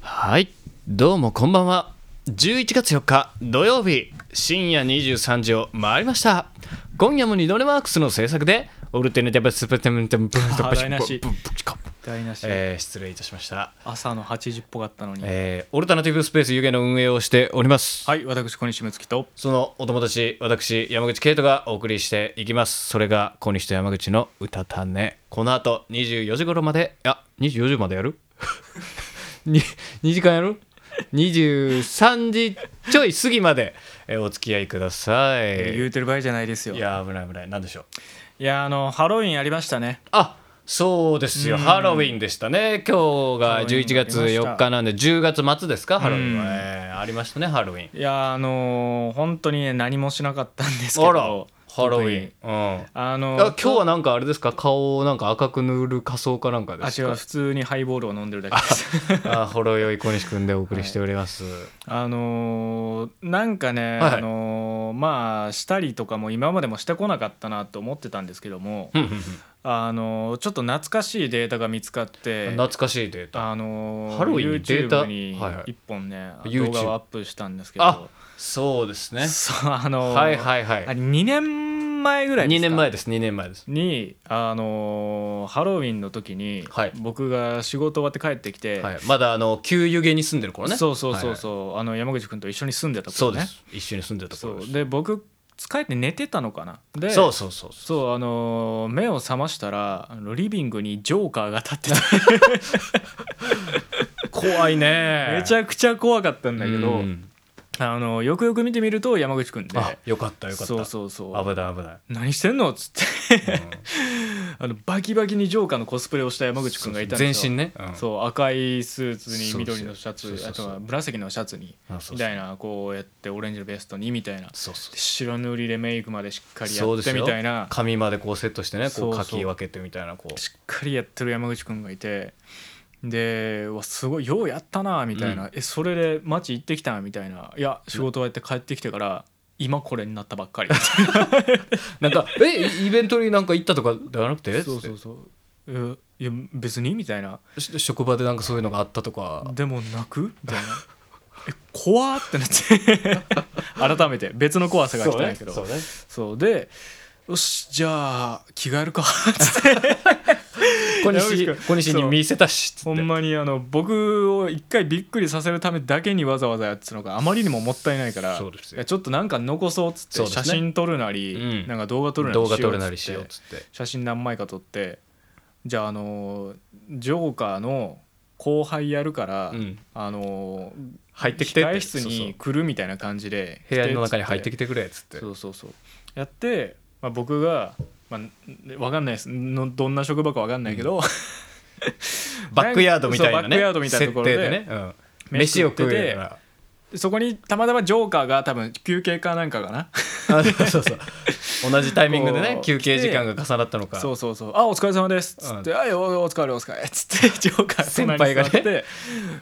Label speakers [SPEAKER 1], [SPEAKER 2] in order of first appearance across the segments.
[SPEAKER 1] はいどうもこんばんは11月4日土曜日深夜23時を回りました今夜もニドレマークスの制作でオルテネテブスプテムンテムプン
[SPEAKER 2] あ台無し
[SPEAKER 1] ブンブンチコ
[SPEAKER 2] 台無し、
[SPEAKER 1] えー失礼いたしました、
[SPEAKER 2] 朝の8時っぽかったのに、
[SPEAKER 1] えーオルタナティブスペース湯気の運営をしております、
[SPEAKER 2] はい私小西睦月と
[SPEAKER 1] そのお友達私山口圭人がお送りしていきますそれが小西と山口の歌たねこの後24時頃まであ24時までやる に ?2 時間やる ?23 時ちょい過ぎまでえーお付き合いくださ
[SPEAKER 2] 言
[SPEAKER 1] いう
[SPEAKER 2] てる場合じゃないですよ
[SPEAKER 1] い
[SPEAKER 2] いや
[SPEAKER 1] やー危ない危ない何でしょう
[SPEAKER 2] あのハロウィンやりましたね
[SPEAKER 1] あそうですよハロウィンでしたね今日
[SPEAKER 2] ハ
[SPEAKER 1] が
[SPEAKER 2] ロウィン
[SPEAKER 1] 11
[SPEAKER 2] がありまし
[SPEAKER 1] 月
[SPEAKER 2] た
[SPEAKER 1] 4日なんで10月末ですかハロウィンは
[SPEAKER 2] うん
[SPEAKER 1] えーありましたねハロウィン
[SPEAKER 2] いやあのー本当にね何もしなかったんですけ
[SPEAKER 1] あ
[SPEAKER 2] ど
[SPEAKER 1] らハロウィン
[SPEAKER 2] 特に
[SPEAKER 1] うん
[SPEAKER 2] あの
[SPEAKER 1] あ今日はなんかあれですか顔をなんか赤く塗る仮装かなんかで
[SPEAKER 2] あ
[SPEAKER 1] す
[SPEAKER 2] 違う
[SPEAKER 1] か
[SPEAKER 2] 普通にハイボールを飲んでるだけです
[SPEAKER 1] あほろ酔い小西くんでお送りしております、
[SPEAKER 2] あのーなんか
[SPEAKER 1] は
[SPEAKER 2] ね、
[SPEAKER 1] いはい
[SPEAKER 2] あのーまあしたりとかも今までもしてこなかったなと思ってたんですけども、
[SPEAKER 1] うんうんうん
[SPEAKER 2] あのーちょっと懐かしいデータが見つかって
[SPEAKER 1] 懐かしいデータ
[SPEAKER 2] あのー、
[SPEAKER 1] ハロウィンにデータ
[SPEAKER 2] YouTube に
[SPEAKER 1] はいはい
[SPEAKER 2] 一本ね、
[SPEAKER 1] YouTube
[SPEAKER 2] 動画をアップしたんですけど
[SPEAKER 1] あそうですね
[SPEAKER 2] そうあのー
[SPEAKER 1] はいはいはい
[SPEAKER 2] あれ2年前ぐらいで
[SPEAKER 1] 2
[SPEAKER 2] すか
[SPEAKER 1] 年前です2年前です
[SPEAKER 2] に、あのーハロウィンの時に、
[SPEAKER 1] はい
[SPEAKER 2] 僕が仕事終わって帰ってきて、
[SPEAKER 1] はい、まだあの旧湯気に住んでる頃ね
[SPEAKER 2] そうそうそう
[SPEAKER 1] う、
[SPEAKER 2] そう、あの山口君と一緒に住んでた
[SPEAKER 1] そ
[SPEAKER 2] 頃
[SPEAKER 1] うで
[SPEAKER 2] ね
[SPEAKER 1] す一緒に住んでた
[SPEAKER 2] そ
[SPEAKER 1] 頃
[SPEAKER 2] う
[SPEAKER 1] です
[SPEAKER 2] で僕帰って寝てたのかなで
[SPEAKER 1] そうそうそうそ
[SPEAKER 2] そうあのー目を覚ましたらあのリビングにジョーカーが立って た
[SPEAKER 1] う怖いね
[SPEAKER 2] めち
[SPEAKER 1] ゃ
[SPEAKER 2] ゃくちゃ怖かったんだけど、
[SPEAKER 1] うん
[SPEAKER 2] あのよくよく見てみると山口くんで
[SPEAKER 1] あよかったよかった
[SPEAKER 2] そうそうそう
[SPEAKER 1] 危ない危ない
[SPEAKER 2] 何してんのっつって あのバキバキにジョーカーのコスプレをした山口くんがいたん
[SPEAKER 1] 全
[SPEAKER 2] ですよ
[SPEAKER 1] 身ね、うん
[SPEAKER 2] そう赤いスーツに緑のシャ
[SPEAKER 1] そう
[SPEAKER 2] ツ
[SPEAKER 1] そう
[SPEAKER 2] あ
[SPEAKER 1] そう
[SPEAKER 2] とは紫のシャツに
[SPEAKER 1] あそうそう
[SPEAKER 2] みたいなこうやってオレンジのベストにみたいな
[SPEAKER 1] そうそう
[SPEAKER 2] で白塗りでメイクまでしっかりや
[SPEAKER 1] そう
[SPEAKER 2] っ
[SPEAKER 1] です
[SPEAKER 2] て
[SPEAKER 1] よ
[SPEAKER 2] みたいな
[SPEAKER 1] 紙までこうセットしてねこ
[SPEAKER 2] そううそう
[SPEAKER 1] 書き分けてみたいなこう
[SPEAKER 2] しっかりやってる山口くんがいてでうわすごいようやったなみたいな、
[SPEAKER 1] う
[SPEAKER 2] えそれで街行ってきたみたいないや仕事終わって帰ってきてから今これになったばっかり
[SPEAKER 1] なんか「えイベントになんか行ったとかではなくて?」
[SPEAKER 2] そうそう
[SPEAKER 1] つっ
[SPEAKER 2] そうえいや別にみたいな
[SPEAKER 1] てし職場でなんかそういうのがあったとか
[SPEAKER 2] でも泣くみたいなえ怖ってなって 改めて別の怖さが来たんやけどそう,、
[SPEAKER 1] そうね
[SPEAKER 2] でよしじゃあ着替えるかつって
[SPEAKER 1] 小
[SPEAKER 2] 山
[SPEAKER 1] 西
[SPEAKER 2] 口君
[SPEAKER 1] 小西に見せたしつ
[SPEAKER 2] ほ
[SPEAKER 1] って
[SPEAKER 2] んまにあの僕を一回びっくりさせるためだけにわざわざやってたのがあまりにももったいないから
[SPEAKER 1] そうですよ
[SPEAKER 2] いやちょっとなんか残そうっつ
[SPEAKER 1] そう
[SPEAKER 2] っ
[SPEAKER 1] で
[SPEAKER 2] て
[SPEAKER 1] すね
[SPEAKER 2] 写真撮るなり、
[SPEAKER 1] うん
[SPEAKER 2] なんか動画撮るなり
[SPEAKER 1] 動画
[SPEAKER 2] しよ
[SPEAKER 1] 撮
[SPEAKER 2] う
[SPEAKER 1] る
[SPEAKER 2] っつ
[SPEAKER 1] な
[SPEAKER 2] っ
[SPEAKER 1] り
[SPEAKER 2] て
[SPEAKER 1] しようっつって
[SPEAKER 2] 写真何枚か撮ってじゃああのジョーカーの後輩やるから、
[SPEAKER 1] うん
[SPEAKER 2] あの
[SPEAKER 1] 入ってきてって
[SPEAKER 2] 控え室に来るみたいな感じで
[SPEAKER 1] 部屋の中に入ってき
[SPEAKER 2] て
[SPEAKER 1] てくれっつって
[SPEAKER 2] そうそうそうやって、まあ、僕が、まあ、わかんないですのどんな職場かわかんないけど、
[SPEAKER 1] バックヤードみたいなね
[SPEAKER 2] そうバックヤードみたいなところで
[SPEAKER 1] 設定でね、うん飯
[SPEAKER 2] 飯
[SPEAKER 1] を
[SPEAKER 2] 食
[SPEAKER 1] 食
[SPEAKER 2] ってて
[SPEAKER 1] うから
[SPEAKER 2] そこにたまたまジョーカーが多分休憩かなんかかな
[SPEAKER 1] あそうそう同じタイミングでね
[SPEAKER 2] こう
[SPEAKER 1] 休憩時間が重なったのか
[SPEAKER 2] そうそうそう「あお疲れ様です」つって「あいおお疲れお疲れ」 っつってジョーカー
[SPEAKER 1] 先輩がね
[SPEAKER 2] 隣に座って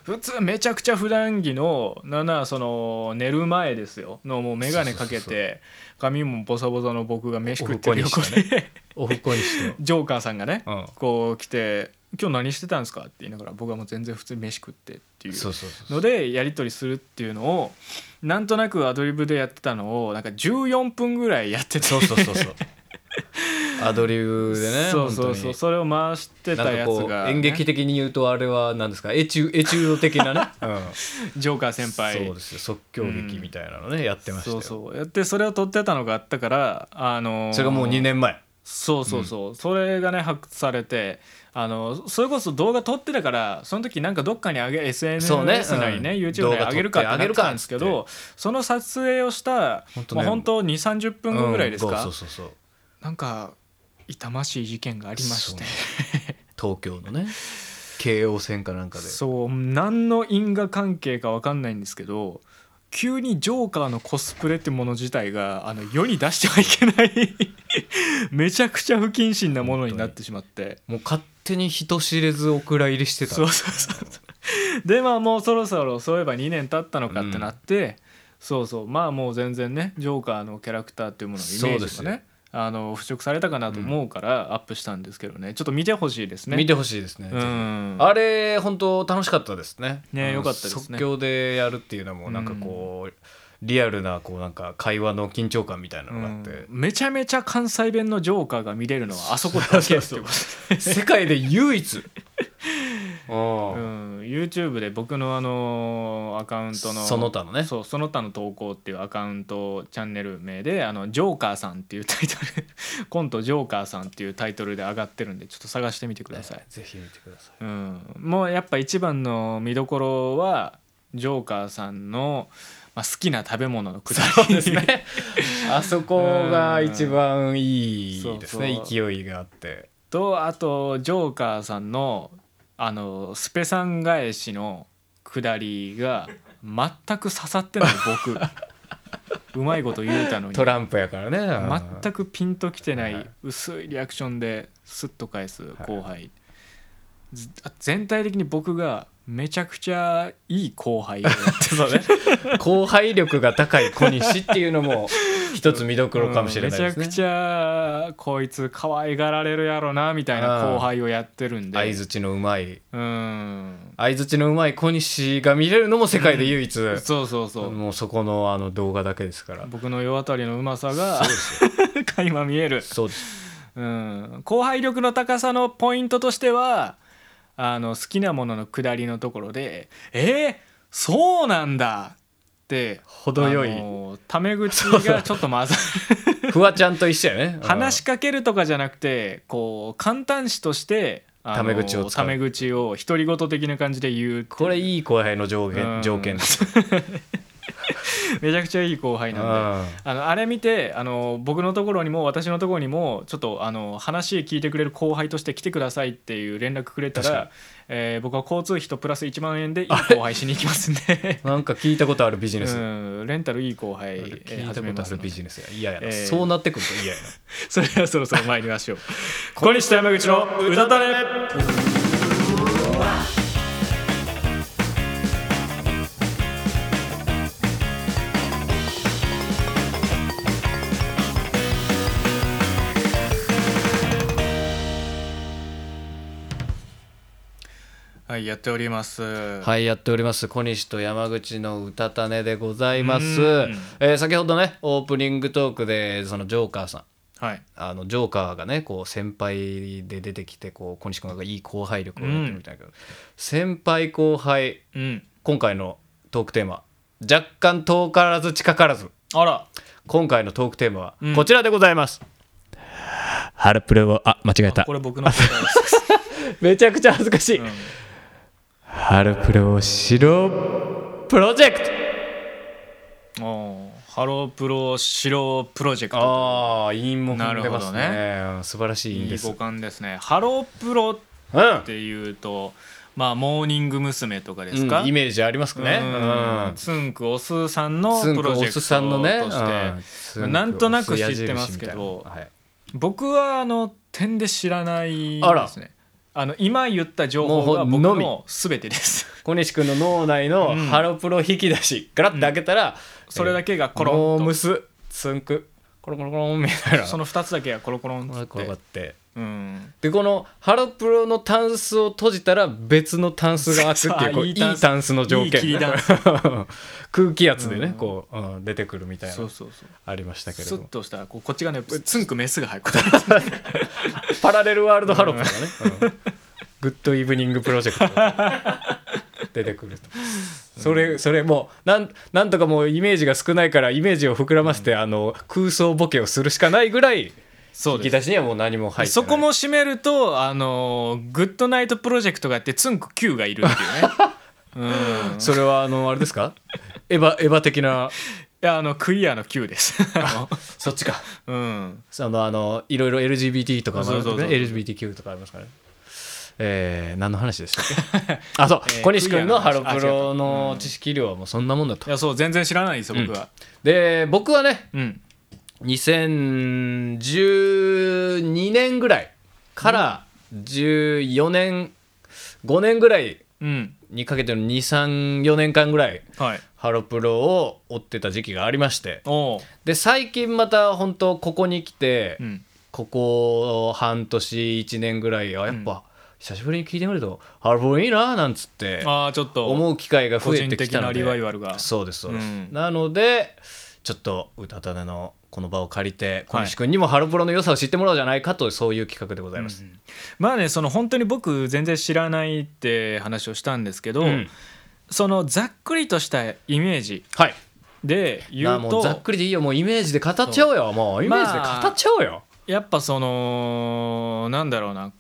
[SPEAKER 2] 普通めちゃくちゃ普段着のなんならその寝る前ですよのもう眼鏡か
[SPEAKER 1] そ
[SPEAKER 2] け
[SPEAKER 1] うそうそ
[SPEAKER 2] て髪もボサボサの僕が飯食って
[SPEAKER 1] お
[SPEAKER 2] る
[SPEAKER 1] ふこ
[SPEAKER 2] 横
[SPEAKER 1] にして
[SPEAKER 2] で。
[SPEAKER 1] おふこにして
[SPEAKER 2] ジョーカーさんがね、
[SPEAKER 1] うん
[SPEAKER 2] こう来て「今日何してたんですか?」って言いながら僕はもう全然普通に飯食ってっていう
[SPEAKER 1] そうそうそう
[SPEAKER 2] のでやり取りするっていうのをなんとなくアドリブでやってたのをなんか14分ぐらいやってて
[SPEAKER 1] そうそうそうそうアドリブでね
[SPEAKER 2] そうそうそうそれを回して
[SPEAKER 1] 本当
[SPEAKER 2] た
[SPEAKER 1] になん
[SPEAKER 2] や
[SPEAKER 1] か
[SPEAKER 2] つ
[SPEAKER 1] こう
[SPEAKER 2] がね、
[SPEAKER 1] 演劇的に言うとあれは何ですかエチュエチュード的なね、 うん
[SPEAKER 2] ジョーカー先輩
[SPEAKER 1] そうですよ即興劇みたいなのね、やってました
[SPEAKER 2] そ
[SPEAKER 1] よ
[SPEAKER 2] うそうやってそれを撮ってたのがあったからあのー
[SPEAKER 1] それがもう2年前
[SPEAKER 2] そうそうそう、それがね発掘されてあのそれこそ動画撮ってたからその時なんかどっかに上げ
[SPEAKER 1] そうね
[SPEAKER 2] SNS なりね
[SPEAKER 1] うん
[SPEAKER 2] YouTube なり上げるかってなってたんです
[SPEAKER 1] 動
[SPEAKER 2] け
[SPEAKER 1] 画撮
[SPEAKER 2] どその撮影をした
[SPEAKER 1] ほんとね
[SPEAKER 2] もう本当2三3 0分後ぐらいです
[SPEAKER 1] うん
[SPEAKER 2] か、
[SPEAKER 1] そうそうそうそう
[SPEAKER 2] なんか痛ましい事件がありまして
[SPEAKER 1] そう東京のね京王線かなんかで
[SPEAKER 2] そう何の因果関係か分かんないんですけど急にジョーカーのコスプレってもの自体があの世に出してはいけない めちゃくちゃ不謹慎なものになってしまって
[SPEAKER 1] もう勝手に人知れずお蔵入りしてた
[SPEAKER 2] そうそうそうそうでまあもうそろそろそういえば2年経ったのかってなって、そうそうまあもう全然ねジョーカーのキャラクターっていうもののイメージ
[SPEAKER 1] そ
[SPEAKER 2] が
[SPEAKER 1] うです
[SPEAKER 2] ねあの払拭されたかなと思うからアップしたんですけどね、ちょっと見てほしいですね。
[SPEAKER 1] 見てほしいですね、
[SPEAKER 2] うん、
[SPEAKER 1] あれ本当楽しかったですね
[SPEAKER 2] ね
[SPEAKER 1] あの
[SPEAKER 2] 良かったです
[SPEAKER 1] 即
[SPEAKER 2] ね
[SPEAKER 1] 興でやるっていうのもなんかこう、リアルなこうなんか会話の緊張感みたいなのがあって、
[SPEAKER 2] うんめちゃめちゃ関西弁のジョーカーが見れるのはあそこ だけっていうこと
[SPEAKER 1] 世界で唯 一
[SPEAKER 2] う
[SPEAKER 1] ああ
[SPEAKER 2] ん YouTube で僕のあのアカウントの
[SPEAKER 1] その他のね
[SPEAKER 2] そうその他の投稿っていうアカウントチャンネル名で「あのジョーカーさん」っていうタイトル コント「ジョーカーさん」っていうタイトルで上がってるんでちょっと探してみてください、
[SPEAKER 1] ぜひ見てください
[SPEAKER 2] うん、もうやっぱ一番の見どころはジョーカーさんの、まあ、好きな食べ物のくだり
[SPEAKER 1] ですねあそこが一番いいですね
[SPEAKER 2] そう
[SPEAKER 1] 勢いがあって
[SPEAKER 2] とあとジョーカーさんのあのスペさん返しの下りが全く刺さってない 僕うまいこと言うたのに
[SPEAKER 1] トランプやからね
[SPEAKER 2] 全くピンときてな
[SPEAKER 1] はいい
[SPEAKER 2] 薄いリアクションでスッと返す後輩ず全体的に僕がめちゃくちゃいい後輩だなって
[SPEAKER 1] そうね後輩力が高い小西っていうのも一つ見どころかもしれないです
[SPEAKER 2] うん
[SPEAKER 1] ね
[SPEAKER 2] めちゃくちゃこいつ可愛がられるやろなみたいな後輩をやってるんで
[SPEAKER 1] 相づちのうまい
[SPEAKER 2] うん
[SPEAKER 1] 相づちのうまい小西が見れるのも世界で唯一、
[SPEAKER 2] そうそうそう、
[SPEAKER 1] もうそこのあの動画だけですから
[SPEAKER 2] 僕の世渡りのうまさ
[SPEAKER 1] そ
[SPEAKER 2] が
[SPEAKER 1] うですよ
[SPEAKER 2] 垣間見える、
[SPEAKER 1] そうです
[SPEAKER 2] うん、後輩力の高さのポイントとしてはあの好きなものの下りのところで「えー、そうなんだ!」って
[SPEAKER 1] 程よい
[SPEAKER 2] あのタメ口がちょっと混ざる
[SPEAKER 1] フワちゃんと一緒やね
[SPEAKER 2] 話しかけるとかじゃなくてこう簡単詞としてあの
[SPEAKER 1] タメ口を使
[SPEAKER 2] タ
[SPEAKER 1] う
[SPEAKER 2] メ口を独り言的な感じで言うっていう
[SPEAKER 1] これいい後輩の条
[SPEAKER 2] う
[SPEAKER 1] 件
[SPEAKER 2] ん
[SPEAKER 1] 条件です
[SPEAKER 2] めちゃくちゃいい後輩なんで。
[SPEAKER 1] あ
[SPEAKER 2] あのあれ見てあの僕のところにも私のところにもちょっとあの話聞いてくれる後輩として来てくださいっていう連絡くれた
[SPEAKER 1] 確かに
[SPEAKER 2] ら、えー僕は交通費とプラス1万円でいい後輩しに行きますん で
[SPEAKER 1] なんか聞いたことあるビジネス、
[SPEAKER 2] うんレンタルいい後輩えー
[SPEAKER 1] 聞いた
[SPEAKER 2] 始
[SPEAKER 1] こ
[SPEAKER 2] め
[SPEAKER 1] と
[SPEAKER 2] ま
[SPEAKER 1] あ
[SPEAKER 2] す
[SPEAKER 1] る
[SPEAKER 2] ので
[SPEAKER 1] ビジネスが嫌やな、
[SPEAKER 2] えー
[SPEAKER 1] そうなってくると嫌やな
[SPEAKER 2] それではそろそろ参りましょう小西と山口の歌たれはいやっておりますは い
[SPEAKER 1] はいやっております小西と山口の歌種でございます
[SPEAKER 2] うーん、
[SPEAKER 1] えー先ほどねオープニングトークでそのジョーカーさん
[SPEAKER 2] はい
[SPEAKER 1] あのジョーカーがねこう先輩で出てきてこう小西君がいい後輩力をやってるみたいな、先輩後輩
[SPEAKER 2] うん
[SPEAKER 1] 今回のトークテーマ若干遠からず近からず
[SPEAKER 2] あら
[SPEAKER 1] 今回のトークテーマは
[SPEAKER 2] うん
[SPEAKER 1] こちらでございます、ハラプレをあ間違え
[SPEAKER 2] これ僕の答えで す
[SPEAKER 1] めちゃくちゃ恥ずかしい、
[SPEAKER 2] ん
[SPEAKER 1] ハラプレを知ろうプロジェクト
[SPEAKER 2] おーハロープロ白プロジェクト
[SPEAKER 1] ああ陰も踏んでますね
[SPEAKER 2] な
[SPEAKER 1] 素晴らしい
[SPEAKER 2] い
[SPEAKER 1] 陰
[SPEAKER 2] い
[SPEAKER 1] です
[SPEAKER 2] 五感ですね。ハロープロっ
[SPEAKER 1] うん、うん
[SPEAKER 2] ていうと、まあモーニング娘。とかですか。
[SPEAKER 1] イメージありますね
[SPEAKER 2] うん
[SPEAKER 1] うん
[SPEAKER 2] つんくおすさんの
[SPEAKER 1] つん
[SPEAKER 2] プ
[SPEAKER 1] く
[SPEAKER 2] ロジ
[SPEAKER 1] お
[SPEAKER 2] ェクト
[SPEAKER 1] す
[SPEAKER 2] と
[SPEAKER 1] さんのね、
[SPEAKER 2] して、
[SPEAKER 1] う
[SPEAKER 2] なんとなく知ってますけど
[SPEAKER 1] つんくおす矢印みたいなはい
[SPEAKER 2] 僕はあの点で知らない
[SPEAKER 1] あら
[SPEAKER 2] ですね。あの今言った情報が
[SPEAKER 1] もう
[SPEAKER 2] 僕
[SPEAKER 1] のみ
[SPEAKER 2] のすべてです。
[SPEAKER 1] 小西君の脳内の
[SPEAKER 2] うん
[SPEAKER 1] ハロプロ引き出し、ガラッと開けたら、
[SPEAKER 2] それだけがコ
[SPEAKER 1] モ
[SPEAKER 2] ロ
[SPEAKER 1] ー
[SPEAKER 2] ン
[SPEAKER 1] ム
[SPEAKER 2] と、
[SPEAKER 1] スつんくコロコロコロンみたいな
[SPEAKER 2] その二つだけがコロコロン
[SPEAKER 1] こう
[SPEAKER 2] っ、
[SPEAKER 1] 転がってて
[SPEAKER 2] うん、
[SPEAKER 1] でこのハロプロのタンスを閉じたら別のタンスが開くっていうこう い
[SPEAKER 2] いい
[SPEAKER 1] い
[SPEAKER 2] タンス
[SPEAKER 1] タンスの条
[SPEAKER 2] いい
[SPEAKER 1] 件
[SPEAKER 2] 切りダン
[SPEAKER 1] 空気圧でね、
[SPEAKER 2] うん
[SPEAKER 1] こう、うん出てくるみたいな
[SPEAKER 2] そう
[SPEAKER 1] の
[SPEAKER 2] そうそう。
[SPEAKER 1] ありましたけれ
[SPEAKER 2] ス
[SPEAKER 1] ど
[SPEAKER 2] ッ
[SPEAKER 1] も
[SPEAKER 2] としたらこうこっちがねつんくメスが入 る。
[SPEAKER 1] パラレルワールドハロプロがね、うんグッドイブニングプロジェクトが 出てくるとそれそれもうなんなんとかもうイメージが少ないからイメージを膨らませて、あの空想ボケをするしかないぐらい
[SPEAKER 2] そ
[SPEAKER 1] 引き出しにはもう何も入ってない
[SPEAKER 2] そこも締めると、あのーグッドナイトプロジェクトがあってツンク Q がいるっ ていうねうんい
[SPEAKER 1] それはあのあれですかエヴァエヴァ的な
[SPEAKER 2] やあのクイアの Q ですあ
[SPEAKER 1] そっちか
[SPEAKER 2] のうん
[SPEAKER 1] そのあのいろいろ LGBT とかもあるんです
[SPEAKER 2] そうそう
[SPEAKER 1] ね
[SPEAKER 2] そう
[SPEAKER 1] LGBTQ とかありますからねえー何の話でしたっ けあそう、
[SPEAKER 2] えー
[SPEAKER 1] 小西君のハロプ
[SPEAKER 2] クイアの話あ違
[SPEAKER 1] ロ
[SPEAKER 2] う
[SPEAKER 1] の知識量はもうそんなもんだと、
[SPEAKER 2] いやそう全然知らないですよ僕は
[SPEAKER 1] で僕はね
[SPEAKER 2] うん
[SPEAKER 1] 2012年ぐらいから14年5年ぐらい
[SPEAKER 2] うん
[SPEAKER 1] にかけての234年間ぐらい
[SPEAKER 2] はい
[SPEAKER 1] ハロプロを追ってた時期がありまして
[SPEAKER 2] おう
[SPEAKER 1] で最近また本当ここに来て、
[SPEAKER 2] うん
[SPEAKER 1] ここ半年1年ぐらいあやっぱ、
[SPEAKER 2] うん
[SPEAKER 1] 久しぶりに聞いてみるとハロプロいいななんつって
[SPEAKER 2] ああちょっと
[SPEAKER 1] 思う機会が増
[SPEAKER 2] 個
[SPEAKER 1] え
[SPEAKER 2] 人
[SPEAKER 1] てき
[SPEAKER 2] 的
[SPEAKER 1] たの
[SPEAKER 2] な
[SPEAKER 1] で
[SPEAKER 2] リバイバルが
[SPEAKER 1] そうですそうです、
[SPEAKER 2] うん
[SPEAKER 1] なのでちょっと「うたたね」のこの場を借りて小
[SPEAKER 2] はい
[SPEAKER 1] 西君にもハロプロの良さを知ってもらおうじゃないかとそういう企画でございます、
[SPEAKER 2] うんうんまあねその本当に僕全然知らないって話をしたんですけど、
[SPEAKER 1] うん
[SPEAKER 2] そのざっくりとしたイメージ
[SPEAKER 1] はい
[SPEAKER 2] で
[SPEAKER 1] なあ
[SPEAKER 2] 言う
[SPEAKER 1] もうざっ
[SPEAKER 2] と
[SPEAKER 1] くりでいいよもうイメージで語っちゃおうよもうイメージで語っちゃおうよ、
[SPEAKER 2] やっぱそのなんだろうな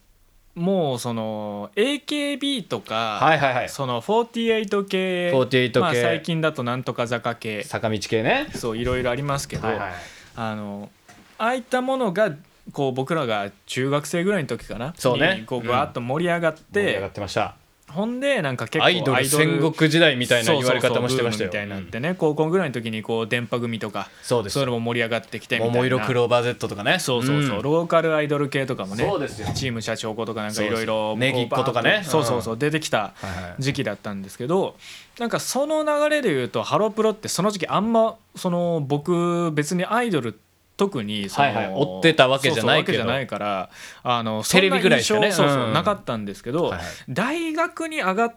[SPEAKER 2] もうその AKB とか、
[SPEAKER 1] はいはいはい
[SPEAKER 2] その48系
[SPEAKER 1] 48系
[SPEAKER 2] まあ、最近だとなんとか坂系
[SPEAKER 1] 坂道系ね
[SPEAKER 2] そういろいろありますけど、
[SPEAKER 1] はいはい
[SPEAKER 2] あのああいったものがこう僕らが中学生ぐらいの時かな
[SPEAKER 1] そうね
[SPEAKER 2] にこうガーッと盛り上がっ、
[SPEAKER 1] 盛り上がっててました
[SPEAKER 2] ほんでなんか結構
[SPEAKER 1] アイドル戦国時代みたいな言われ方もしてましたよ
[SPEAKER 2] そうそうそうブームみたいになっ
[SPEAKER 1] うん
[SPEAKER 2] てね、高校ぐらいの時にこう電波組とか
[SPEAKER 1] そうです
[SPEAKER 2] そういうのも盛り上がってきてみたいな
[SPEAKER 1] 桃色クローバー Z とかね
[SPEAKER 2] そうそうそう、
[SPEAKER 1] ん
[SPEAKER 2] ローカルアイドル系とかもね
[SPEAKER 1] そうですよ
[SPEAKER 2] チーム社長子とかなん
[SPEAKER 1] そ
[SPEAKER 2] か
[SPEAKER 1] う
[SPEAKER 2] い
[SPEAKER 1] そう
[SPEAKER 2] ろいろ
[SPEAKER 1] ネギっ子とかね
[SPEAKER 2] こうバーッそうそうそう出てきた
[SPEAKER 1] はいはい
[SPEAKER 2] 時期だったんですけどなんかその流れでいうとハロプロってその時期あんまその僕別にアイドル特にその、
[SPEAKER 1] はいはい追ってたわけじゃないけど
[SPEAKER 2] そうそうわけじゃないからあの
[SPEAKER 1] テレビぐらいしかね
[SPEAKER 2] そんな印象そう
[SPEAKER 1] う
[SPEAKER 2] そ
[SPEAKER 1] ん
[SPEAKER 2] うなかったんですけど、
[SPEAKER 1] はいはい
[SPEAKER 2] 大学に上がっ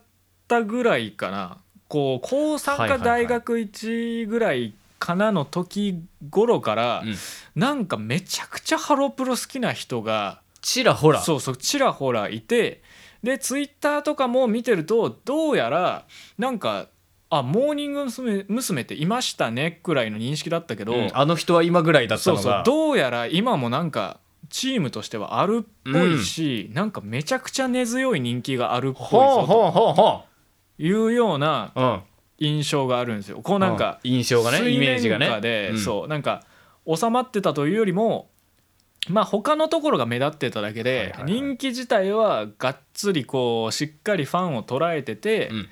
[SPEAKER 2] たぐらいかなこう高
[SPEAKER 1] はい
[SPEAKER 2] 3
[SPEAKER 1] は
[SPEAKER 2] か
[SPEAKER 1] いはい
[SPEAKER 2] 大学1ぐらいかなの時頃から、
[SPEAKER 1] うん
[SPEAKER 2] なんかめちゃくちゃハロプロ好きな人が
[SPEAKER 1] ちらほら
[SPEAKER 2] そうそうちらほらいてでツイッターとかも見てるとどうやらなんかあモーニング娘。娘っていましたねくらいの認識だったけど、
[SPEAKER 1] うんあの人は今ぐらいだった
[SPEAKER 2] そ
[SPEAKER 1] の
[SPEAKER 2] う
[SPEAKER 1] が
[SPEAKER 2] そうどうやら今もなんかチームとしてはあるっぽいし、なんかめちゃくちゃ根強い人気があるっぽい
[SPEAKER 1] ほうほう
[SPEAKER 2] ぞ
[SPEAKER 1] ほうほ
[SPEAKER 2] というような
[SPEAKER 1] ううん
[SPEAKER 2] 印象があるんですよ。こうなんか、
[SPEAKER 1] う印象がねイメージが
[SPEAKER 2] 水面下
[SPEAKER 1] ね
[SPEAKER 2] で、
[SPEAKER 1] うん
[SPEAKER 2] そうなんか収まってたというよりもまあ他のところが目立ってただけで、
[SPEAKER 1] はいはいはい
[SPEAKER 2] 人気自体はがっつりこうしっかりファンを捉えてて、
[SPEAKER 1] うん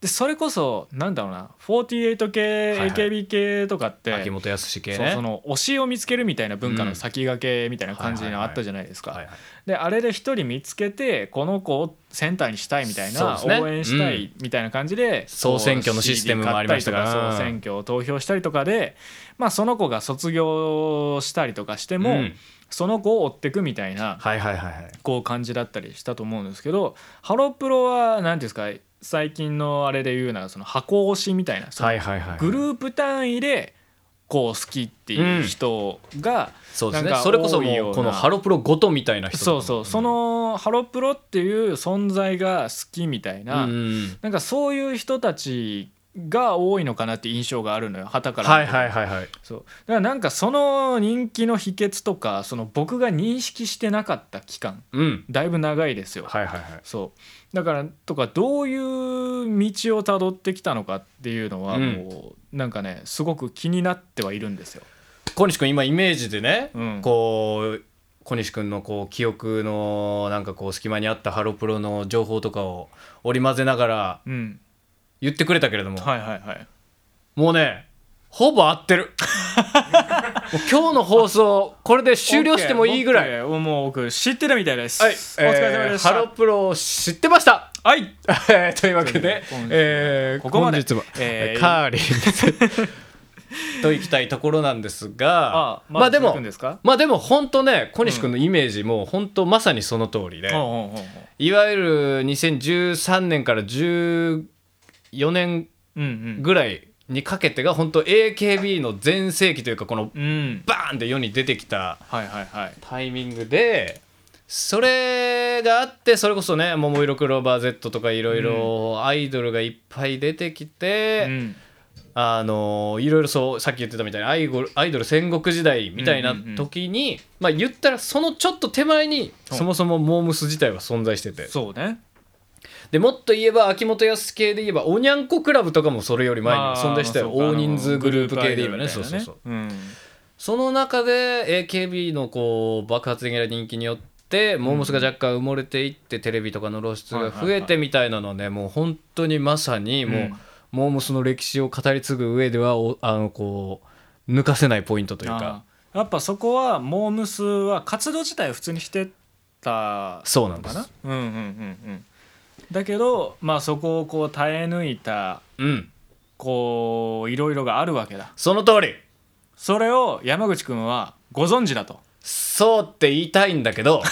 [SPEAKER 2] でそれこそなんだろうな48系、
[SPEAKER 1] はいはい
[SPEAKER 2] AKB 系とかって、
[SPEAKER 1] 秋元康系
[SPEAKER 2] そう
[SPEAKER 1] ね
[SPEAKER 2] その推しを見つけるみたいな文化の先駆けみたいな感じのあったじゃないですか。
[SPEAKER 1] はいはい
[SPEAKER 2] であれで一人見つけてこの子をセンターにしたいみたいな、
[SPEAKER 1] そうですね
[SPEAKER 2] 応援したいみたいな感じで、
[SPEAKER 1] 総選挙のシステムもありましたから
[SPEAKER 2] こう CD 買ったりとか総選挙を投票したりとかで、まあ、その子が卒業したりとかしても、
[SPEAKER 1] うん
[SPEAKER 2] その子を追っていくみたいな
[SPEAKER 1] はいはいはいはい
[SPEAKER 2] こう感じだったりしたと思うんですけどハロプロは何ていうんですか最近のあれで言うならその箱推しみたいなその
[SPEAKER 1] はいはいはい
[SPEAKER 2] グループ単位でこう好きっていう人が、
[SPEAKER 1] そうですね
[SPEAKER 2] なんか
[SPEAKER 1] それこそ
[SPEAKER 2] 多いよう
[SPEAKER 1] もう
[SPEAKER 2] な
[SPEAKER 1] このハロプロごとみたいな人とか
[SPEAKER 2] そ
[SPEAKER 1] も
[SPEAKER 2] うそうそのハロプロっていう存在が好きみたいな、
[SPEAKER 1] うんうん
[SPEAKER 2] なんかそういう人たちが多いのかなって印象があるのよ旗から
[SPEAKER 1] は
[SPEAKER 2] 見て
[SPEAKER 1] いはいはいはい
[SPEAKER 2] そうだからなんかその人気の秘訣とかその僕が認識してなかった期間
[SPEAKER 1] うん
[SPEAKER 2] だいぶ長いですよ、
[SPEAKER 1] はいはいはい
[SPEAKER 2] そうだからとかどういう道をたどってきたのかっていうのは
[SPEAKER 1] うん
[SPEAKER 2] もうなんかねすごく気になってはいるんですよ。
[SPEAKER 1] 小西君今イメージでね、
[SPEAKER 2] うん
[SPEAKER 1] こう小西君のこう記憶のなんかこう隙間にあったハロプロの情報とかを織り交ぜながら
[SPEAKER 2] うん、
[SPEAKER 1] 言ってくれたけれども、
[SPEAKER 2] はいはいはい
[SPEAKER 1] もうねほぼ合って るもう今日の放送これで終了してもいいぐらい、
[SPEAKER 2] オッケーオッケーもう僕知ってたみたいです。
[SPEAKER 1] はい、
[SPEAKER 2] お疲れ様
[SPEAKER 1] えー
[SPEAKER 2] でした。
[SPEAKER 1] ハロプロを知ってま した
[SPEAKER 2] はい。
[SPEAKER 1] えーというわけ で
[SPEAKER 2] というわけで、
[SPEAKER 1] えー
[SPEAKER 2] ここまで
[SPEAKER 1] 本日は、
[SPEAKER 2] えー
[SPEAKER 1] カーリー にといきたいところなんですが
[SPEAKER 2] あ、
[SPEAKER 1] まあで
[SPEAKER 2] 続
[SPEAKER 1] も
[SPEAKER 2] くんですか
[SPEAKER 1] まあでも本当ね小西君のイメージも本当まさにその通りで、
[SPEAKER 2] うんうんうんうん
[SPEAKER 1] いわゆる2013年から14年
[SPEAKER 2] うん
[SPEAKER 1] ぐらいにかけてが本当 AKB の全盛期というかこの
[SPEAKER 2] うんうん
[SPEAKER 1] バーンって世に出てきた
[SPEAKER 2] はいはいはい
[SPEAKER 1] タイミングでそれがあってそれこそね「桃色クローバー Z」とかいろいろアイドルがいっぱい出てきて、
[SPEAKER 2] うん
[SPEAKER 1] あのいろいろそうさっき言ってたみたいなアイゴルアイドル戦国時代みたいな時に、まあ言ったらそのちょっと手前に
[SPEAKER 2] うん
[SPEAKER 1] そもそもモームス自体は存在してて
[SPEAKER 2] そうね
[SPEAKER 1] でもっと言えば秋元康系で言えばおにゃんこクラブとかもそれより前には存在してたよ
[SPEAKER 2] まあ
[SPEAKER 1] 大人数グループ系で言えばね
[SPEAKER 2] グ
[SPEAKER 1] そ
[SPEAKER 2] ル
[SPEAKER 1] う
[SPEAKER 2] ープ
[SPEAKER 1] そう
[SPEAKER 2] アイド
[SPEAKER 1] そう
[SPEAKER 2] ルみたいなね
[SPEAKER 1] その中で AKB のこう爆発的な人気によっってモームスが若干埋もれていってテレビとかの露出が増えてみたいなのねもう本当にまさにもう、
[SPEAKER 2] うん
[SPEAKER 1] モームスの歴史を語り継ぐ上ではおあのこう抜かせないポイントというか
[SPEAKER 2] あーやっぱそこはモームスは活動自体を普通にしてた
[SPEAKER 1] そうなん
[SPEAKER 2] の
[SPEAKER 1] で
[SPEAKER 2] かな
[SPEAKER 1] す。
[SPEAKER 2] うんうんうんうんだけどまあそこをこう耐え抜いた
[SPEAKER 1] うん
[SPEAKER 2] こういろいろがあるわけだ
[SPEAKER 1] その通り
[SPEAKER 2] それを山口君はご存知だと
[SPEAKER 1] そうって言いたいんだけど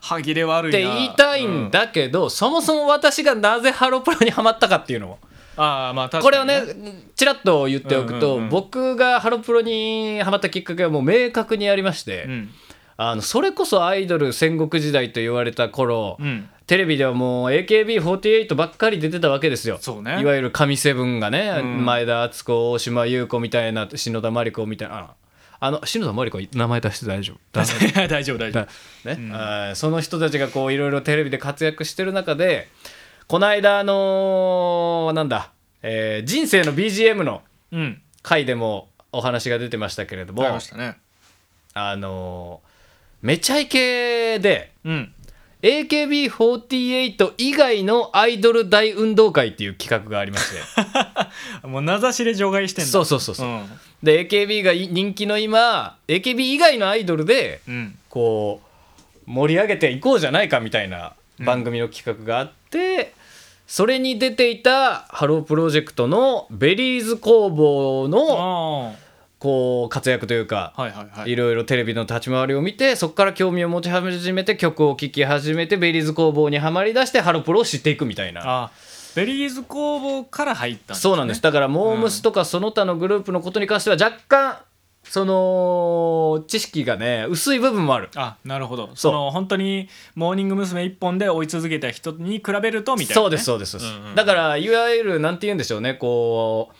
[SPEAKER 2] 歯切れ
[SPEAKER 1] っ
[SPEAKER 2] 悪
[SPEAKER 1] て
[SPEAKER 2] いな
[SPEAKER 1] 言いたいん、だけど、そもそも私がなぜハロプロにハマったかっていうのを
[SPEAKER 2] うんああまあ確
[SPEAKER 1] これ
[SPEAKER 2] か
[SPEAKER 1] を
[SPEAKER 2] に、ね、
[SPEAKER 1] ねちらっと言っておくと、
[SPEAKER 2] うんうんうん
[SPEAKER 1] 僕がハロプロにハマったきっかけはもう明確にありまして、
[SPEAKER 2] うん
[SPEAKER 1] あのそれこそアイドル戦国時代と言われた頃、
[SPEAKER 2] うん
[SPEAKER 1] テレビではもう AKB48 ばっかり出てたわけですよ。
[SPEAKER 2] そうね
[SPEAKER 1] いわゆる神セブンがね、
[SPEAKER 2] うん
[SPEAKER 1] 前田敦子大島優子みたいな篠田麻里子みたいなあのあの篠田麻里子名前出して大丈夫だ
[SPEAKER 2] いや 大丈夫大丈夫
[SPEAKER 1] だねあーその人たちがこういろいろテレビで活躍してる中でこの間あのーなんだ、えー人生の BGM の
[SPEAKER 2] うん
[SPEAKER 1] 回でもお話が出てましたけれども
[SPEAKER 2] ありましたね
[SPEAKER 1] あのーめちゃイケで
[SPEAKER 2] うん
[SPEAKER 1] AKB48 以外のアイドル大運動会っていう企画がありまして
[SPEAKER 2] もう名指しで除外してんだ
[SPEAKER 1] そうそうそうそう、
[SPEAKER 2] うん
[SPEAKER 1] で AKB がい人気の今 AKB 以外のアイドルで
[SPEAKER 2] うん
[SPEAKER 1] こう盛り上げていこうじゃないかみたいな番組の企画があって、それに出ていたハロープロジェクトのベリーズ工房
[SPEAKER 2] あ
[SPEAKER 1] の
[SPEAKER 2] あは
[SPEAKER 1] こう活躍というか、
[SPEAKER 2] いはいはい
[SPEAKER 1] いろいろテレビの立ち回りを見てそこから興味を持ち始めて曲を聴き始めてベリーズ工房にはまりだしてハロプロを知っていくみたいな
[SPEAKER 2] あベリーズ工房から入ったん
[SPEAKER 1] そうなんですだからモームスとかその他のグループのことに関しては若干その知識がね薄い部分もある
[SPEAKER 2] あなるほどその本当にモーニング娘。一本で追い続けた人に比べるとみたいなね、
[SPEAKER 1] そうですそうです、そうです
[SPEAKER 2] うんうん
[SPEAKER 1] だからいわゆるなんて言うんでしょうねこう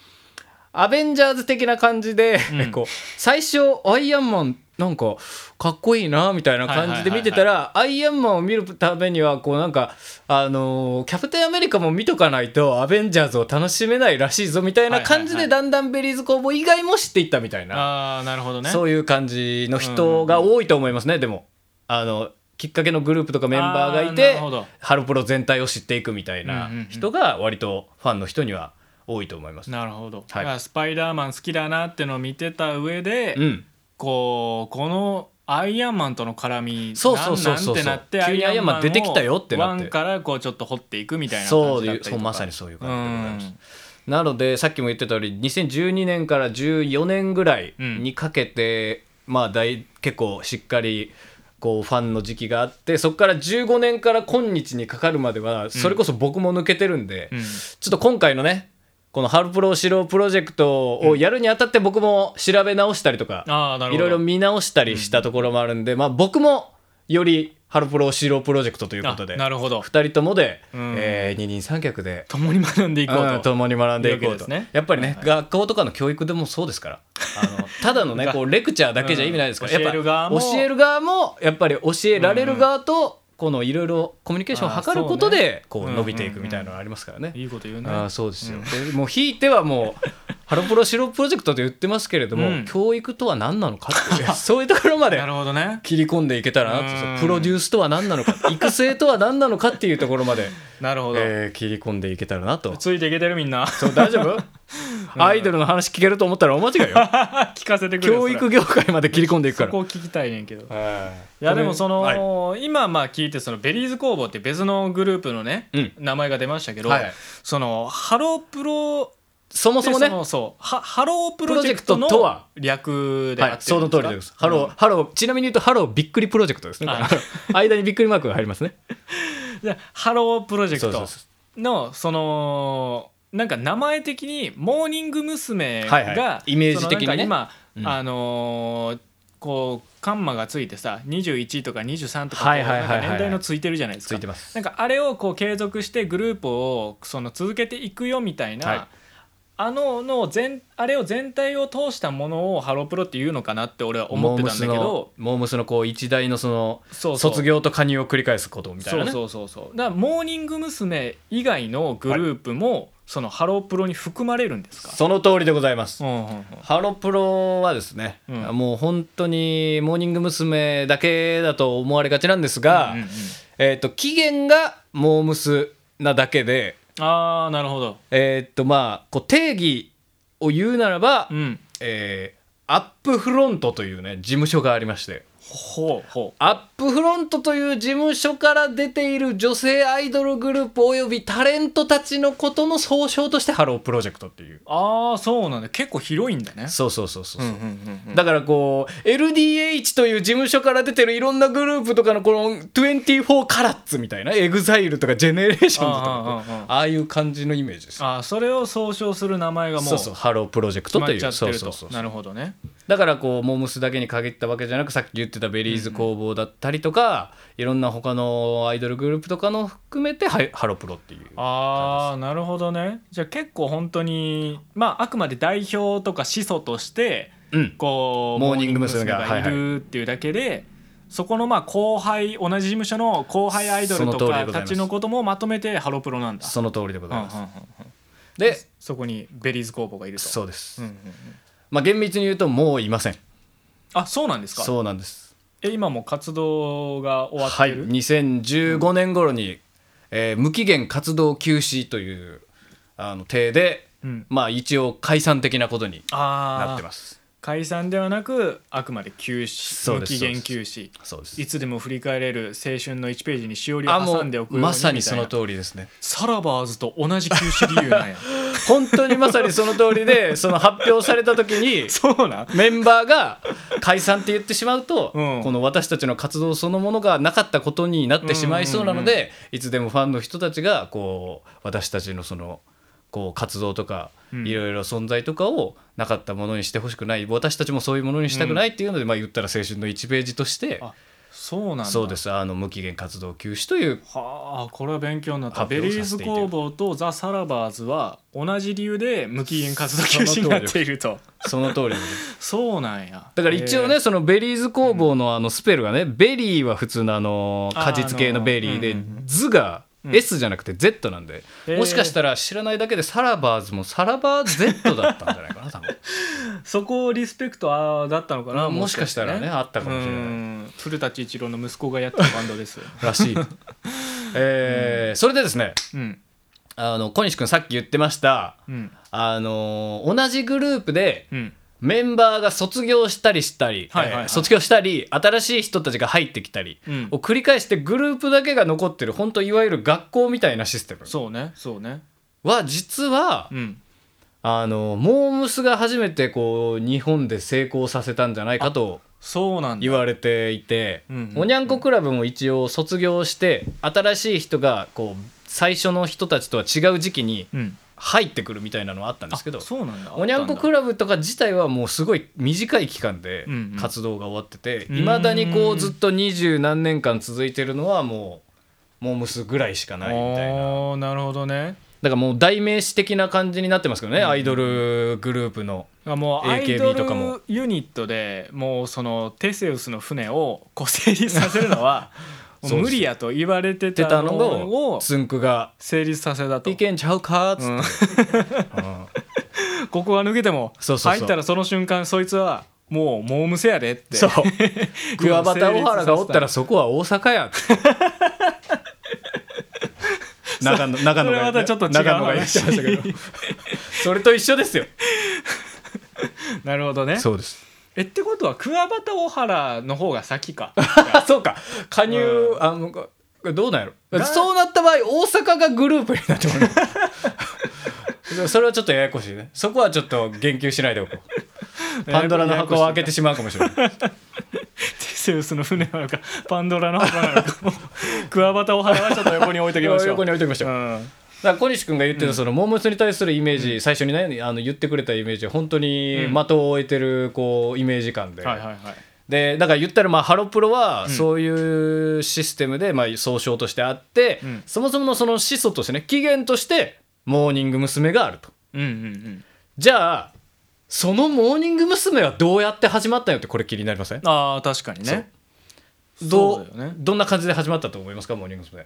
[SPEAKER 1] アベンジャーズ的な感じで、
[SPEAKER 2] うん
[SPEAKER 1] こう最初アイアンマンなんかかっこいいなみたいな感じで見てたら、アイアンマンを見るためにはこうなんか、あのーキャプテンアメリカも見とかないとアベンジャーズを楽しめないらしいぞみたいな感じ
[SPEAKER 2] はい
[SPEAKER 1] で
[SPEAKER 2] は
[SPEAKER 1] だんだんベリーズ工房以外も知っていったみたいな、
[SPEAKER 2] ああなるほどね
[SPEAKER 1] そう
[SPEAKER 2] いう
[SPEAKER 1] いう感じの人が多いと思いますね、でもあのきっかけのグループとかメンバーがい
[SPEAKER 2] あーな
[SPEAKER 1] て
[SPEAKER 2] るほど
[SPEAKER 1] ハロプロ全体を知っていくみたいな
[SPEAKER 2] うんうんうん
[SPEAKER 1] 人が割とファンの人には多いと思います。
[SPEAKER 2] なるほど、
[SPEAKER 1] はい
[SPEAKER 2] だからスパイダーマン好きだなってのを見てた上で、
[SPEAKER 1] うん、
[SPEAKER 2] こうこのアイアンマンとの絡み
[SPEAKER 1] そうそうそうそう
[SPEAKER 2] なんなんってなって
[SPEAKER 1] 急にアイアンマン
[SPEAKER 2] を
[SPEAKER 1] 出てきたよってなって
[SPEAKER 2] ワンからこうちょっと掘っていくみたいな
[SPEAKER 1] そ
[SPEAKER 2] 感
[SPEAKER 1] う
[SPEAKER 2] じだ
[SPEAKER 1] い
[SPEAKER 2] った
[SPEAKER 1] う
[SPEAKER 2] りとか
[SPEAKER 1] そうまさにそういう感じでございます。
[SPEAKER 2] うん
[SPEAKER 1] なのでさっきも言ってた通り2012年から14年ぐらい
[SPEAKER 2] うん
[SPEAKER 1] にかけて、まあ大結構しっかりこうファンの時期があってそこから15年から今日にかかるまではそれこそ僕も抜けてるんで、
[SPEAKER 2] うん
[SPEAKER 1] ちょっと今回のねこのハロプロ素人プロジェクトをやるにあたって僕も調べ直したりとか、
[SPEAKER 2] ああなる
[SPEAKER 1] い
[SPEAKER 2] ほ
[SPEAKER 1] ろ
[SPEAKER 2] ど
[SPEAKER 1] いろ見直したりしたところもあるんで、まあ、僕もよりハロプロ素人プロジェクトということで
[SPEAKER 2] あなるほど
[SPEAKER 1] 2人ともで、
[SPEAKER 2] うん
[SPEAKER 1] えー二人三脚で
[SPEAKER 2] 共に学んでいこうと、
[SPEAKER 1] うん共に学んでいこうと
[SPEAKER 2] というわけですね
[SPEAKER 1] やっぱりね、学校とかの教育でもそうですからあのただのね こうレクチャーだけじゃ意味ないですから、
[SPEAKER 2] うん
[SPEAKER 1] やっぱ
[SPEAKER 2] 教える側も
[SPEAKER 1] 教える側もやっぱり教えられる側と、このいろいろコミュニケーションを図ることで
[SPEAKER 2] あーそう
[SPEAKER 1] こ
[SPEAKER 2] ね
[SPEAKER 1] う伸びていくみたいなのがありますからね。
[SPEAKER 2] いいこと言うね
[SPEAKER 1] ああそうですよ、でもうひいてはも うハロプロ素人プロジェクトと言ってますけれども、
[SPEAKER 2] うん
[SPEAKER 1] 教育とは何なのかっていう そういうところまで
[SPEAKER 2] なるほどね
[SPEAKER 1] 切り込んでいけたらなと
[SPEAKER 2] うん
[SPEAKER 1] そうプロデュースとは何なのか育成とは何なのかっていうところまで、
[SPEAKER 2] なるほど、
[SPEAKER 1] えー切り込んでいけたらなと
[SPEAKER 2] ついていけてるみんな
[SPEAKER 1] そう大丈夫、アイドルの話聞けると思ったら大 間違いよ
[SPEAKER 2] 聞かせてくれ
[SPEAKER 1] 教育業界まで切り込んでいくか
[SPEAKER 2] そ
[SPEAKER 1] ら
[SPEAKER 2] こを聞きたいねんけど
[SPEAKER 1] はい
[SPEAKER 2] いやでもその、
[SPEAKER 1] はい
[SPEAKER 2] 今まあ聞いてそのベリーズ工房って別のグループのね、
[SPEAKER 1] うん
[SPEAKER 2] 名前が出ましたけど、
[SPEAKER 1] はい
[SPEAKER 2] そのハロープロ
[SPEAKER 1] そもそもね
[SPEAKER 2] でのそうはハロープロジェクトの
[SPEAKER 1] プロジェクトとは
[SPEAKER 2] 略で
[SPEAKER 1] は
[SPEAKER 2] あ
[SPEAKER 1] い、
[SPEAKER 2] って
[SPEAKER 1] そ
[SPEAKER 2] る
[SPEAKER 1] の
[SPEAKER 2] んですか
[SPEAKER 1] 通りです。ハロー、ハロー、ちなみに言うと、ハローびっくりプロジェクトですね。
[SPEAKER 2] あ
[SPEAKER 1] 間にびっくりマークが入りますね。
[SPEAKER 2] うんでハロープロジェ
[SPEAKER 1] そう
[SPEAKER 2] ク
[SPEAKER 1] そう
[SPEAKER 2] ト
[SPEAKER 1] そう
[SPEAKER 2] のそのなんか名前的にモーニング娘。が、
[SPEAKER 1] はいはいイメージ的にね
[SPEAKER 2] そのなんか
[SPEAKER 1] うん
[SPEAKER 2] 今、あのーこうカンマがついてさ21とか23とかこ
[SPEAKER 1] は
[SPEAKER 2] う
[SPEAKER 1] いはいはいはい
[SPEAKER 2] なんか年代のついてるじゃないです
[SPEAKER 1] つ
[SPEAKER 2] か
[SPEAKER 1] いてます。
[SPEAKER 2] なんかあれをこう継続してグループをその続けていくよみたいな、
[SPEAKER 1] はい
[SPEAKER 2] あのの全あれを全体を通したものをハロプロっていうのかなって俺は思
[SPEAKER 1] モー
[SPEAKER 2] って
[SPEAKER 1] ム
[SPEAKER 2] たん
[SPEAKER 1] ス
[SPEAKER 2] だけど
[SPEAKER 1] のモームスのこう一代のその
[SPEAKER 2] そうそう
[SPEAKER 1] 卒業と加入を繰り返すことみたいなね
[SPEAKER 2] そうそうそうそうだからモーニング娘。以外のグループもそのハロープロに含まれるんですか
[SPEAKER 1] その通りでございます、
[SPEAKER 2] うんうんうん
[SPEAKER 1] ハロプロはですね、
[SPEAKER 2] うん
[SPEAKER 1] もう本当にモーニング娘。だけだと思われがちなんですが、
[SPEAKER 2] うんうんうん
[SPEAKER 1] えっ、と起源がモームスなだけで
[SPEAKER 2] ああなるほど
[SPEAKER 1] えっ、とまあこう定義を言うならば、
[SPEAKER 2] うん
[SPEAKER 1] えーアップフロントというね事務所がありまして
[SPEAKER 2] ほうほう
[SPEAKER 1] アップフロントという事務所から出ている女性アイドルグループおよびタレントたちのことの総称としてハロープロジェクトっていう
[SPEAKER 2] ああそうなんだ結構広いんだね
[SPEAKER 1] そうそうそうそうそう、
[SPEAKER 2] うんうんうんうん
[SPEAKER 1] だからこう LDH という事務所から出てるいろんなグループとかのこの24カラッツみたいなエグザイルとかジェネレーションズとか
[SPEAKER 2] あああああ
[SPEAKER 1] ああいう感じのイメージです
[SPEAKER 2] ああそれを総称する名前がも
[SPEAKER 1] そううそうハロープロジェク
[SPEAKER 2] 決
[SPEAKER 1] ト
[SPEAKER 2] ま
[SPEAKER 1] と
[SPEAKER 2] っ
[SPEAKER 1] いう
[SPEAKER 2] ちゃって
[SPEAKER 1] そう
[SPEAKER 2] る
[SPEAKER 1] そう
[SPEAKER 2] と
[SPEAKER 1] そう
[SPEAKER 2] なるほどね
[SPEAKER 1] だからこうモームスだけに限ったわけじゃなくさっき言ってたベリーズ工房だったりとか、いろんな他のアイドルグループとかの含めてはハロプロっていう
[SPEAKER 2] ああなるほどねじゃあ結構本当にまああくまで代表とか始祖として
[SPEAKER 1] うん
[SPEAKER 2] こう
[SPEAKER 1] モーニング娘が
[SPEAKER 2] モーニングいるっていうだけで、そこのまあ後輩同じ事務所の後輩アイドル
[SPEAKER 1] その
[SPEAKER 2] と
[SPEAKER 1] 通りで
[SPEAKER 2] か
[SPEAKER 1] ございま
[SPEAKER 2] た
[SPEAKER 1] す
[SPEAKER 2] ちのこともまとめてハロプロなんだ
[SPEAKER 1] その通りでご
[SPEAKER 2] う
[SPEAKER 1] ざ
[SPEAKER 2] ん
[SPEAKER 1] い
[SPEAKER 2] うんうん
[SPEAKER 1] ます、
[SPEAKER 2] うん
[SPEAKER 1] で
[SPEAKER 2] そこにベリーズ工房がいると
[SPEAKER 1] そうです、
[SPEAKER 2] うんうんうん
[SPEAKER 1] まあ厳密に言うともういません
[SPEAKER 2] あそうなんですか
[SPEAKER 1] そうなんです
[SPEAKER 2] え今もう活動が終わっ
[SPEAKER 1] は
[SPEAKER 2] て
[SPEAKER 1] い、
[SPEAKER 2] る、
[SPEAKER 1] 2015年頃に、えー無期限活動休止というあの体で、
[SPEAKER 2] うん、
[SPEAKER 1] まあ、一応解散的なことにな
[SPEAKER 2] あ
[SPEAKER 1] って
[SPEAKER 2] あ
[SPEAKER 1] ます
[SPEAKER 2] 解散ではなくあくまで休
[SPEAKER 1] そ
[SPEAKER 2] 止
[SPEAKER 1] う
[SPEAKER 2] 無
[SPEAKER 1] です
[SPEAKER 2] 期限休止
[SPEAKER 1] そうです
[SPEAKER 2] いつでも振り返れる青春の1ページにしおりを
[SPEAKER 1] あも
[SPEAKER 2] 挟
[SPEAKER 1] うん
[SPEAKER 2] でおくように
[SPEAKER 1] まさにその
[SPEAKER 2] みたいな
[SPEAKER 1] 通りですね
[SPEAKER 2] サラバーズと同じ休止理由なん や
[SPEAKER 1] 本当にまさにその通りでその発表された時に
[SPEAKER 2] そうなん
[SPEAKER 1] メンバーが解散って言ってしまうと、
[SPEAKER 2] うん
[SPEAKER 1] この私たちの活動そのものがなかったことになってしまいそうなので、
[SPEAKER 2] うん
[SPEAKER 1] いつでもファンの人たちがこう私たちのそのこう活動とか、
[SPEAKER 2] うん
[SPEAKER 1] いろいろ存在とかをなかったものにしてほしくない私たちもそういうものにしたくないっていうので、まあ、言ったら青春の1ページとして
[SPEAKER 2] あそうなんだ
[SPEAKER 1] そうですあの無期限活動休止という
[SPEAKER 2] はあこれは勉強になった
[SPEAKER 1] 発
[SPEAKER 2] ベ
[SPEAKER 1] 表
[SPEAKER 2] リー
[SPEAKER 1] させ
[SPEAKER 2] ズ
[SPEAKER 1] ていただ
[SPEAKER 2] 工
[SPEAKER 1] く
[SPEAKER 2] 房とザ・サラバーズは同じ理由で無期限活動休止になっていると
[SPEAKER 1] その通りです。
[SPEAKER 2] そうなんや
[SPEAKER 1] だから一応ね、
[SPEAKER 2] へえ
[SPEAKER 1] そのベリーズ工房のあのスペルがね、ベリーは普通のあの果実系のベリーで、
[SPEAKER 2] あーあのうんうんうん
[SPEAKER 1] 図が
[SPEAKER 2] うん
[SPEAKER 1] S じゃなくて Z なんで、
[SPEAKER 2] へー
[SPEAKER 1] もしかしたら知らないだけでサラバーズもサラバー Z だったんじゃないかな多 分
[SPEAKER 2] そこをリスペクトあーだったのかな、
[SPEAKER 1] もしかしたらねあったかもしれない
[SPEAKER 2] うん古舘一郎の息子がやってたバンドです、
[SPEAKER 1] らしい、 えーそれでですね
[SPEAKER 2] うん
[SPEAKER 1] あの小西君さっき言ってました
[SPEAKER 2] うん
[SPEAKER 1] あのー同じグループで
[SPEAKER 2] うん、
[SPEAKER 1] メンバーが卒業したりしたり、
[SPEAKER 2] はいはいはい
[SPEAKER 1] えー卒業したり新しい人たちが入ってきたり
[SPEAKER 2] うん
[SPEAKER 1] を繰り返してグループだけが残ってる本当いわゆる学校みたいなシステム
[SPEAKER 2] そうねそうね
[SPEAKER 1] は実は、
[SPEAKER 2] うん
[SPEAKER 1] あのモームスが初めてこう日本で成功させたんじゃないかと
[SPEAKER 2] そうなんだ
[SPEAKER 1] 言われていて、
[SPEAKER 2] うんうんうん
[SPEAKER 1] おにゃんこクラブも一応卒業して新しい人がこう最初の人たちとは違う時期に
[SPEAKER 2] うん
[SPEAKER 1] 入ってくるみたいなのはあったんですけど
[SPEAKER 2] あそうなんだ
[SPEAKER 1] おにゃんこクラブとか自体はもうすごい短い期間で
[SPEAKER 2] うんうん
[SPEAKER 1] 活動が終わってて
[SPEAKER 2] うん
[SPEAKER 1] いま、未だにこうずっと二十何年間続いてるのはもうモームスぐらいしか
[SPEAKER 2] あ
[SPEAKER 1] ないみたいな
[SPEAKER 2] ーなるほどね
[SPEAKER 1] だからもう代名詞的な感じになってますけどね、
[SPEAKER 2] うん
[SPEAKER 1] アイドルグループの
[SPEAKER 2] だからもうアイ
[SPEAKER 1] AKB
[SPEAKER 2] ド
[SPEAKER 1] とかも
[SPEAKER 2] ルユニットでもうそのテセウスの船をこう成立させるの はもう無理やと言われて
[SPEAKER 1] 出
[SPEAKER 2] た
[SPEAKER 1] た
[SPEAKER 2] の
[SPEAKER 1] の
[SPEAKER 2] を
[SPEAKER 1] をつんくが
[SPEAKER 2] 成立させた
[SPEAKER 1] 「
[SPEAKER 2] と、
[SPEAKER 1] いけんちゃうか」っつって、
[SPEAKER 2] うん
[SPEAKER 1] うん
[SPEAKER 2] ここが抜けても
[SPEAKER 1] そうそうそう
[SPEAKER 2] 入ったらその瞬間そいつはもうモームセやでっ て
[SPEAKER 1] そう桑畑小原がおったらそこは大阪 やっつって長野長野
[SPEAKER 2] それ
[SPEAKER 1] が
[SPEAKER 2] はまたちょっと違う
[SPEAKER 1] 長野が言っちゃいましたけど それと一緒ですよ
[SPEAKER 2] なるほどね
[SPEAKER 1] そうです
[SPEAKER 2] えってことは桑畑小原の方が先か
[SPEAKER 1] あそうか加入、
[SPEAKER 2] うん
[SPEAKER 1] あのこれどうなんやろ
[SPEAKER 2] が
[SPEAKER 1] そうなった場合大阪がグループになってもらう それはちょっとややこしいねそこはちょっと言及しないでおこう パンドラの箱を開けてしまうかもしれない
[SPEAKER 2] テセウスの船なのかパンドラの箱なのかもう桑畑小原はちょっと横に置いときま しょう
[SPEAKER 1] 横に置いときましょう、だか
[SPEAKER 2] うん
[SPEAKER 1] ら小西君が言ってたそのモームスに対するイメージ、最初にねあの言ってくれたイメージは本当に
[SPEAKER 2] うん
[SPEAKER 1] 的を置いてるこうイメージ感で、
[SPEAKER 2] はいはいはい
[SPEAKER 1] でだから言ったらまあハロプロはそういうシステムでまあ総称としてあって、
[SPEAKER 2] うん
[SPEAKER 1] そもそものその始祖としてね起源としてモーニング娘。があると
[SPEAKER 2] うんうん
[SPEAKER 1] じゃあそのモーニング娘。はどうやって始まったよってこれ気になりません
[SPEAKER 2] うんああ確かにね
[SPEAKER 1] ど
[SPEAKER 2] そうだよね
[SPEAKER 1] どんな感じで始まったと思いますかモーニング娘。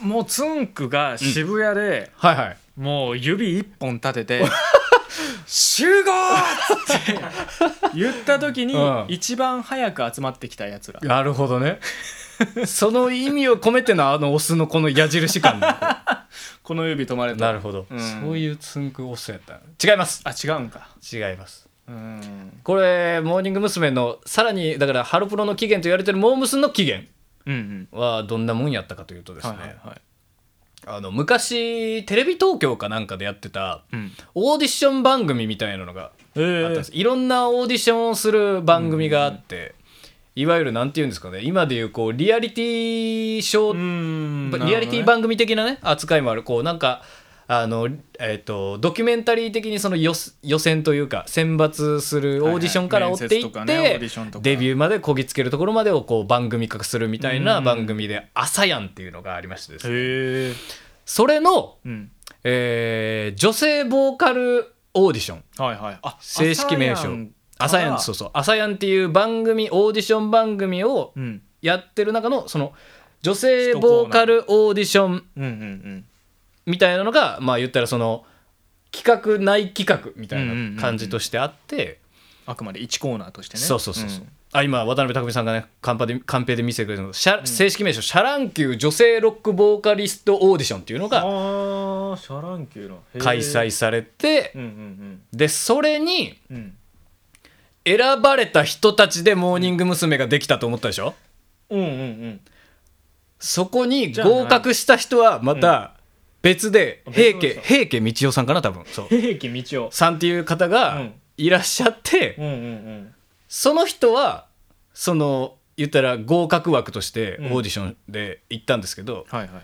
[SPEAKER 2] もうつんくが渋谷で
[SPEAKER 1] はいはい
[SPEAKER 2] もう指一本立てて「集合!」って言った時に
[SPEAKER 1] うん
[SPEAKER 2] 一番早く集まってきたやつら
[SPEAKER 1] なるほど ねその意味を込めてのあのオスのこの矢印感
[SPEAKER 2] この指止まれた
[SPEAKER 1] なるほど、
[SPEAKER 2] うん
[SPEAKER 1] そういうつんくオスやった違います
[SPEAKER 2] あ違うんか
[SPEAKER 1] 違います
[SPEAKER 2] うん
[SPEAKER 1] これモーニング娘。のさらにだからハロプロの起源と言われてるモームスの起源
[SPEAKER 2] うんうん
[SPEAKER 1] はどんなもんやったかというとです
[SPEAKER 2] は
[SPEAKER 1] ね、
[SPEAKER 2] いはいはい
[SPEAKER 1] あの昔テレビ東京かなんかでやってた
[SPEAKER 2] うん
[SPEAKER 1] オーディション番組みたいなのが
[SPEAKER 2] え
[SPEAKER 1] あったんで
[SPEAKER 2] ー
[SPEAKER 1] す、いろんなオーディションをする番組があって、いわゆるなんて言うんですかね今でいうこうリアリティショー、
[SPEAKER 2] ん
[SPEAKER 1] リアリティ番組的なね扱いもあるこうなんかあの、えっとドキュメンタリー的にその予予選というか選抜するオーディションから追っていって、デビ
[SPEAKER 2] ュ
[SPEAKER 1] ュ
[SPEAKER 2] ー
[SPEAKER 1] ーまでこぎつけるところまでをこう番組化するみたいな番組で「朝やん」っていうのがありましてですね
[SPEAKER 2] へえ
[SPEAKER 1] それの、
[SPEAKER 2] うん
[SPEAKER 1] えー女性ボーカルオーディション
[SPEAKER 2] はいはいあ
[SPEAKER 1] 正式名称「朝やん」そううそう「朝やん」っていう番組オーディション番組を
[SPEAKER 2] うん
[SPEAKER 1] やってる中のその女性ボーカルオーディション
[SPEAKER 2] うんうん
[SPEAKER 1] みたいなのがまあ言ったらその企画内企画みたいな感じとしてあって。
[SPEAKER 2] あくまで一コーナーとしてね
[SPEAKER 1] そうそうそうそう、あ今渡辺匠さんがねカンパでカンペで見せてくれたのシャ、正式名称シャランキュー女性ロックボーカリストオーディションっていうのが
[SPEAKER 2] ああシャランキューの
[SPEAKER 1] 開催されて
[SPEAKER 2] うんうん
[SPEAKER 1] でそれに
[SPEAKER 2] うんうん
[SPEAKER 1] 選ばれた人たちでモーニング娘。ができたと思ったでしょ
[SPEAKER 2] うんうんうん
[SPEAKER 1] そこに
[SPEAKER 2] じゃあない
[SPEAKER 1] 合格した人はまた別で
[SPEAKER 2] うん
[SPEAKER 1] 平
[SPEAKER 2] 別
[SPEAKER 1] 家
[SPEAKER 2] の人
[SPEAKER 1] 平家道夫さんかな多分そう
[SPEAKER 2] 平家道夫
[SPEAKER 1] さんっていう方
[SPEAKER 2] う
[SPEAKER 1] が
[SPEAKER 2] ん
[SPEAKER 1] いらっしゃって、
[SPEAKER 2] うんうん
[SPEAKER 1] その人はその言ったら合格枠としてオーディションで行ったんですけど、
[SPEAKER 2] はいはいはい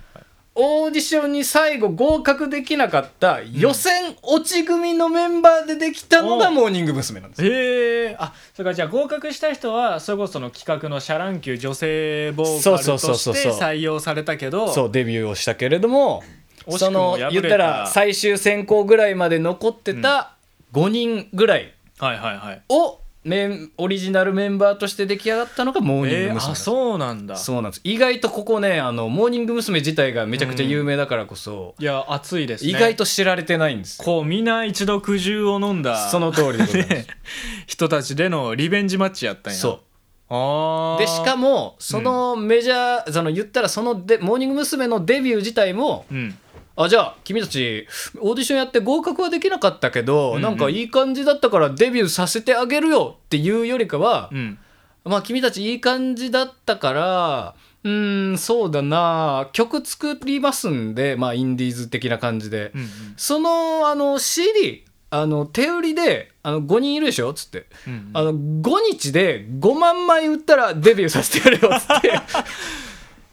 [SPEAKER 1] オーディションに最後合格できなかった予選落ち組のメンバーでできたのが
[SPEAKER 2] うん
[SPEAKER 1] モーニング娘。なんですよ
[SPEAKER 2] へえあそれからじゃあ合格した人はそれこその企画のシャランキュー女性ボーカルと
[SPEAKER 1] そうそうそ
[SPEAKER 2] し
[SPEAKER 1] う
[SPEAKER 2] て
[SPEAKER 1] そう
[SPEAKER 2] 採用されたけど
[SPEAKER 1] そうデビューをしたけれども
[SPEAKER 2] 惜し
[SPEAKER 1] そ
[SPEAKER 2] く
[SPEAKER 1] の
[SPEAKER 2] も敗れた
[SPEAKER 1] 言ったら最終選考ぐらいまで残ってた5人ぐらい
[SPEAKER 2] はいはいはい
[SPEAKER 1] をメンオリジナルメンバーとして出来上がったのがモーニング娘
[SPEAKER 2] え。
[SPEAKER 1] なん
[SPEAKER 2] ー、
[SPEAKER 1] です
[SPEAKER 2] あそうなんだ
[SPEAKER 1] そうなんです意外とここねあのモーニング娘。自体がめちゃくちゃ有名だからこそ、
[SPEAKER 2] いや熱いですね
[SPEAKER 1] 意外と知られてないんですよ
[SPEAKER 2] こうみんな一度苦汁を飲んだ
[SPEAKER 1] その通りでございます、
[SPEAKER 2] ね 人たちでのリベンジマッチやったんや
[SPEAKER 1] そう
[SPEAKER 2] あ
[SPEAKER 1] でしか
[SPEAKER 2] も
[SPEAKER 1] もそのメジャー、その言ったらそのでモーニング娘。のデビュー自体も
[SPEAKER 2] うん
[SPEAKER 1] あじゃあ君たちオーディションやって合格はできなかったけど、
[SPEAKER 2] うんうん
[SPEAKER 1] なんかいい感じだったからデビューさせてあげるよっていうよりかは
[SPEAKER 2] う、ん
[SPEAKER 1] まあ君たちいい感じだったからうーんそうだな曲作りますんで、まあ、インディーズ的な感じで、
[SPEAKER 2] うん
[SPEAKER 1] そのあの CD あの手売りであの5人いるでしょつって。
[SPEAKER 2] うん
[SPEAKER 1] あの5日で5万枚売ったらデビューさせてやるよっつ って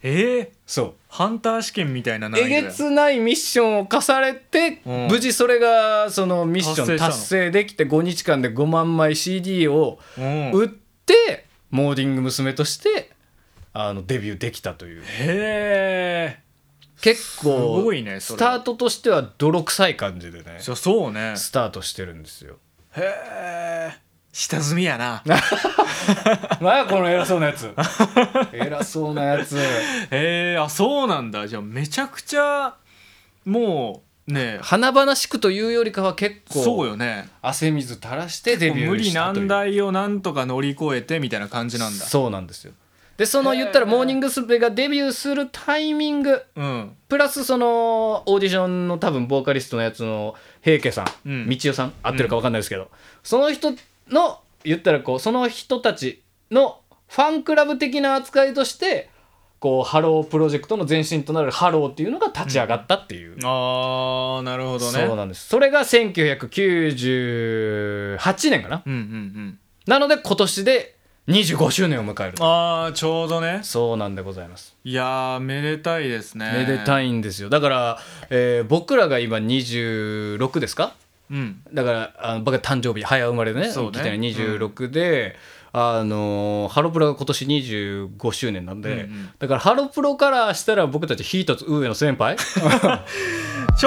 [SPEAKER 2] えー、
[SPEAKER 1] そ
[SPEAKER 2] ハンター試験みたいな
[SPEAKER 1] うえげつないミッションを課されて、
[SPEAKER 2] うん
[SPEAKER 1] 無事それがそのミッシ
[SPEAKER 2] 達
[SPEAKER 1] ョン
[SPEAKER 2] 成したの
[SPEAKER 1] 達成できて5日間で5万枚 CD を
[SPEAKER 2] うん
[SPEAKER 1] 売って、モーディング娘。としてあのデビューできたという
[SPEAKER 2] へえ
[SPEAKER 1] 結構
[SPEAKER 2] すごいねそ
[SPEAKER 1] ス
[SPEAKER 2] れ
[SPEAKER 1] タートとしては泥臭い感じでね
[SPEAKER 2] じゃそうね
[SPEAKER 1] スタートしてるんですよ
[SPEAKER 2] へえ下積みやな
[SPEAKER 1] 何やこの偉そうなや つ偉そうなやつ
[SPEAKER 2] へえあそうなんだじゃあめちゃくちゃもうね
[SPEAKER 1] 華々しくというよりかは結構
[SPEAKER 2] そうよね
[SPEAKER 1] 汗水垂らしてデビュ
[SPEAKER 2] 無
[SPEAKER 1] ー
[SPEAKER 2] 理
[SPEAKER 1] し
[SPEAKER 2] な
[SPEAKER 1] たとい
[SPEAKER 2] ん
[SPEAKER 1] う
[SPEAKER 2] だをなんとか乗り越えてみたいな感じなんだ
[SPEAKER 1] そうなんですよでその
[SPEAKER 2] へー
[SPEAKER 1] 言ったらモーニング娘。がデビューするタイミング
[SPEAKER 2] うん
[SPEAKER 1] プラスそのオーディションの多分ボーカリストのやつの平家さん、
[SPEAKER 2] うん
[SPEAKER 1] 道代さん合ってるか分かんないですけど、その人の言ったらこうその人たちのファンクラブ的な扱いとしてこうハロープロジェクトの前身となるハローっていうのが立ち上がったっていう、
[SPEAKER 2] あーなるほどね
[SPEAKER 1] そうなんですそれが1998年かな
[SPEAKER 2] うんうんうん
[SPEAKER 1] なので今年で25周年を迎えると
[SPEAKER 2] ああちょうどね
[SPEAKER 1] そうなんでございます
[SPEAKER 2] いやーめでたいですね
[SPEAKER 1] めでた
[SPEAKER 2] い
[SPEAKER 1] いんですよだから、えー僕らが今26ですか
[SPEAKER 2] うん
[SPEAKER 1] だからあの僕は誕生日早生まれでね
[SPEAKER 2] そうね
[SPEAKER 1] 来てない26で、あのーハロプロが今年25周年なんで、
[SPEAKER 2] うんうん
[SPEAKER 1] だからハロプロからしたら僕たち一つ上の先 輩
[SPEAKER 2] ち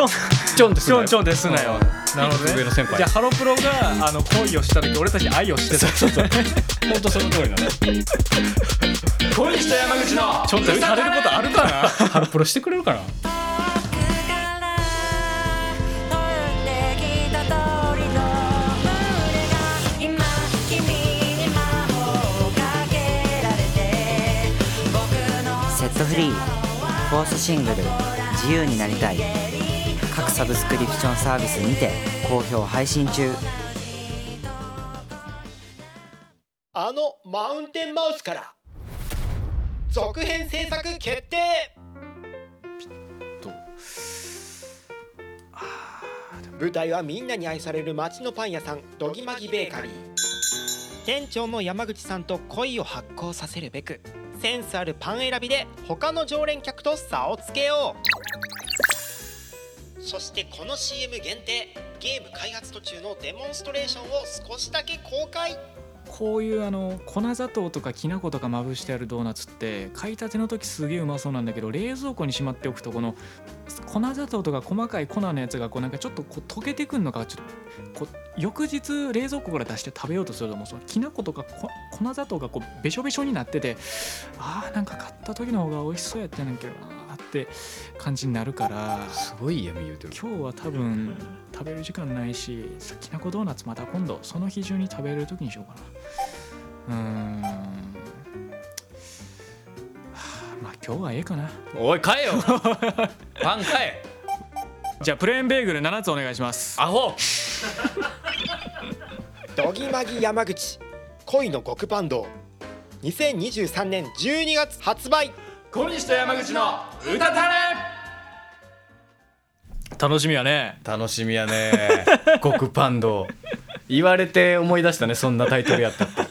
[SPEAKER 2] ょん
[SPEAKER 1] ちょんです
[SPEAKER 2] ちょんちょんですなよなるほど、ね、
[SPEAKER 1] 上の先輩
[SPEAKER 2] じゃあハロプロがあの恋をした時俺たち愛をしてた
[SPEAKER 1] そうそう本当その通りな の
[SPEAKER 2] 恋した山口のちょっとされることあるかな
[SPEAKER 1] ハロプロしてくれるかな
[SPEAKER 3] だから3フォースシングル「自由になりたい」各サブスクリプションサービスにて好評配信中
[SPEAKER 4] あのマウンテンマウスから続編制作決定
[SPEAKER 5] と
[SPEAKER 4] 舞台はみんなに愛される町のパン屋さんドギマギベーカリー店長の山口さんと恋を発酵させるべくセンスあるパン選びで他の常連客と差をつけようそしてこの CM 限定ゲーム開発途中のデモンストレーションを少しだけ公開
[SPEAKER 5] こういうあの粉砂糖とかきな粉とかまぶしてあるドーナツって買いたての時すげえうまそうなんだけど冷蔵庫にしまっておくとこの粉砂糖とか細かい粉のやつがこうなんかちょっとこう溶けてくんのがちょっとこう翌日冷蔵庫から出して食べようとするともうそのきな粉とかこ粉砂糖がこうべしょべしょになっててあーなんか買った時の方が美味しそうやったんだけどなーって感じになるから
[SPEAKER 1] すごい闇言うてる
[SPEAKER 5] 今日は多分食べる時間ないしきなこドーナツまた今度その日中に食べれる時にしようかなうーんはあまあ今日はええかな
[SPEAKER 1] おい買えよ パン買え
[SPEAKER 5] じゃあプレーンベーグル7つお願いします
[SPEAKER 1] アホ
[SPEAKER 4] ドギマギ山口恋の極パン道2023年12月発売
[SPEAKER 1] 小西と山口の歌たれ
[SPEAKER 5] 楽しみやね
[SPEAKER 1] 楽しみやね 極パンド言われて思い出したねそんなタイトルやったって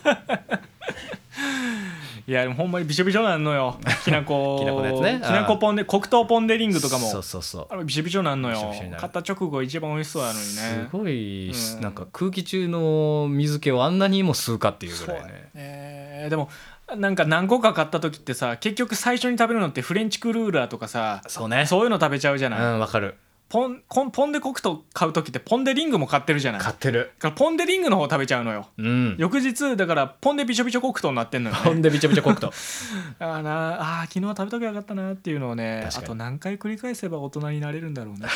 [SPEAKER 5] いやでもほんまにびしょびしょなんの よきなこ
[SPEAKER 1] きなこのやつね
[SPEAKER 5] きなこポンデ黒糖ポンデリングとかも
[SPEAKER 1] そうそうそう
[SPEAKER 5] あれびしょびしょなんのよ
[SPEAKER 1] びしょびしょになる
[SPEAKER 5] 買った直後一番美味しそうなのに
[SPEAKER 1] す
[SPEAKER 5] ね
[SPEAKER 1] ごい、
[SPEAKER 5] うん
[SPEAKER 1] なんか空気中の水気をあんなにも吸うかっていうぐらいね
[SPEAKER 5] えーでもなんか何個か買った時ってさ結局最初に食べるのってフレンチクルーラーとかさ
[SPEAKER 1] そうね
[SPEAKER 5] そういうの食べちゃうじゃ
[SPEAKER 1] う
[SPEAKER 5] ない、
[SPEAKER 1] んわかる
[SPEAKER 5] ポンコンポンデコクト買う時ってポンデリングも買ってるじゃないだ
[SPEAKER 1] 買
[SPEAKER 5] か
[SPEAKER 1] ってる
[SPEAKER 5] らポンデリングの方食べちゃうのよ
[SPEAKER 1] うん
[SPEAKER 5] 翌日だからポンデびしょびしょコクトになってんのよ、
[SPEAKER 1] ほん
[SPEAKER 5] ね、
[SPEAKER 1] でびちゃびちゃ黒糖
[SPEAKER 5] あーなあー昨日は食べときゃよかったなっていうのをね
[SPEAKER 1] 確か
[SPEAKER 5] あ
[SPEAKER 1] に
[SPEAKER 5] と何回繰り返せば大人になれるんだろうね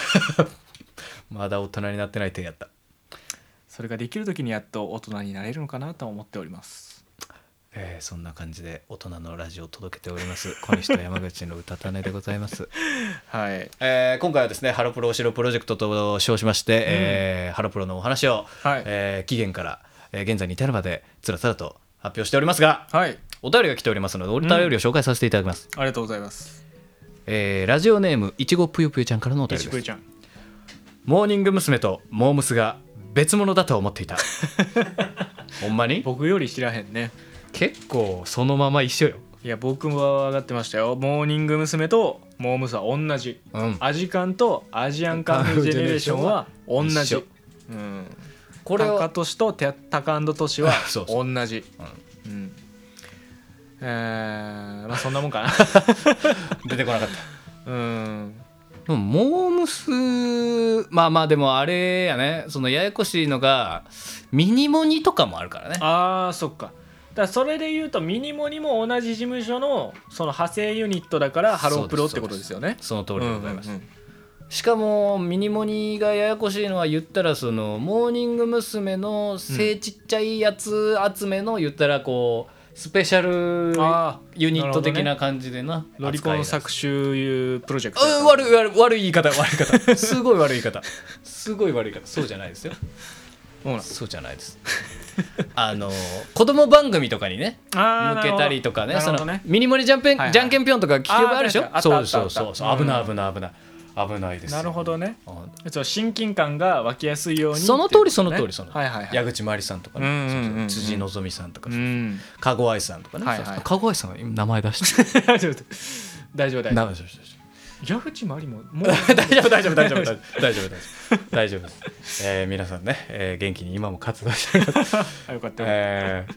[SPEAKER 1] まだ大人になってない手やった
[SPEAKER 5] それができる時にやっと大人になれるのかなと思っております
[SPEAKER 1] えーそんな感じで大人のラジオを届けております小西と山口の歌種でございます
[SPEAKER 5] はい
[SPEAKER 1] えー今回はですねハロプロお城プロジェクトと称しまして、えーハロプロのお話を、
[SPEAKER 5] はい
[SPEAKER 1] えー期限から、えー現在に至るまでつらつらと発表しておりますが
[SPEAKER 5] はい
[SPEAKER 1] お便りが来ておりますのでお便りを紹介させていただきます、
[SPEAKER 5] ありがとうございます
[SPEAKER 1] えーラジオネームいちごぷよぷよちゃんからのお
[SPEAKER 5] い
[SPEAKER 1] 便り
[SPEAKER 5] ち
[SPEAKER 1] で
[SPEAKER 5] ぷ
[SPEAKER 1] す
[SPEAKER 5] いちゃん
[SPEAKER 1] モーニング娘。とモームスが別物だと思 っていたほんまに
[SPEAKER 5] 僕より知らへんね
[SPEAKER 1] 結構そのまま一緒よ
[SPEAKER 5] いや僕は上がってましたよモーニング娘。とモームスは同じ
[SPEAKER 1] うん
[SPEAKER 5] アジカンとアジアンカンフージェネレーションは同
[SPEAKER 1] 一緒
[SPEAKER 5] じうん
[SPEAKER 1] これ
[SPEAKER 5] タカ
[SPEAKER 1] は
[SPEAKER 5] トシとテタカトシは
[SPEAKER 1] そうそ
[SPEAKER 5] 同じうんえーまあそんなもんかな
[SPEAKER 1] 出てこなかった
[SPEAKER 5] うん
[SPEAKER 1] でもモームスまあまあでもあれやねそのややこしいのがミニモニとかもあるからね
[SPEAKER 5] あーそっかだからそれで言うとミニモニも同じ事務所のその派生ユニットだからハロープロってことですよね
[SPEAKER 1] その通
[SPEAKER 5] う
[SPEAKER 1] り
[SPEAKER 5] んう
[SPEAKER 1] で
[SPEAKER 5] ん
[SPEAKER 1] ございます、
[SPEAKER 5] うん
[SPEAKER 1] しかもミニモニがややこしいのは言ったらそのモーニング娘。の背ちっちゃいやつ集めの言ったらこうスペシャル
[SPEAKER 5] あ
[SPEAKER 1] ユニット的
[SPEAKER 5] な
[SPEAKER 1] な感じでな
[SPEAKER 5] ロリコン
[SPEAKER 1] 作
[SPEAKER 5] 作詞プロジェクトやった
[SPEAKER 1] うん悪い悪い悪い言い方悪い言い 方すごい悪い言い方すごい悪い言い方そうじゃないですよ
[SPEAKER 5] そうなん
[SPEAKER 1] そうじゃないですあの子供番組とかにね
[SPEAKER 5] あー
[SPEAKER 1] 向けたりとかね
[SPEAKER 5] なる
[SPEAKER 1] そ
[SPEAKER 5] ほど
[SPEAKER 1] の
[SPEAKER 5] ね
[SPEAKER 1] ミニモニじゃんぺん、
[SPEAKER 5] はいはい
[SPEAKER 1] じゃんけんぴょんとか聞けばあるでしょ
[SPEAKER 5] あー確かにあ
[SPEAKER 1] そ
[SPEAKER 5] っ
[SPEAKER 1] う
[SPEAKER 5] たあ
[SPEAKER 1] そ
[SPEAKER 5] った
[SPEAKER 1] うそうそ
[SPEAKER 5] あっ
[SPEAKER 1] う
[SPEAKER 5] た
[SPEAKER 1] 危ない危ない危ない危ないですよ
[SPEAKER 5] なるほどね
[SPEAKER 1] あ
[SPEAKER 5] そう親近感が湧きやすいように
[SPEAKER 1] その通りその通り
[SPEAKER 5] って
[SPEAKER 1] そ
[SPEAKER 5] いう
[SPEAKER 1] の
[SPEAKER 5] こ
[SPEAKER 1] 通
[SPEAKER 5] と
[SPEAKER 1] り
[SPEAKER 5] ねはいはいは
[SPEAKER 1] 矢
[SPEAKER 5] い
[SPEAKER 1] 口真理さんとか
[SPEAKER 5] うんうんうんう
[SPEAKER 1] ね
[SPEAKER 5] ん
[SPEAKER 1] 辻希美さんとか
[SPEAKER 5] う
[SPEAKER 1] そうそうんかごあいさんとかね
[SPEAKER 5] はいはい
[SPEAKER 1] そうかごあいさんは今名前出して
[SPEAKER 5] 大丈夫大丈夫大丈
[SPEAKER 1] 名
[SPEAKER 5] 夫
[SPEAKER 1] 前出して出して
[SPEAKER 5] 矢口まりももう
[SPEAKER 1] 大丈夫大丈夫大丈夫大丈夫大丈夫大丈夫です、えー皆さんね、えー元気に今も活動しております
[SPEAKER 5] あよかったよかっ
[SPEAKER 1] えー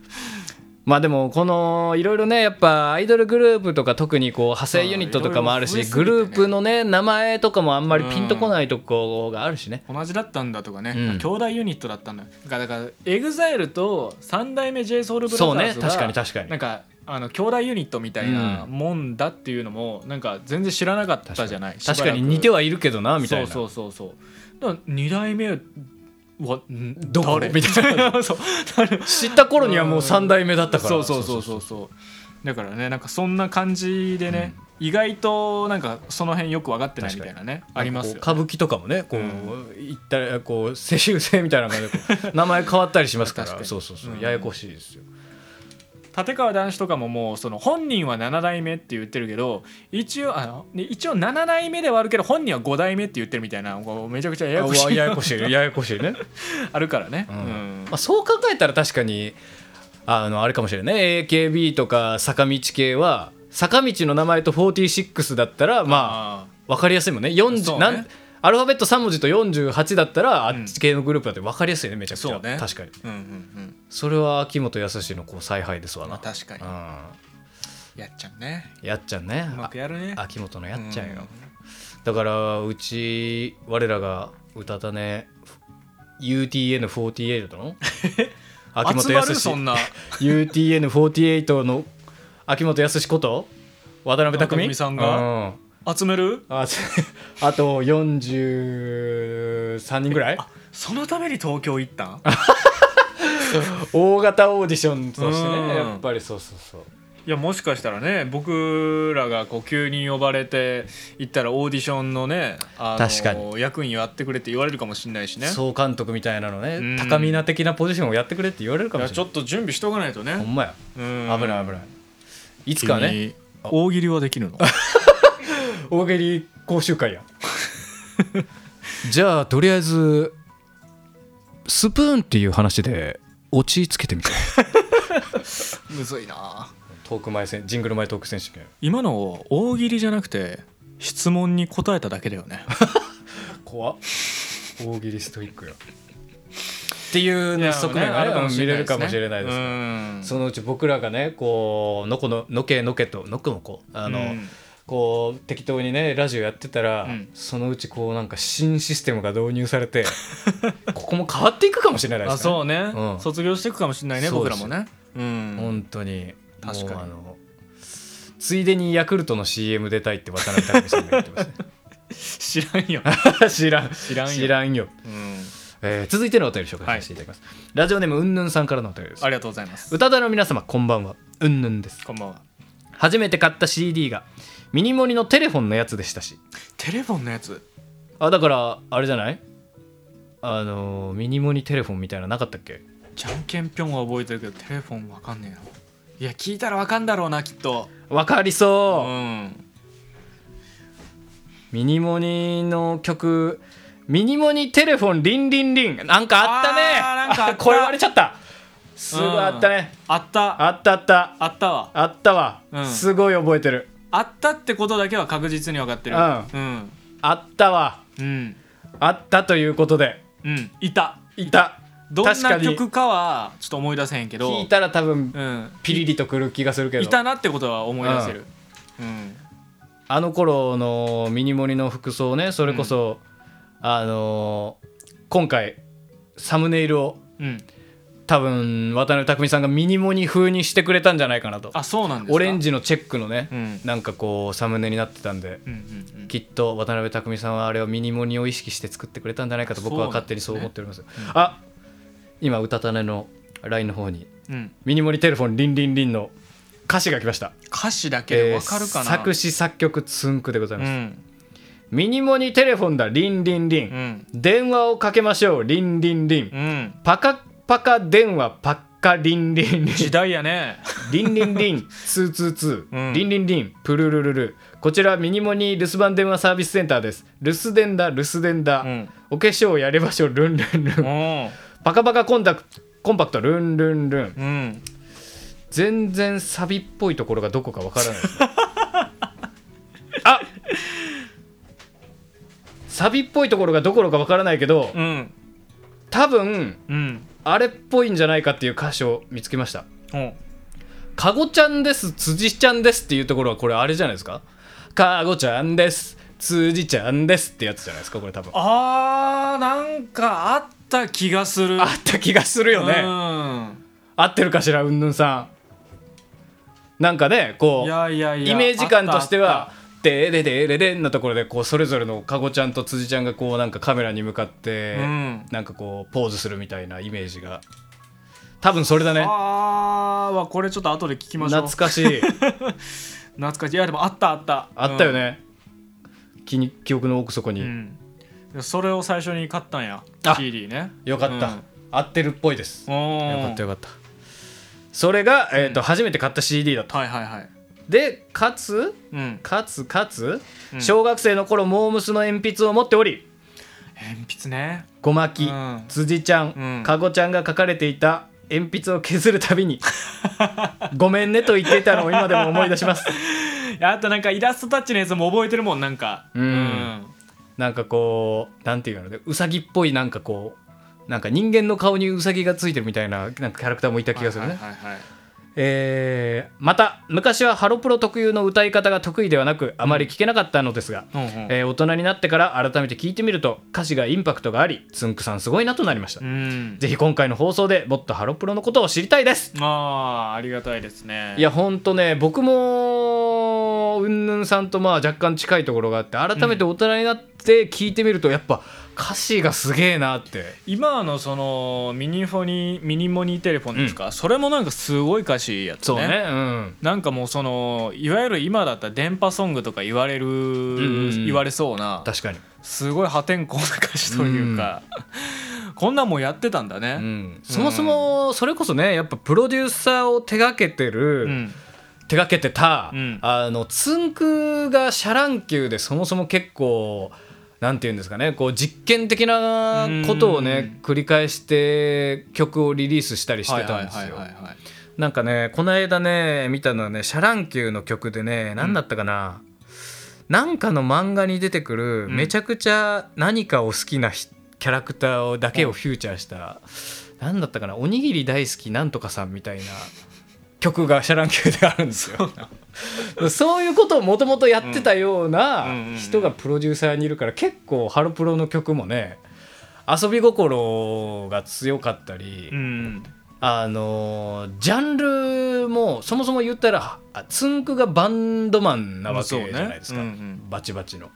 [SPEAKER 1] まあでもこのいろいろねやっぱアイドルグループとか特にこう派生ユニットとかもあるし、
[SPEAKER 5] うんいろ
[SPEAKER 1] グ
[SPEAKER 5] いろ増えす
[SPEAKER 1] ルー
[SPEAKER 5] ぎてね
[SPEAKER 1] プのね名前とかもあんまりピンとこないとこがあるしね、
[SPEAKER 5] た同じだったんだとかね、
[SPEAKER 1] うん
[SPEAKER 5] 兄弟ユニットだったんだだからだからエグザイルと三代目 j s o u l b r
[SPEAKER 1] そう
[SPEAKER 5] o t h e
[SPEAKER 1] ね
[SPEAKER 5] r
[SPEAKER 1] 確かに確かに
[SPEAKER 5] なんかあの兄弟ユニットみたいなもんだっていうのもなんか全然知らなかったじゃない
[SPEAKER 1] 確かに似て
[SPEAKER 5] は
[SPEAKER 1] はいるけどなみたいな
[SPEAKER 5] そうそうそうそうだから二代目はん
[SPEAKER 1] どこ
[SPEAKER 5] 誰
[SPEAKER 1] み たい
[SPEAKER 5] そう
[SPEAKER 1] 知った頃にはもう3代目だったから
[SPEAKER 5] そうそうそうそうそうだからねなんかそんな感じでね、
[SPEAKER 2] 意外となんかその辺よく分かってないみたいなねありますよ、ね、
[SPEAKER 1] 歌舞伎とかもねこう、行ったらこう世襲制みたいな感じでこ う名前変わったりしますから
[SPEAKER 2] 確かに
[SPEAKER 1] そうそうそう、
[SPEAKER 2] うん
[SPEAKER 1] ややこしいですよ
[SPEAKER 2] 立川談志とかももうその本人は7代目って言ってるけど一応あのね一応7代目ではあるけど本人は5代目って言ってるみたいなこうめちゃくちゃややこ
[SPEAKER 1] あう
[SPEAKER 2] し
[SPEAKER 1] わ
[SPEAKER 2] い
[SPEAKER 1] ややこしいねややこしいね、
[SPEAKER 2] あるからね、
[SPEAKER 1] う
[SPEAKER 2] うんん
[SPEAKER 1] まあ、そう考えたら確かにあのあれかもしれないね AKB とか坂道系は坂道の名前と46だったらまあ
[SPEAKER 2] あ
[SPEAKER 1] 分かりやすいもんね40
[SPEAKER 2] そうね
[SPEAKER 1] なんアルファベット3文字と48だったらあっ
[SPEAKER 2] ん
[SPEAKER 1] ち系のグループだって分かりやすいねめちゃくちゃ、
[SPEAKER 2] そうね
[SPEAKER 1] 確かに
[SPEAKER 2] ーうんうんうん
[SPEAKER 1] それは秋元康のこう采配ですわな、
[SPEAKER 2] まあ確かにやっちゃうね
[SPEAKER 1] うん、やっちゃんね
[SPEAKER 2] うまくやるね
[SPEAKER 1] あ 秋元のやっちゃんよ、だからうち我らが歌たね UTN48 だ の秋
[SPEAKER 2] 集
[SPEAKER 1] 元
[SPEAKER 2] まるそ
[SPEAKER 1] 康
[SPEAKER 2] んな
[SPEAKER 1] UTN48 の秋元康こと渡辺
[SPEAKER 2] 渡
[SPEAKER 1] 匠
[SPEAKER 2] 辺さんが
[SPEAKER 1] うん
[SPEAKER 2] 集める
[SPEAKER 1] あ つあと43人ぐらい
[SPEAKER 2] そのために東京行ったん
[SPEAKER 1] 大型オーディションとして
[SPEAKER 2] うん
[SPEAKER 1] ねやっぱりそうそうそう
[SPEAKER 2] いやもしかしたらね僕らがこう急に呼ばれて行ったらオーディションのねあの
[SPEAKER 1] 確かに
[SPEAKER 2] 役員やってくれって言われるかもしれないしね
[SPEAKER 1] 総監督みたいなのね、
[SPEAKER 2] うん
[SPEAKER 1] 高みな的なポジションをやってくれって言われるか
[SPEAKER 2] い
[SPEAKER 1] も
[SPEAKER 2] や
[SPEAKER 1] し
[SPEAKER 2] ち
[SPEAKER 1] れ
[SPEAKER 2] ょ
[SPEAKER 1] な
[SPEAKER 2] っと準備しとかないとね
[SPEAKER 1] いほんまや
[SPEAKER 2] うん
[SPEAKER 1] 危ない危ないいつかね
[SPEAKER 2] 君大喜利はでき るの
[SPEAKER 1] 大喜利講習会や じゃあとりあえずスプーンっていう話で落ちつけてみて
[SPEAKER 2] むずいな
[SPEAKER 1] トーク前戦ジングル前トーク選手権
[SPEAKER 2] 今の大喜利じゃなくて質問に答えただけだよね
[SPEAKER 1] 怖っ大喜利ストイックやっていう
[SPEAKER 2] いや
[SPEAKER 1] ね側面があれば
[SPEAKER 2] ね
[SPEAKER 1] 見れるかもしれないですね
[SPEAKER 2] うん
[SPEAKER 1] そのうち僕らがねこうのこののけのけとのこのこあの、
[SPEAKER 2] うん
[SPEAKER 1] こう適当にねラジオやってたら、
[SPEAKER 2] うん
[SPEAKER 1] そのうちこうなんか新システムが導入され てここも変わっていくかもしれないですね
[SPEAKER 2] あそうね、
[SPEAKER 1] うん
[SPEAKER 2] 卒業していくかもしれないね
[SPEAKER 1] そう
[SPEAKER 2] 僕
[SPEAKER 1] で
[SPEAKER 2] ら
[SPEAKER 1] す
[SPEAKER 2] もねうん
[SPEAKER 1] 本当に
[SPEAKER 2] 確かに
[SPEAKER 1] もうあのついでにヤクルトの CM 出たいって渡辺隆さんが言ってますね
[SPEAKER 2] 知らんよ、
[SPEAKER 1] 知らん
[SPEAKER 2] 知らんよ
[SPEAKER 1] 知らんよ、
[SPEAKER 2] うん
[SPEAKER 1] えー続いてのお便り紹介させていただきます、ラジオネームうんぬんさんからのお便りです
[SPEAKER 2] ありがとうございます
[SPEAKER 1] 歌田の皆様こんばんはうんぬんです
[SPEAKER 2] こんばんは
[SPEAKER 1] 初めて買った CD がミニモニのテレフォンのやつでしたし
[SPEAKER 2] テレフォンのやつ
[SPEAKER 1] あだからあれじゃないあのーミニモニテレフォンみたいなのなかったっけ
[SPEAKER 2] じゃんけんぴょんは覚えてるけどテレフォンわかんねえないや聞いたらわかんだろうなきっと
[SPEAKER 1] わかりそうう、
[SPEAKER 2] ん
[SPEAKER 1] ミニモニの曲ミニモニテレフォンリンリンリンなんかあったね
[SPEAKER 2] あーなんかあ った
[SPEAKER 1] 声割れちゃったすごいあったね、
[SPEAKER 2] あったあ
[SPEAKER 1] あったあった
[SPEAKER 2] ったわ
[SPEAKER 1] あったわ、
[SPEAKER 2] うん
[SPEAKER 1] すごい覚えてる
[SPEAKER 2] あったってことだけは確実に分かってる
[SPEAKER 1] う
[SPEAKER 2] うん
[SPEAKER 1] あったわ
[SPEAKER 2] うん
[SPEAKER 1] あったということで
[SPEAKER 2] うんいた
[SPEAKER 1] いた
[SPEAKER 2] どん
[SPEAKER 1] 確か
[SPEAKER 2] な
[SPEAKER 1] に
[SPEAKER 2] 曲かはちょっと思い出せへんけど
[SPEAKER 1] 聞いたら多分
[SPEAKER 2] うん
[SPEAKER 1] ピリリとくる気がするけど
[SPEAKER 2] いたなってことは思い出せるうん
[SPEAKER 1] あの頃のミニモニの服装ねそれこそ、あのー今回サムネイルを
[SPEAKER 2] うん
[SPEAKER 1] 多分渡辺匠さんがミニモニ風にしてくれたんじゃないかなと
[SPEAKER 2] あそうなんですか
[SPEAKER 1] オレンジのチェックのね、
[SPEAKER 2] うん
[SPEAKER 1] なんかこうサムネになってたんで、
[SPEAKER 2] うんうんうん
[SPEAKER 1] きっと渡辺匠さんはあれをミニモニを意識して作ってくれたんじゃないかと僕は勝手にそう思っておりますあ今うたたねの LINE の方に
[SPEAKER 2] うん
[SPEAKER 1] ミニモニテレフォンリンリンリンの歌詞が来ました
[SPEAKER 2] 歌詞だけでわかるか
[SPEAKER 1] えー
[SPEAKER 2] な
[SPEAKER 1] 作詞作曲つんくでございうます、
[SPEAKER 2] ん
[SPEAKER 1] ミニモニテレフォンだリンリンリン、
[SPEAKER 2] うん
[SPEAKER 1] 電話をかけましょうリンリンリン、
[SPEAKER 2] うん
[SPEAKER 1] パカパカ電話パッカリンリンリン
[SPEAKER 2] 時代 やね
[SPEAKER 1] リンリンリンツーツーツ
[SPEAKER 2] う
[SPEAKER 1] ー
[SPEAKER 2] ん
[SPEAKER 1] リンリンリンプルルルルこちらミニモニ留守番電話サービスセンターです留守電だ留守電だ、
[SPEAKER 2] うん
[SPEAKER 1] お化粧やりましょうルンルンル
[SPEAKER 2] う
[SPEAKER 1] ン
[SPEAKER 2] ん
[SPEAKER 1] パカパカコンタクコンパクトルンルンルン
[SPEAKER 2] うん
[SPEAKER 1] 全然サビっぽいところがどこかわからないですねあサビっぽいところがどころかわからないけど、
[SPEAKER 2] うん
[SPEAKER 1] 多分
[SPEAKER 2] うん
[SPEAKER 1] あれっぽいんじゃないかっていう歌詞を見つけました
[SPEAKER 2] うん
[SPEAKER 1] 「かごちゃんです辻ちゃんです」っていうところはこれあれじゃないですか「かごちゃんです辻ちゃんです」ってやつじゃないですかこれ多分あ
[SPEAKER 2] あーなんかあった気がする
[SPEAKER 1] った気がするよね
[SPEAKER 2] ね
[SPEAKER 1] 合ってるかしらうんぬんさんなんかねこ
[SPEAKER 2] いうやいやいや
[SPEAKER 1] イメージ感として
[SPEAKER 2] あっ
[SPEAKER 1] は「でででででん」のところでこうそれぞれのかごちゃんと辻ちゃんがこうなんかカメラに向かって、
[SPEAKER 2] うん
[SPEAKER 1] なんかこうポーズするみたいなイメージが多分それだ
[SPEAKER 2] たあった
[SPEAKER 1] ね
[SPEAKER 2] あーわこれちょっと後で聞きましょう
[SPEAKER 1] 懐かしい
[SPEAKER 2] 懐かしいいやでもあったあった
[SPEAKER 1] あったよ
[SPEAKER 2] ね、
[SPEAKER 1] ね、記に記憶の奥底に、
[SPEAKER 2] うんそれを最初に買ったんや
[SPEAKER 1] あ
[SPEAKER 2] CD ね
[SPEAKER 1] よかった、合ってるっぽいです
[SPEAKER 2] う
[SPEAKER 1] よ
[SPEAKER 2] ん、よ
[SPEAKER 1] かったよかったそれが、えーと
[SPEAKER 2] うん
[SPEAKER 1] 初めて買った CD だった
[SPEAKER 2] はいはいはい
[SPEAKER 1] でかつ
[SPEAKER 2] うん
[SPEAKER 1] かつかつ、
[SPEAKER 2] うん
[SPEAKER 1] 小学生の頃モームスの鉛筆を持っており
[SPEAKER 2] 鉛筆ね
[SPEAKER 1] 小牧、
[SPEAKER 2] うん
[SPEAKER 1] 辻ちゃ
[SPEAKER 2] うんん
[SPEAKER 1] かごちゃんが書かれていた鉛筆を削るたびに 「ごめんね」と言っていたのを今でも思い出します
[SPEAKER 2] いやあとなんかイラストタッチのやつも覚えてるもんなんか
[SPEAKER 1] うんなんかこうなんていうのねうさぎっぽいなんかこうなんか人間の顔にうさぎがついてるみたいななんかキャラクターもいた気がするね、
[SPEAKER 2] はいはいはいはい
[SPEAKER 1] えーまた昔はハロプロ特有の歌い方が得意ではなくあまり聞けなかったのですが、
[SPEAKER 2] うんうん
[SPEAKER 1] えー大人になってから改めて聞いてみると歌詞がインパクトがありつんくさんすごいなとなりました、
[SPEAKER 2] うん
[SPEAKER 1] ぜひ今回の放送でもっとハロプロのことを知りたいです
[SPEAKER 2] ああありがたいですね
[SPEAKER 1] いやほんとね僕もうんぬんさんとまあ若干近いところがあって改めて大人になって聞いてみるとやっぱ歌詞がすげえなって
[SPEAKER 2] 今のそのミニフォニミニモニテレフォンですか、それもなんかすごい歌詞やつね
[SPEAKER 1] そうねうん
[SPEAKER 2] なんかもうそのいわゆる今だったら電波ソングとか言われる、
[SPEAKER 1] んうん
[SPEAKER 2] 言われそうな
[SPEAKER 1] 確かに、
[SPEAKER 2] すごい破天荒な歌詞というか、こんなんもやってたんだ
[SPEAKER 1] う
[SPEAKER 2] ね、
[SPEAKER 1] ん、そもそもそれこそねやっぱプロデューサーを手掛けてる、
[SPEAKER 2] うん
[SPEAKER 1] 手掛けてた、
[SPEAKER 2] うん
[SPEAKER 1] あのつんくがシャラン級でそもそも結構なんていうんですかねこう実験的なことをね繰り返して曲をリリースしたりしてたんですよ
[SPEAKER 2] はいはいはいはいはい
[SPEAKER 1] なんかねこの間ね見たのはねシャラン級の曲でね何だったかな、なんかの漫画に出てくる
[SPEAKER 2] ん
[SPEAKER 1] めちゃくちゃ何かを好きなひキャラクターをだけをフューチャーした、なんだったかなおにぎり大好きなんとかさんみたいな曲がシャラン級であるんですよ。そういうことをもともとやってたよう
[SPEAKER 2] うんうんうんう
[SPEAKER 1] なん人がプロデューサーにいるから結構ハロプロの曲もね遊び心が強かったり、
[SPEAKER 2] うん
[SPEAKER 1] あのージャンルもそもそも言ったらあつんくがバンドマンなわけじ
[SPEAKER 2] そうね
[SPEAKER 1] ゃないですか、
[SPEAKER 2] うんうん
[SPEAKER 1] バチバチの。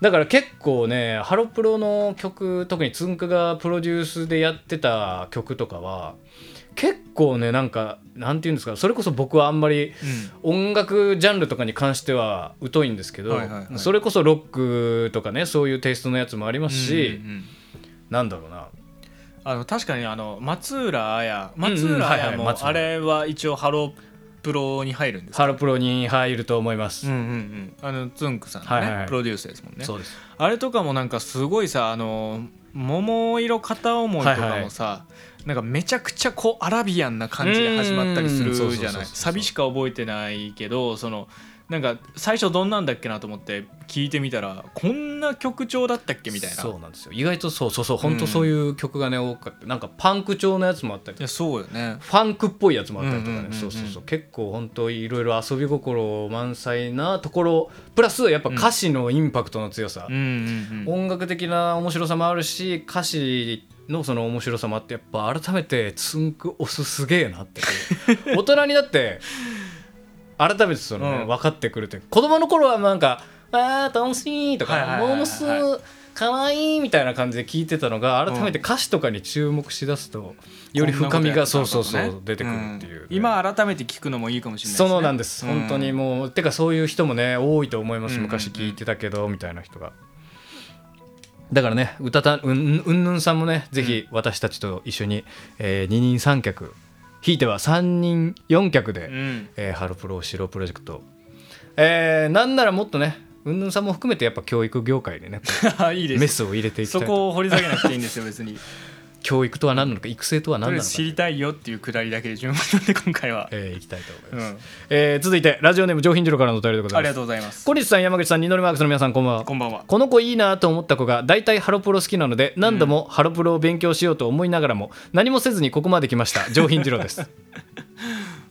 [SPEAKER 1] だから結構ねハロプロの曲特につんくがプロデュースでやってた曲とかは結構ねなんかなんて言うんですかそれこそ僕はあんまり音楽ジャンルとかに関しては疎いんですけど、
[SPEAKER 2] はいはいはい
[SPEAKER 1] それこそロックとかねそういうテイストのやつもありますし、
[SPEAKER 2] うんうんうん
[SPEAKER 1] なんだろうな
[SPEAKER 2] あの確かにあの松浦綾
[SPEAKER 1] んうん
[SPEAKER 2] 松浦
[SPEAKER 1] はいは
[SPEAKER 2] 綾
[SPEAKER 1] い
[SPEAKER 2] も
[SPEAKER 1] 松浦
[SPEAKER 2] あれは一応ハロープロに入るんですか
[SPEAKER 1] ハロプロに入ると思います。
[SPEAKER 2] うんうんうんあのつんくさんのね、
[SPEAKER 1] はいはいはい
[SPEAKER 2] プロデュースですもんね
[SPEAKER 1] そうです
[SPEAKER 2] あれとかもなんかすごいさあの桃色片思いとかもさ、なんかめちゃくちゃこうアラビアンな感じで始まったりする
[SPEAKER 1] うん
[SPEAKER 2] じ
[SPEAKER 1] そうそう
[SPEAKER 2] ゃ
[SPEAKER 1] そ
[SPEAKER 2] な
[SPEAKER 1] う
[SPEAKER 2] い
[SPEAKER 1] そう
[SPEAKER 2] サビしか覚えてないけどそのなんか最初どんなんだっけなと思って聞いてみたらこんな曲調だったっけみたいな
[SPEAKER 1] そうなんですよ意外とそうそうそう本当そういう曲がね多かったなんかパンク調のやつもあったり
[SPEAKER 2] いやそうよね
[SPEAKER 1] ファンクっぽいやつもあったりとかね、
[SPEAKER 2] うんうんうんうん
[SPEAKER 1] そうそうそう結構本当いろいろ遊び心満載なところプラスやっぱ歌詞のインパクトの強さ
[SPEAKER 2] うん、うんうん
[SPEAKER 1] 音楽的な面白さもあるし歌詞のその面白さもあってやっぱ改めてつんく押すすげえなって 大人になって改めてそのね、
[SPEAKER 2] うん
[SPEAKER 1] 分かってくるという子供の頃はなんか「あー楽しい」と
[SPEAKER 2] はいはい
[SPEAKER 1] か
[SPEAKER 2] はい
[SPEAKER 1] 「
[SPEAKER 2] はい
[SPEAKER 1] モームスかわいい」みたいな感じで聞いてたのが改めて歌詞とかに注目しだすと、より深みがそうそうそう出てくるっていうね、
[SPEAKER 2] ん今改めて聞くのもいいかもしれないです、
[SPEAKER 1] そ
[SPEAKER 2] ね、
[SPEAKER 1] うなんです、本当に
[SPEAKER 2] うん
[SPEAKER 1] もうてかそういう人もね多いと思いま
[SPEAKER 2] うん
[SPEAKER 1] す
[SPEAKER 2] うんうん
[SPEAKER 1] 昔聞いてたけど、みたいな人がだからね歌たうんうんぬんさんもねぜひ私たちと一緒に、えー二人三脚ひいては三人四脚で、
[SPEAKER 2] うん
[SPEAKER 1] えーハロプロシロプロジェクト、えーなんならもっとねうんぬんさんも含めてやっぱ教育業界でねこ
[SPEAKER 2] いいうです
[SPEAKER 1] メスを入れていきた
[SPEAKER 2] そ
[SPEAKER 1] い
[SPEAKER 2] こを掘り下げなくていいんですよ別に
[SPEAKER 1] 教育とは何なのか育成とは
[SPEAKER 2] と
[SPEAKER 1] 何 な
[SPEAKER 2] りあえ
[SPEAKER 1] のか
[SPEAKER 2] ず知りたいよっていうくだりだけで順番なんで今回は、
[SPEAKER 1] えーいきたいと思います、
[SPEAKER 2] うん
[SPEAKER 1] えー続いてラジオネーム上品次郎からのお便りでございます
[SPEAKER 2] ありがとうございます
[SPEAKER 1] 小西さん山口さん二ノルマークスの皆さんこんばんは
[SPEAKER 2] こんばんは
[SPEAKER 1] この子いいなと思った子が大体ハロプロ好きなので何度もハロプロを勉強しようと思いながらも何もせずにここまで来ました上品次郎です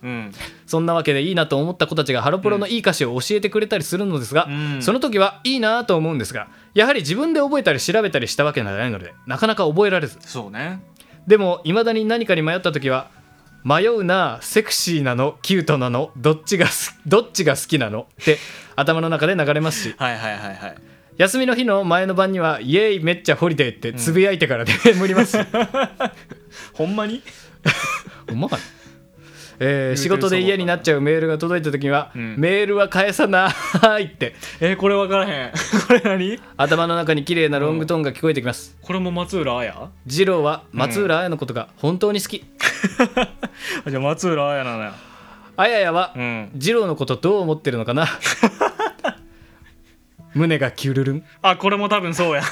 [SPEAKER 2] うん
[SPEAKER 1] そんなわけでいいなと思った子たちがハロプロのいい歌詞を教えてくれたりするのですが、
[SPEAKER 2] うん
[SPEAKER 1] その時はいいなと思うんですがやはり自分で覚えたり調べたりしたわけではないのでなかなか覚えられず
[SPEAKER 2] そうね
[SPEAKER 1] でも未だに何かに迷った時は迷うなセクシーなのキュートなのどっちがすどっちが好きなのって頭の中で流れますし
[SPEAKER 2] はいはいはいはい
[SPEAKER 1] 休みの日の前の晩には「イエーイめっちゃホリデー」ってつぶやい てからで、眠ります
[SPEAKER 2] ほんまに
[SPEAKER 1] うまい、えー仕事で嫌になっちゃうメールが届いた時は、
[SPEAKER 2] うん
[SPEAKER 1] メールは返さない って
[SPEAKER 2] えーこれ分からへんこれ何
[SPEAKER 1] 頭の中に綺麗なロングトーンが聞こえてきます、
[SPEAKER 2] これも松浦綾
[SPEAKER 1] 次郎は松浦綾のことが本当に好き、
[SPEAKER 2] あじゃあ松浦綾なのよ
[SPEAKER 1] 綾やは、
[SPEAKER 2] うん
[SPEAKER 1] 次郎のことどう思ってるのか な胸がキュルルン
[SPEAKER 2] あこれも多分そうや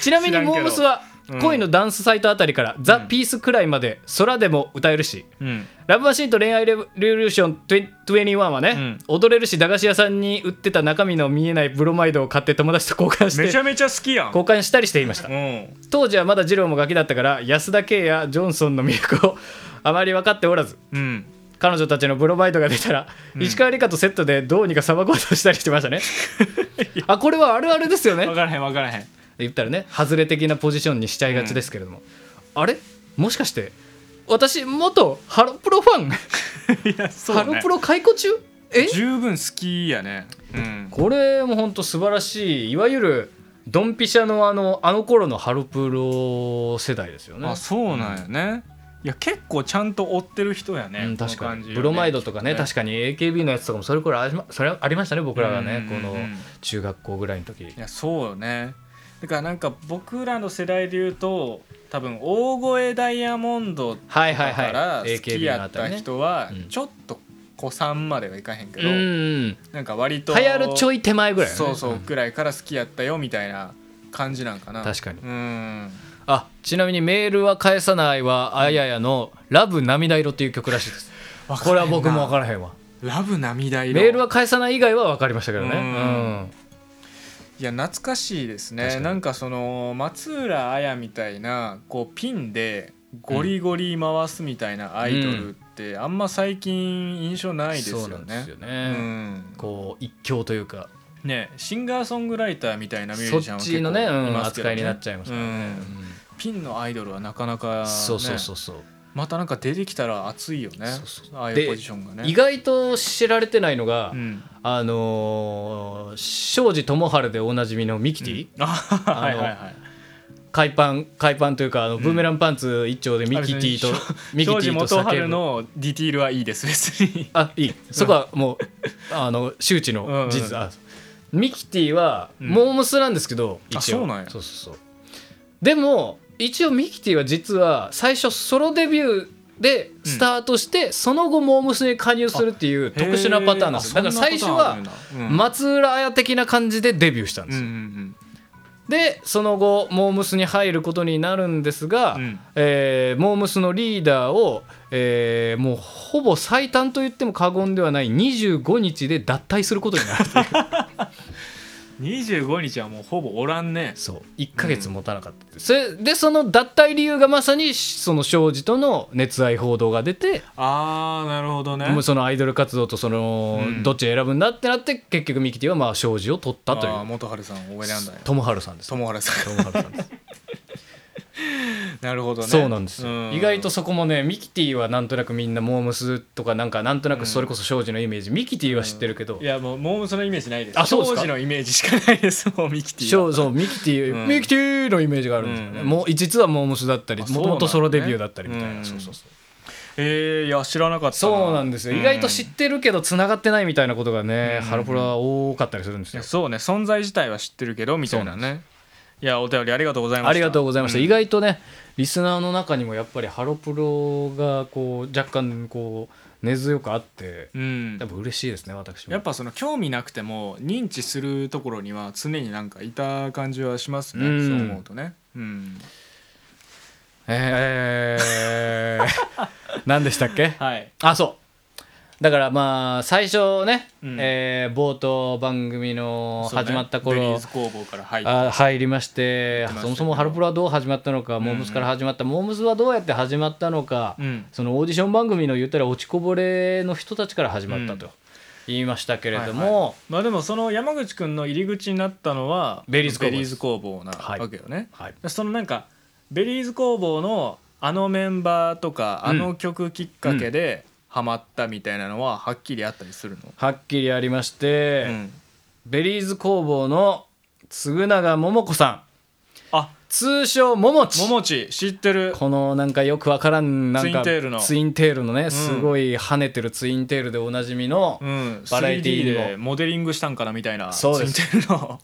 [SPEAKER 1] ちなみに
[SPEAKER 2] 知らんけ
[SPEAKER 1] モ
[SPEAKER 2] ど
[SPEAKER 1] ームスは
[SPEAKER 2] うん
[SPEAKER 1] 恋のダンスサイトあたりから、ザ・ピースくらいまで空でも歌えるし
[SPEAKER 2] うん
[SPEAKER 1] ラブマシーンと恋愛レボリューション20 21はね、踊れるし駄菓子屋さんに売ってた中身の見えないブロマイドを買って友達と交換し
[SPEAKER 2] めちゃ
[SPEAKER 1] て
[SPEAKER 2] めちゃ好きやん
[SPEAKER 1] 交換したりしていました
[SPEAKER 2] うん
[SPEAKER 1] 当時はまだ二郎もガキだったから安田圭やジョンソンの魅力をあまり分かっておらず
[SPEAKER 2] うん
[SPEAKER 1] 彼女たちのブロマイドが出たら、石川梨花とセットでどうにかさばこうとしたりしてました ねあこれはあるあるですよね
[SPEAKER 2] 分からへん分からへん
[SPEAKER 1] 言ったらね外れ的なポジションにしちゃいがちですけれども、あれもしかして私元ハロプロファン、
[SPEAKER 2] いや そう
[SPEAKER 1] ハ
[SPEAKER 2] ね
[SPEAKER 1] ロプロ解雇中え
[SPEAKER 2] 十分好きやねうん
[SPEAKER 1] これも本当素晴らしいいわゆるドンピシャのあのあの頃のハロプロ世代ですよね
[SPEAKER 2] あそうなんやねいや結構ちゃんと追ってる人やね、
[SPEAKER 1] うん確
[SPEAKER 2] この
[SPEAKER 1] か
[SPEAKER 2] 感じ
[SPEAKER 1] に
[SPEAKER 2] よ
[SPEAKER 1] ブ
[SPEAKER 2] ね
[SPEAKER 1] ロマイドとかね確かに AKB のやつとかもそれくらいありまそれはありましたね僕らがね、
[SPEAKER 2] うんうんうん
[SPEAKER 1] この中学校ぐらいの時
[SPEAKER 2] いやそうよねだからなんか僕らの世代で言うと多分大声ダイヤモンドと
[SPEAKER 1] はいは
[SPEAKER 2] か
[SPEAKER 1] いはい
[SPEAKER 2] から好き
[SPEAKER 1] AKB の
[SPEAKER 2] や
[SPEAKER 1] あ
[SPEAKER 2] ったた
[SPEAKER 1] りね
[SPEAKER 2] 人は
[SPEAKER 1] うん
[SPEAKER 2] ちょっと子さんまではいかへんけ
[SPEAKER 1] うん
[SPEAKER 2] ど、
[SPEAKER 1] うん
[SPEAKER 2] なんか割と
[SPEAKER 1] 流行るちょ
[SPEAKER 2] い
[SPEAKER 1] い手前ぐらい、ね、
[SPEAKER 2] そうそうんくらいから好きやったよみたいな感じなんかな
[SPEAKER 1] 確かに
[SPEAKER 2] うん
[SPEAKER 1] あちなみにメールは返さないはあややの「ラブ涙色」っていう曲らしいですこれは僕も分からへんわ
[SPEAKER 2] ラブ涙色
[SPEAKER 1] メールは返さない以外は分かりましたけどね
[SPEAKER 2] う
[SPEAKER 1] うんん
[SPEAKER 2] いや懐かしいです
[SPEAKER 1] 確
[SPEAKER 2] ね
[SPEAKER 1] かに
[SPEAKER 2] なんかその松浦綾みたいなこうピンでゴリゴリ回すみたいなアイドルってあんま最近印象ないですよ
[SPEAKER 1] そうなんで
[SPEAKER 2] ね
[SPEAKER 1] すよ。
[SPEAKER 2] う
[SPEAKER 1] ね、
[SPEAKER 2] ん
[SPEAKER 1] こう一強というか
[SPEAKER 2] ねシンガーソングライターみたいなミュー
[SPEAKER 1] そ
[SPEAKER 2] ジシャン
[SPEAKER 1] っ
[SPEAKER 2] は
[SPEAKER 1] ち
[SPEAKER 2] 結
[SPEAKER 1] の
[SPEAKER 2] 構
[SPEAKER 1] ね、うん
[SPEAKER 2] いますけど
[SPEAKER 1] 扱いになっちゃいますからね、
[SPEAKER 2] うんピンのアイドルはなかなか、
[SPEAKER 1] う
[SPEAKER 2] ね、
[SPEAKER 1] んそうそうそうそう、
[SPEAKER 2] またなんか出てきたら熱いよね
[SPEAKER 1] そうそう
[SPEAKER 2] ああい
[SPEAKER 1] で
[SPEAKER 2] うポジションがね
[SPEAKER 1] 意外と知られてないのが、
[SPEAKER 2] うん、
[SPEAKER 1] あのー庄司智春でおなじみのミキティ、
[SPEAKER 2] あ はいはいはい
[SPEAKER 1] 海パン海パンというかあのブーメランパンツ一丁でミキティと、
[SPEAKER 2] あ別
[SPEAKER 1] ミキ
[SPEAKER 2] 庄
[SPEAKER 1] テ
[SPEAKER 2] 司
[SPEAKER 1] ィと
[SPEAKER 2] 元春
[SPEAKER 1] 叫ぶ
[SPEAKER 2] のディティールはいいです別に
[SPEAKER 1] あいいそこはも うあの周知の事
[SPEAKER 2] うんうん
[SPEAKER 1] 実あミキティは
[SPEAKER 2] うん
[SPEAKER 1] モームスなんですけど、
[SPEAKER 2] あ
[SPEAKER 1] 一応
[SPEAKER 2] そうなんや
[SPEAKER 1] そうそうそうでも一応ミキティは実は最初ソロデビューでスタートして、その後モームスに加入するっていう特殊なパターンなんですよだから
[SPEAKER 2] へーあそんな
[SPEAKER 1] 最初
[SPEAKER 2] パターンあ
[SPEAKER 1] は
[SPEAKER 2] るんだうん
[SPEAKER 1] 松浦綾的な感じでデビューしたん
[SPEAKER 2] う
[SPEAKER 1] です
[SPEAKER 2] んう
[SPEAKER 1] よ、
[SPEAKER 2] ん
[SPEAKER 1] でその後モームスに入ることになるんですが、
[SPEAKER 2] うん
[SPEAKER 1] えーモームスのリーダーを、えーもうほぼ最短と言っても過言ではない25日で脱退することになる
[SPEAKER 2] うん、25日はもうほぼおらんね
[SPEAKER 1] そう1ヶ月持たなかった、それでその脱退理由がまさにその庄司との熱愛報道が出て、
[SPEAKER 2] あーなるほどね
[SPEAKER 1] もうそのアイドル活動とその、
[SPEAKER 2] うん
[SPEAKER 1] どっち選ぶんだってなって結局ミキティはまあ庄司を取ったとい
[SPEAKER 2] あー
[SPEAKER 1] う
[SPEAKER 2] 元春さんを選んだよ
[SPEAKER 1] 友春さんです
[SPEAKER 2] 友原さ
[SPEAKER 1] 友春さんです
[SPEAKER 2] んなるほどね
[SPEAKER 1] そうなんですよ、
[SPEAKER 2] う
[SPEAKER 1] 意外とそこもねミキティはなんとなくみんなモームスとかなんかなんとなくそれこそ庄司のイメージ、ミキティは知ってるけど、
[SPEAKER 2] いやもうもうそのイメージないです
[SPEAKER 1] あそうですか
[SPEAKER 2] 庄司のイメージしかないですもうミキティ
[SPEAKER 1] そう
[SPEAKER 2] は
[SPEAKER 1] そうミキティ、
[SPEAKER 2] うん
[SPEAKER 1] ミキティのイメージがあるんですよね、
[SPEAKER 2] うん
[SPEAKER 1] もう実はモームスだったり
[SPEAKER 2] あ
[SPEAKER 1] も
[SPEAKER 2] そうなん
[SPEAKER 1] とも
[SPEAKER 2] だね
[SPEAKER 1] とソロデビューだったりみたいな、
[SPEAKER 2] うん
[SPEAKER 1] そうそうそう
[SPEAKER 2] えー、いや知らなかった
[SPEAKER 1] そうなんですよ、意外と知ってるけど繋がってないみたいなことがね、
[SPEAKER 2] うん
[SPEAKER 1] ハロプロは多かったりするんです
[SPEAKER 2] い
[SPEAKER 1] よ
[SPEAKER 2] や、そうね存在自体は知ってるけどみたいな
[SPEAKER 1] そうな
[SPEAKER 2] ねいやお便りありがとうございました
[SPEAKER 1] ありがとうございました、
[SPEAKER 2] ん
[SPEAKER 1] 意外とねリスナーの中にもやっぱりハロプロがこう若干こう根強くあって
[SPEAKER 2] うん
[SPEAKER 1] やっぱ嬉しいですね私も
[SPEAKER 2] やっぱその興味なくても認知するところには常になんかいた感じはしますね、
[SPEAKER 1] うん
[SPEAKER 2] そう思うとね、うん、
[SPEAKER 1] えー、何でしたっけ
[SPEAKER 2] はい
[SPEAKER 1] あそうだからまあ最初ね、
[SPEAKER 2] うん
[SPEAKER 1] えー冒頭番組の始まった
[SPEAKER 2] そうねベリ
[SPEAKER 1] 頃、
[SPEAKER 2] ーズ工房から入って
[SPEAKER 1] あ入りまして
[SPEAKER 2] てましたけど
[SPEAKER 1] そもそもハロプロはどう始まったのか、モームスから始まったモームスはどうやって始まったのか、
[SPEAKER 2] うん
[SPEAKER 1] そのオーディション番組の言ったら落ちこぼれの人たちから始まったと言いましたけれども、
[SPEAKER 2] はいはいまあでもその山口くんの入り口になったのは
[SPEAKER 1] ベリーズ工房です
[SPEAKER 2] 工房な
[SPEAKER 1] はい
[SPEAKER 2] わけよね、
[SPEAKER 1] はい
[SPEAKER 2] そのなんかベリーズ工房のあのメンバーとか
[SPEAKER 1] うん
[SPEAKER 2] あの曲きっかけでハマったみたいなのははっきりあったりするの、
[SPEAKER 1] はっきりありまして、
[SPEAKER 2] うん
[SPEAKER 1] ベリーズ工房の嗣永桃子さん
[SPEAKER 2] あ
[SPEAKER 1] 通称ももち
[SPEAKER 2] ももち知ってる
[SPEAKER 1] このなんかよくわからんなんか
[SPEAKER 2] ツインテールの
[SPEAKER 1] ツインテールのね、すごい跳ねてるツインテールでおなじみの、
[SPEAKER 2] うん
[SPEAKER 1] バラエティーにも
[SPEAKER 2] 3D でモデリングしたんかなみたいな
[SPEAKER 1] そうです
[SPEAKER 2] ツインテールの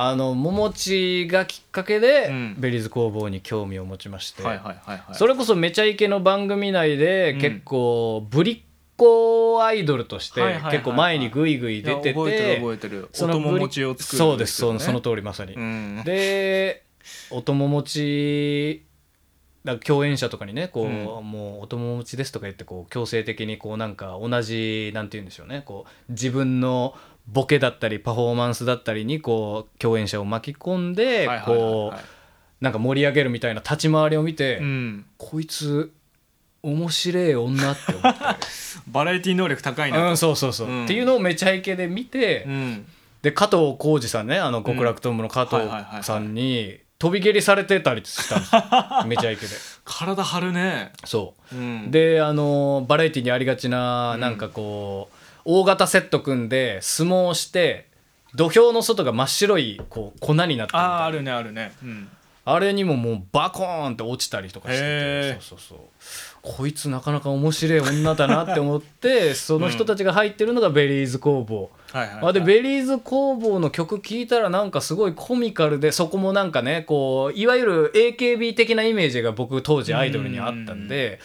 [SPEAKER 1] あのももちがきっかけで、
[SPEAKER 2] うん
[SPEAKER 1] ベリーズ工房に興味を持ちまして、
[SPEAKER 2] はいはいはいはい
[SPEAKER 1] それこそ「めちゃイケ」の番組内で、
[SPEAKER 2] うん
[SPEAKER 1] 結構ぶりっ子アイドルとして、
[SPEAKER 2] はいはいはいはい
[SPEAKER 1] 結構前にぐいぐい出てて
[SPEAKER 2] いや覚えてる覚えてる
[SPEAKER 1] その
[SPEAKER 2] 音も
[SPEAKER 1] ぶり
[SPEAKER 2] 持ちを作る
[SPEAKER 1] そうですそのその
[SPEAKER 2] と
[SPEAKER 1] 通りまさに、
[SPEAKER 2] う ん
[SPEAKER 1] で音も持ちだから共演者とかにねこう、
[SPEAKER 2] う
[SPEAKER 1] もう音も持ちですとか言ってこう強制的にこうなんか同じなんて言うんでしょうねこう自分のボケだったりパフォーマンスだったりにこう共演者を巻き込んで
[SPEAKER 2] はいはいはい
[SPEAKER 1] こ
[SPEAKER 2] はいう
[SPEAKER 1] なんか盛り上げるみたいな立ち回りを見て、
[SPEAKER 2] うん
[SPEAKER 1] こいつ面白え女って思って、
[SPEAKER 2] バラエティ能力高 いな
[SPEAKER 1] うん、そうそうそう、
[SPEAKER 2] うん
[SPEAKER 1] っていうのをめちゃイケで見て、
[SPEAKER 2] うん
[SPEAKER 1] で加藤浩次さんねあの極楽トンボの加藤
[SPEAKER 2] はいはいはいはい
[SPEAKER 1] さんに飛び蹴りされてたりしたんです よめちゃイケで
[SPEAKER 2] 体張るね
[SPEAKER 1] そう、
[SPEAKER 2] うん
[SPEAKER 1] であのバラエティにありがちななんかこう、大型セット組んで相撲をして土俵の外が真っ白いこう粉になってるみたい
[SPEAKER 2] ああ
[SPEAKER 1] な
[SPEAKER 2] あるねあるねうん
[SPEAKER 1] あれにももうバコーンって落ちたりとかして
[SPEAKER 2] へ
[SPEAKER 1] て
[SPEAKER 2] ー
[SPEAKER 1] そうそうそうこいつなかなか面白い女だなって思ってその人たちが入ってるのがベリーズ工房、
[SPEAKER 2] はいはいはい
[SPEAKER 1] あでベリーズ工房の曲聴いたらなんかすごいコミカルでそこもなんかねこういわゆる AKB 的なイメージが僕当時アイドルにあったんで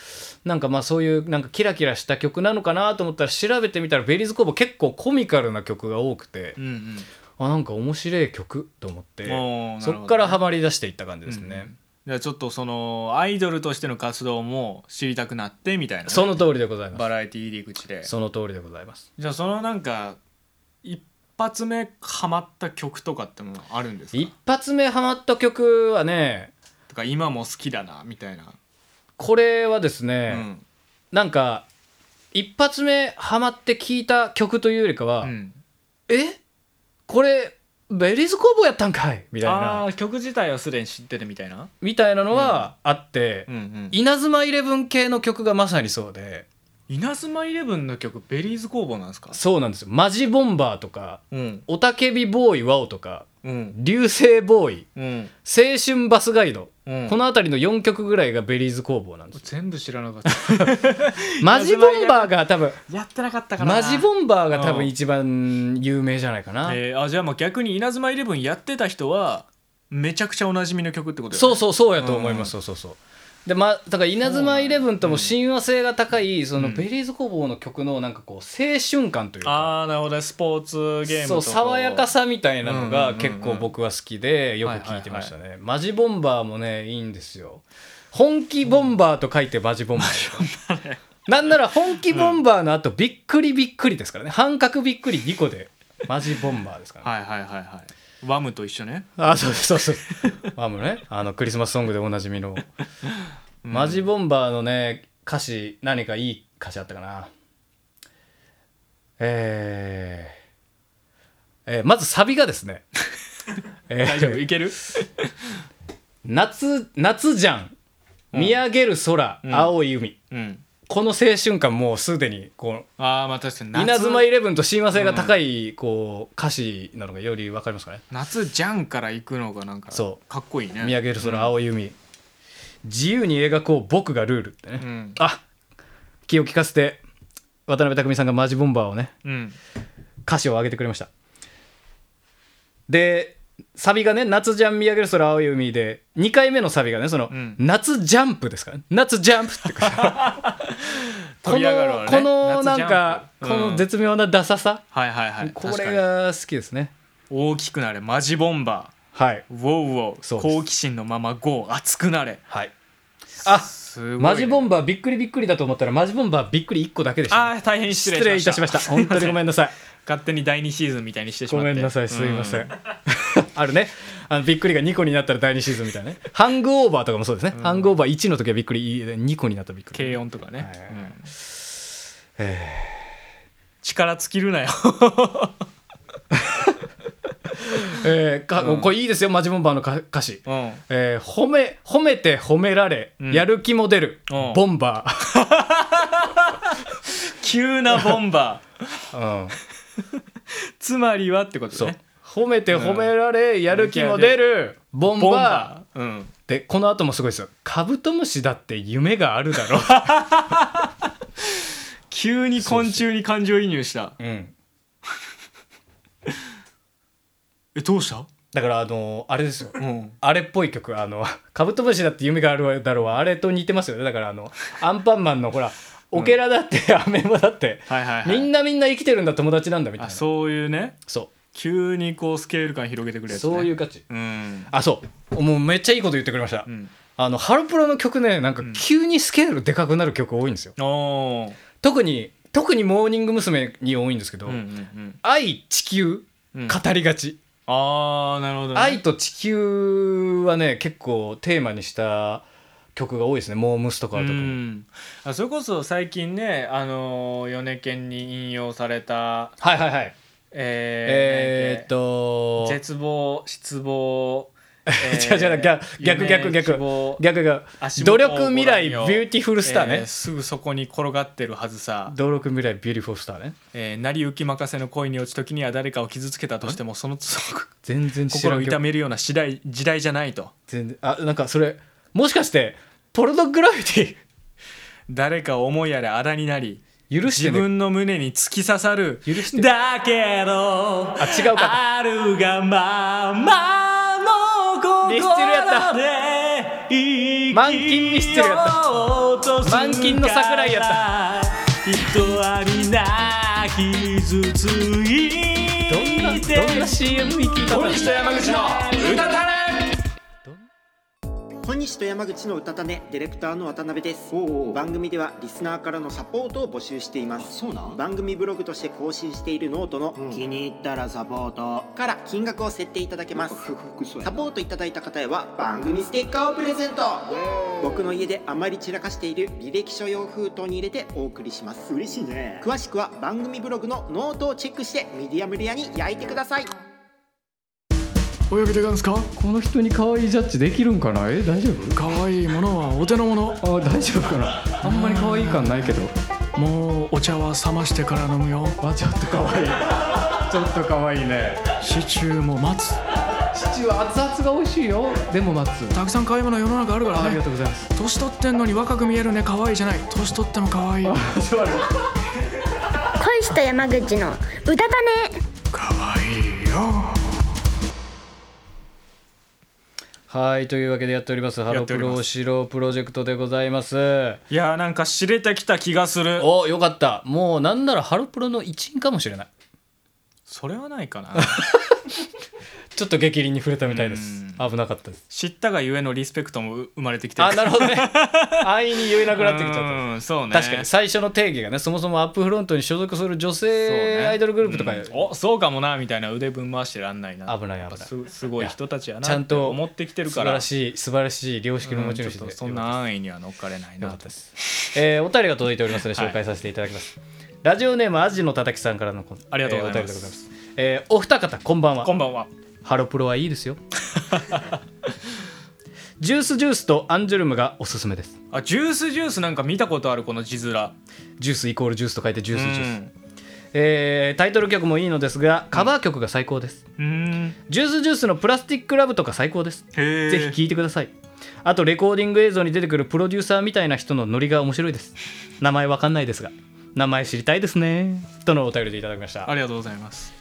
[SPEAKER 1] なんかまあそういうなんかキラキラした曲なのかなと思ったら調べてみたらベリーズ工房結構コミカルな曲が多くて
[SPEAKER 2] うんうん
[SPEAKER 1] あなんか面白い曲と思って
[SPEAKER 2] おーなるほどね
[SPEAKER 1] そっからハマり出していった感じですね。
[SPEAKER 2] じゃあちょっとそのアイドルとしての活動も知りたくなってみたいなね
[SPEAKER 1] その通りでございま
[SPEAKER 2] バラエティ入り口です
[SPEAKER 1] その通りでございます
[SPEAKER 2] じゃあそのなんか一発目ハマった曲とかってもあるんですか
[SPEAKER 1] 一発目ハマった曲はね
[SPEAKER 2] とか今も好きだなみたいな、
[SPEAKER 1] これはですね、
[SPEAKER 2] うん
[SPEAKER 1] なんか一発目ハマって聴いた曲というよりかは、
[SPEAKER 2] うん、
[SPEAKER 1] えこれベリーズ工房やったんかいみたい
[SPEAKER 2] あ
[SPEAKER 1] な
[SPEAKER 2] あー曲自体はすでに知ってるみたいな、
[SPEAKER 1] みたいなのはあって、
[SPEAKER 2] うんうん、
[SPEAKER 1] 稲妻イレブン系の曲がまさにそうで
[SPEAKER 2] 稲妻イレブンの曲ベリーズ工房なんですか
[SPEAKER 1] そうなんですよマジボンバーとか
[SPEAKER 2] うん
[SPEAKER 1] おたけびボーイワオとか
[SPEAKER 2] うん
[SPEAKER 1] 流星ボーイ
[SPEAKER 2] うん
[SPEAKER 1] 青春バスガイド、
[SPEAKER 2] うん
[SPEAKER 1] この辺りの4曲ぐらいがベリーズ工房なん ですよ
[SPEAKER 2] 全部知らなかった
[SPEAKER 1] マジボンバーが多分
[SPEAKER 2] やってなかった
[SPEAKER 1] マジボンバーが多
[SPEAKER 2] う
[SPEAKER 1] 分
[SPEAKER 2] ん
[SPEAKER 1] 一番有名じゃないかな、
[SPEAKER 2] えー、あじゃあもう逆に稲妻イレブンやってた人はめちゃくちゃおなじみの曲ってことだよ
[SPEAKER 1] そう
[SPEAKER 2] ね
[SPEAKER 1] そうそうやと思います、
[SPEAKER 2] う
[SPEAKER 1] そうそうそうでまあだから稲妻イレブンとも親和性が高いその
[SPEAKER 2] うん
[SPEAKER 1] ベリーズ工房の曲のなんかこう青春感というか、
[SPEAKER 2] ああなるほどねスポーツゲームと
[SPEAKER 1] そう爽やかさみたいなの
[SPEAKER 2] うんうんうん
[SPEAKER 1] が
[SPEAKER 2] うん
[SPEAKER 1] 結構僕は好きでよく聞いてましたね、マジボンバーもねいいんですよ本気ボンバーと書いてマジボンバー、なんなら本気ボンバーの後びっくりびっくりですからね半角びっくり2個でマジボンバーですからね、
[SPEAKER 2] はいはいはいはいワムと一緒ね
[SPEAKER 1] あそうですそう そうあもうねあのクリスマスソングでおなじみの、マジボンバーのね歌詞何かいい歌詞あったかなえーえーまずサビがです ね、えー
[SPEAKER 2] 大丈夫いける
[SPEAKER 1] 夏夏じゃん見上げる空、青い海
[SPEAKER 2] うん
[SPEAKER 1] この青春感もうすでにこ
[SPEAKER 2] ああまあ確かに
[SPEAKER 1] う
[SPEAKER 2] 夏
[SPEAKER 1] 稲妻イレブンと親和性が高い、こう歌詞なのがより分かりますかね
[SPEAKER 2] 夏じゃんから行くのがなんか
[SPEAKER 1] そう
[SPEAKER 2] かっこいいね
[SPEAKER 1] 見上げる空青い海、自由に描こう僕がルールってね、
[SPEAKER 2] うん
[SPEAKER 1] あ気を利かせて渡辺匠さんがマジボンバーをね
[SPEAKER 2] うん
[SPEAKER 1] 歌詞を上げてくれましたでサビがね「夏ジャン見上げる空青い海で」2回目のサビがねその、
[SPEAKER 2] ん
[SPEAKER 1] 夏ジャンプ」ですからね「夏ジャンプ」ってこ
[SPEAKER 2] 飛
[SPEAKER 1] の、
[SPEAKER 2] び上がるわね
[SPEAKER 1] この
[SPEAKER 2] 夏
[SPEAKER 1] な
[SPEAKER 2] ジャンプ
[SPEAKER 1] んか、
[SPEAKER 2] うん
[SPEAKER 1] この絶妙なダサさ、
[SPEAKER 2] はいはいはい
[SPEAKER 1] こ
[SPEAKER 2] 確か
[SPEAKER 1] れ
[SPEAKER 2] に
[SPEAKER 1] が好きですね
[SPEAKER 2] 大きくなれマジボンバ
[SPEAKER 1] はい
[SPEAKER 2] ーウォウウォ
[SPEAKER 1] そう
[SPEAKER 2] ウ
[SPEAKER 1] です
[SPEAKER 2] 好奇心のまま GO 熱くなれ
[SPEAKER 1] はいあ
[SPEAKER 2] すごいね
[SPEAKER 1] マジボンバーびっくりびっくりだと思ったらマジボンバーびっくり1個だけでしたね、
[SPEAKER 2] あー大変失
[SPEAKER 1] 失
[SPEAKER 2] 礼
[SPEAKER 1] 礼いたしました本当にごめんなさい
[SPEAKER 2] 勝手に第二シーズンみたいにしてしま
[SPEAKER 1] ご
[SPEAKER 2] って
[SPEAKER 1] めんなさいすいません、
[SPEAKER 2] う
[SPEAKER 1] あるねあのびっくりが2個になったら第2シーズンみたいなねハングオーバーとかもそうですね、ハングオーバー1の時はびっくり2個になったらびっくり
[SPEAKER 2] 軽音とかね、
[SPEAKER 1] いはいはい
[SPEAKER 2] うん力尽きるなよ
[SPEAKER 1] えーか
[SPEAKER 2] うん
[SPEAKER 1] これいいですよマジボンバーのか歌詞、
[SPEAKER 2] うん
[SPEAKER 1] えー褒め褒めて褒められ、
[SPEAKER 2] うん
[SPEAKER 1] やる気も出る、
[SPEAKER 2] うん
[SPEAKER 1] ボンバー
[SPEAKER 2] 急なボンバー
[SPEAKER 1] うん
[SPEAKER 2] つまりはってこと
[SPEAKER 1] そう
[SPEAKER 2] ね
[SPEAKER 1] 褒めて褒められ、やる気も出るボンバー
[SPEAKER 2] ボンバー、うん、
[SPEAKER 1] でこの後もすごいですよカブトムシだって夢があるだろう、
[SPEAKER 2] 急に昆虫に感情移入した
[SPEAKER 1] うん、
[SPEAKER 2] えどうした
[SPEAKER 1] だからあのあれですよ
[SPEAKER 2] うん
[SPEAKER 1] あれっぽい曲あの 「カブトムシだって夢があるだろう」あれと似てますよねだからあのアンパンマンのほらオケラだって、 アメンボだって、
[SPEAKER 2] はいはいはい
[SPEAKER 1] みんなみんな生きてるんだ友達なんだみたい
[SPEAKER 2] あ
[SPEAKER 1] なそう
[SPEAKER 2] そういうね
[SPEAKER 1] そ
[SPEAKER 2] 急にこうスケール感広げてく
[SPEAKER 1] う
[SPEAKER 2] れるやつね
[SPEAKER 1] いう価値
[SPEAKER 2] うん
[SPEAKER 1] あそうもうめっちゃいいこと言ってくれました、
[SPEAKER 2] うん
[SPEAKER 1] あのハロプロの曲ねなんか
[SPEAKER 2] ん
[SPEAKER 1] 急にスケールでかくなる曲多いんですよ、
[SPEAKER 2] おー
[SPEAKER 1] 特に特にモーニング娘。に多いんですけど「
[SPEAKER 2] うんうん
[SPEAKER 1] 愛地球」
[SPEAKER 2] うん
[SPEAKER 1] 語りがち、
[SPEAKER 2] ああなるほどね
[SPEAKER 1] 愛と地球はね結構テーマにした曲が多いですねモームスとかだと
[SPEAKER 2] う
[SPEAKER 1] かも
[SPEAKER 2] んあそれこそ最近ねあのー米県に引用された
[SPEAKER 1] はいはいはいえ
[SPEAKER 2] え
[SPEAKER 1] ー、っ
[SPEAKER 2] ー
[SPEAKER 1] と
[SPEAKER 2] 絶望失 望
[SPEAKER 1] 違う違う逆逆逆逆逆が
[SPEAKER 2] 足
[SPEAKER 1] 努
[SPEAKER 2] 元を
[SPEAKER 1] 力未来ビ
[SPEAKER 2] ご覧
[SPEAKER 1] ュ
[SPEAKER 2] よ
[SPEAKER 1] ーティフルスターね、
[SPEAKER 2] えーすぐそこに転がってるはずさ、
[SPEAKER 1] 努力未来ビューティフルスターね
[SPEAKER 2] えー成り行き任せの恋に落ち時には誰かを傷つけたとしてもその都度
[SPEAKER 1] 全然知ら
[SPEAKER 2] 心を
[SPEAKER 1] ん
[SPEAKER 2] 痛
[SPEAKER 1] 曲
[SPEAKER 2] めるような時代時代じゃないと
[SPEAKER 1] 全然あなんかそれもしかしてポルノグラフィテ
[SPEAKER 2] 誰かを思いやれあだになり
[SPEAKER 1] ィ許して
[SPEAKER 2] 自
[SPEAKER 1] ね
[SPEAKER 2] 分の胸に突き刺さる
[SPEAKER 1] 許して
[SPEAKER 2] だけ ど
[SPEAKER 1] あ違うか
[SPEAKER 2] あるがままの心で
[SPEAKER 1] ミスチルやった満金ミスチルやった満金の桜井やった
[SPEAKER 2] 人ありな傷つい
[SPEAKER 1] どんなどんな CM 行き方
[SPEAKER 2] と山口の歌たれ
[SPEAKER 4] 小西と山口の歌種ディレクターの渡辺です番組ではリスナーからのサポートを募集しています
[SPEAKER 6] そうなん
[SPEAKER 4] 番組ブログとして更新しているノートの、
[SPEAKER 6] うん
[SPEAKER 4] 気に入ったらサポートから金額を設定いただけます
[SPEAKER 6] ふふふそうや
[SPEAKER 4] サ
[SPEAKER 6] な
[SPEAKER 4] ポートいただいた方へは番組ステッカーをプレゼント僕の家であまり散らかしている履歴書用封筒に入れてお送りします
[SPEAKER 6] 嬉しいね
[SPEAKER 4] 詳しくは番組ブログのノートをチェックしてミディアムレアに焼いてください
[SPEAKER 5] お呼びでございますか
[SPEAKER 1] この人に可愛いジャッジできるんかなえ大丈
[SPEAKER 5] 可愛いものはお手の物
[SPEAKER 1] 夫あ大丈夫かなあんまり可愛い感ないけど
[SPEAKER 5] もうお茶は冷ましてから飲むよ
[SPEAKER 1] あちょっと可愛いちょっと可愛いね
[SPEAKER 5] シチューも待つ
[SPEAKER 1] シチューは熱々が美味しいよでも待つ
[SPEAKER 5] たくさん買い物世の中あるからね
[SPEAKER 1] とうございます
[SPEAKER 5] 年取ってんのに若く見えるね可愛いじゃない年取っても可愛い
[SPEAKER 7] 小石と山口の歌だね
[SPEAKER 5] 可愛いよ
[SPEAKER 1] はいというわけでやっておりますハ
[SPEAKER 2] や
[SPEAKER 1] ロ
[SPEAKER 2] って
[SPEAKER 1] プ
[SPEAKER 2] おります
[SPEAKER 1] ロシロプロジェクトでございます
[SPEAKER 2] いやーなんか知れてきた気がする
[SPEAKER 1] およかったもうなんならハロプロの一員かもしれない
[SPEAKER 2] それはない かな
[SPEAKER 1] ちょっと激凛に触れたみたいです
[SPEAKER 2] うん
[SPEAKER 1] 危なかったです
[SPEAKER 2] 知ったがゆえのリスペクトも生まれてきてる
[SPEAKER 1] あなるほど ね安易に言えなくなってきちゃった
[SPEAKER 2] うんそうね
[SPEAKER 1] 確かに最初の定義がねそもそもアップフロントに所属する女性アイドルグループとか、
[SPEAKER 2] そうねうんおそうかもなみたいな腕ぶん回してらんないな
[SPEAKER 1] 危ない
[SPEAKER 2] やっぱ
[SPEAKER 1] 危ない
[SPEAKER 2] すすごい人たちやな
[SPEAKER 1] ちゃんと
[SPEAKER 2] って思ってきてる
[SPEAKER 1] 素
[SPEAKER 2] か
[SPEAKER 1] 晴
[SPEAKER 2] ら
[SPEAKER 1] らしい素晴らしい良識の持ち主
[SPEAKER 2] うん
[SPEAKER 1] で、
[SPEAKER 2] ちょっとそんな安易には乗っかれない
[SPEAKER 1] よか
[SPEAKER 2] な
[SPEAKER 1] ったです。えーお便りが届いておりますので紹介させていただきます。ラジオネームアジのたたきさんからのこ
[SPEAKER 2] ありがとうございま
[SPEAKER 1] えーお便りで
[SPEAKER 2] す
[SPEAKER 1] ございますえーお二方こんばんは。
[SPEAKER 2] こんばんは
[SPEAKER 1] ハロプロはいいですよ。 ジュースジュースとアンジュルムがおすすめです。
[SPEAKER 2] あジュースジュースなんか見たことあるこの字面
[SPEAKER 1] ジュースイコールジュースと書いてジュースジュース。
[SPEAKER 2] ス
[SPEAKER 1] えータイトル曲もいいのですがカバー曲が最高です。
[SPEAKER 2] うん
[SPEAKER 1] ジュースジュースのプラスティックラブとか最高です。
[SPEAKER 2] へえ
[SPEAKER 1] ぜひ聴いてください。あとレコーディング映像に出てくるプロデューサーみたいな人のノリが面白いです。名前わかんないですが、名前知りたいですね。とのお便りでいただきました
[SPEAKER 2] あ。りがとうございます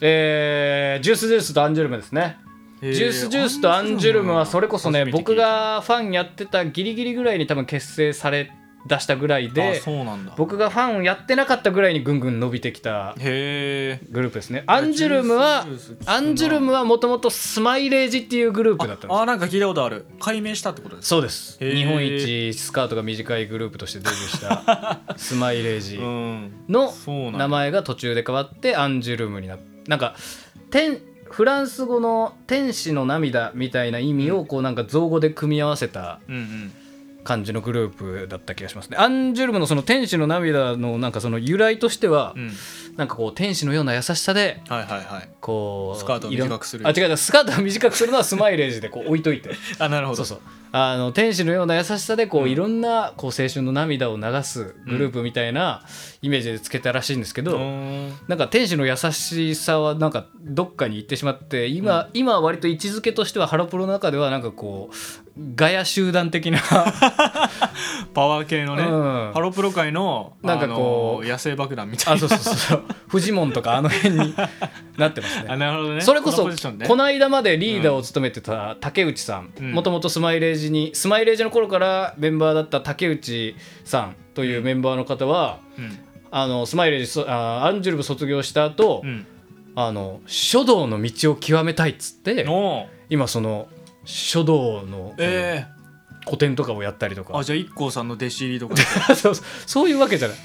[SPEAKER 1] えージュースジュースとアンジュルムですね。
[SPEAKER 2] ジ
[SPEAKER 1] ジュースジュースとアンジュルムはそれこそね、僕がファンやってたギリギリぐらいに多分結成され出したぐらい
[SPEAKER 2] で
[SPEAKER 1] で、
[SPEAKER 2] そうなんだ
[SPEAKER 1] 僕がファンをやってなかったぐらいにぐんぐん伸びてきた
[SPEAKER 2] へえ
[SPEAKER 1] グループですね。アンジュルムは
[SPEAKER 2] ジュースジュース聞く、な
[SPEAKER 1] アンジュルムはもともとスマイレージっていうグループだったんです
[SPEAKER 2] あなんか聞いたことある解明したってことです
[SPEAKER 1] そうです
[SPEAKER 2] へー
[SPEAKER 1] 日本一スカートが短いグループとしてデビュー したスマイレージ
[SPEAKER 2] うん
[SPEAKER 1] の
[SPEAKER 2] そうなんだ
[SPEAKER 1] 名前が途中で変わってアンジュルムになっなんか天フランス語の「天使の涙」みたいな意味をこうなんか造語で組み合わせた
[SPEAKER 2] うんうん
[SPEAKER 1] 感じのグループだった気がしますねアンジュルムのその天使の涙のなんかその由来としては、
[SPEAKER 2] うん
[SPEAKER 1] なんかこう天使のような優しさで
[SPEAKER 2] はいはいはい
[SPEAKER 1] こう
[SPEAKER 2] スカートを
[SPEAKER 1] いろん
[SPEAKER 2] 短くする
[SPEAKER 1] あ違う違うスカートを短くするのはスマイレージでこう置いといて
[SPEAKER 2] あなるほど
[SPEAKER 1] そうそうあの天使のような優しさでこう、いろんなこう青春の涙を流すグループみたいなイメージでつけたらしいんですけど、
[SPEAKER 2] うーん
[SPEAKER 1] なんか天使の優しさはなんかどっかに行ってしまって今、今は割と位置づけとしてはハロプロの中ではなんかこうガヤ集団的な
[SPEAKER 2] パワー系のね、
[SPEAKER 1] うん
[SPEAKER 2] ハロプロ界の
[SPEAKER 1] なんかこう
[SPEAKER 2] あの野生爆弾みたい
[SPEAKER 1] あ
[SPEAKER 2] な
[SPEAKER 1] そうそうそうフジモンとかあの辺になって ますね
[SPEAKER 2] あなるほどね
[SPEAKER 1] それこそ
[SPEAKER 2] のポジションね
[SPEAKER 1] この間までリーダーを務めてた竹内さん
[SPEAKER 2] うん
[SPEAKER 1] もともとスマイレージにスマイレージの頃からメンバーだった竹内さんというメンバーの方は、
[SPEAKER 2] うん
[SPEAKER 1] あのスマイレージそあアンジュルム卒業した後、
[SPEAKER 2] うん
[SPEAKER 1] あの書道の道を極めたいっつって
[SPEAKER 2] おー
[SPEAKER 1] 今その書道の
[SPEAKER 2] え
[SPEAKER 1] 古典とかをやったりと
[SPEAKER 2] ー、あ
[SPEAKER 1] か
[SPEAKER 2] じゃあ IKKO さんの弟子 入りとか
[SPEAKER 1] そうそうそういうわけじゃない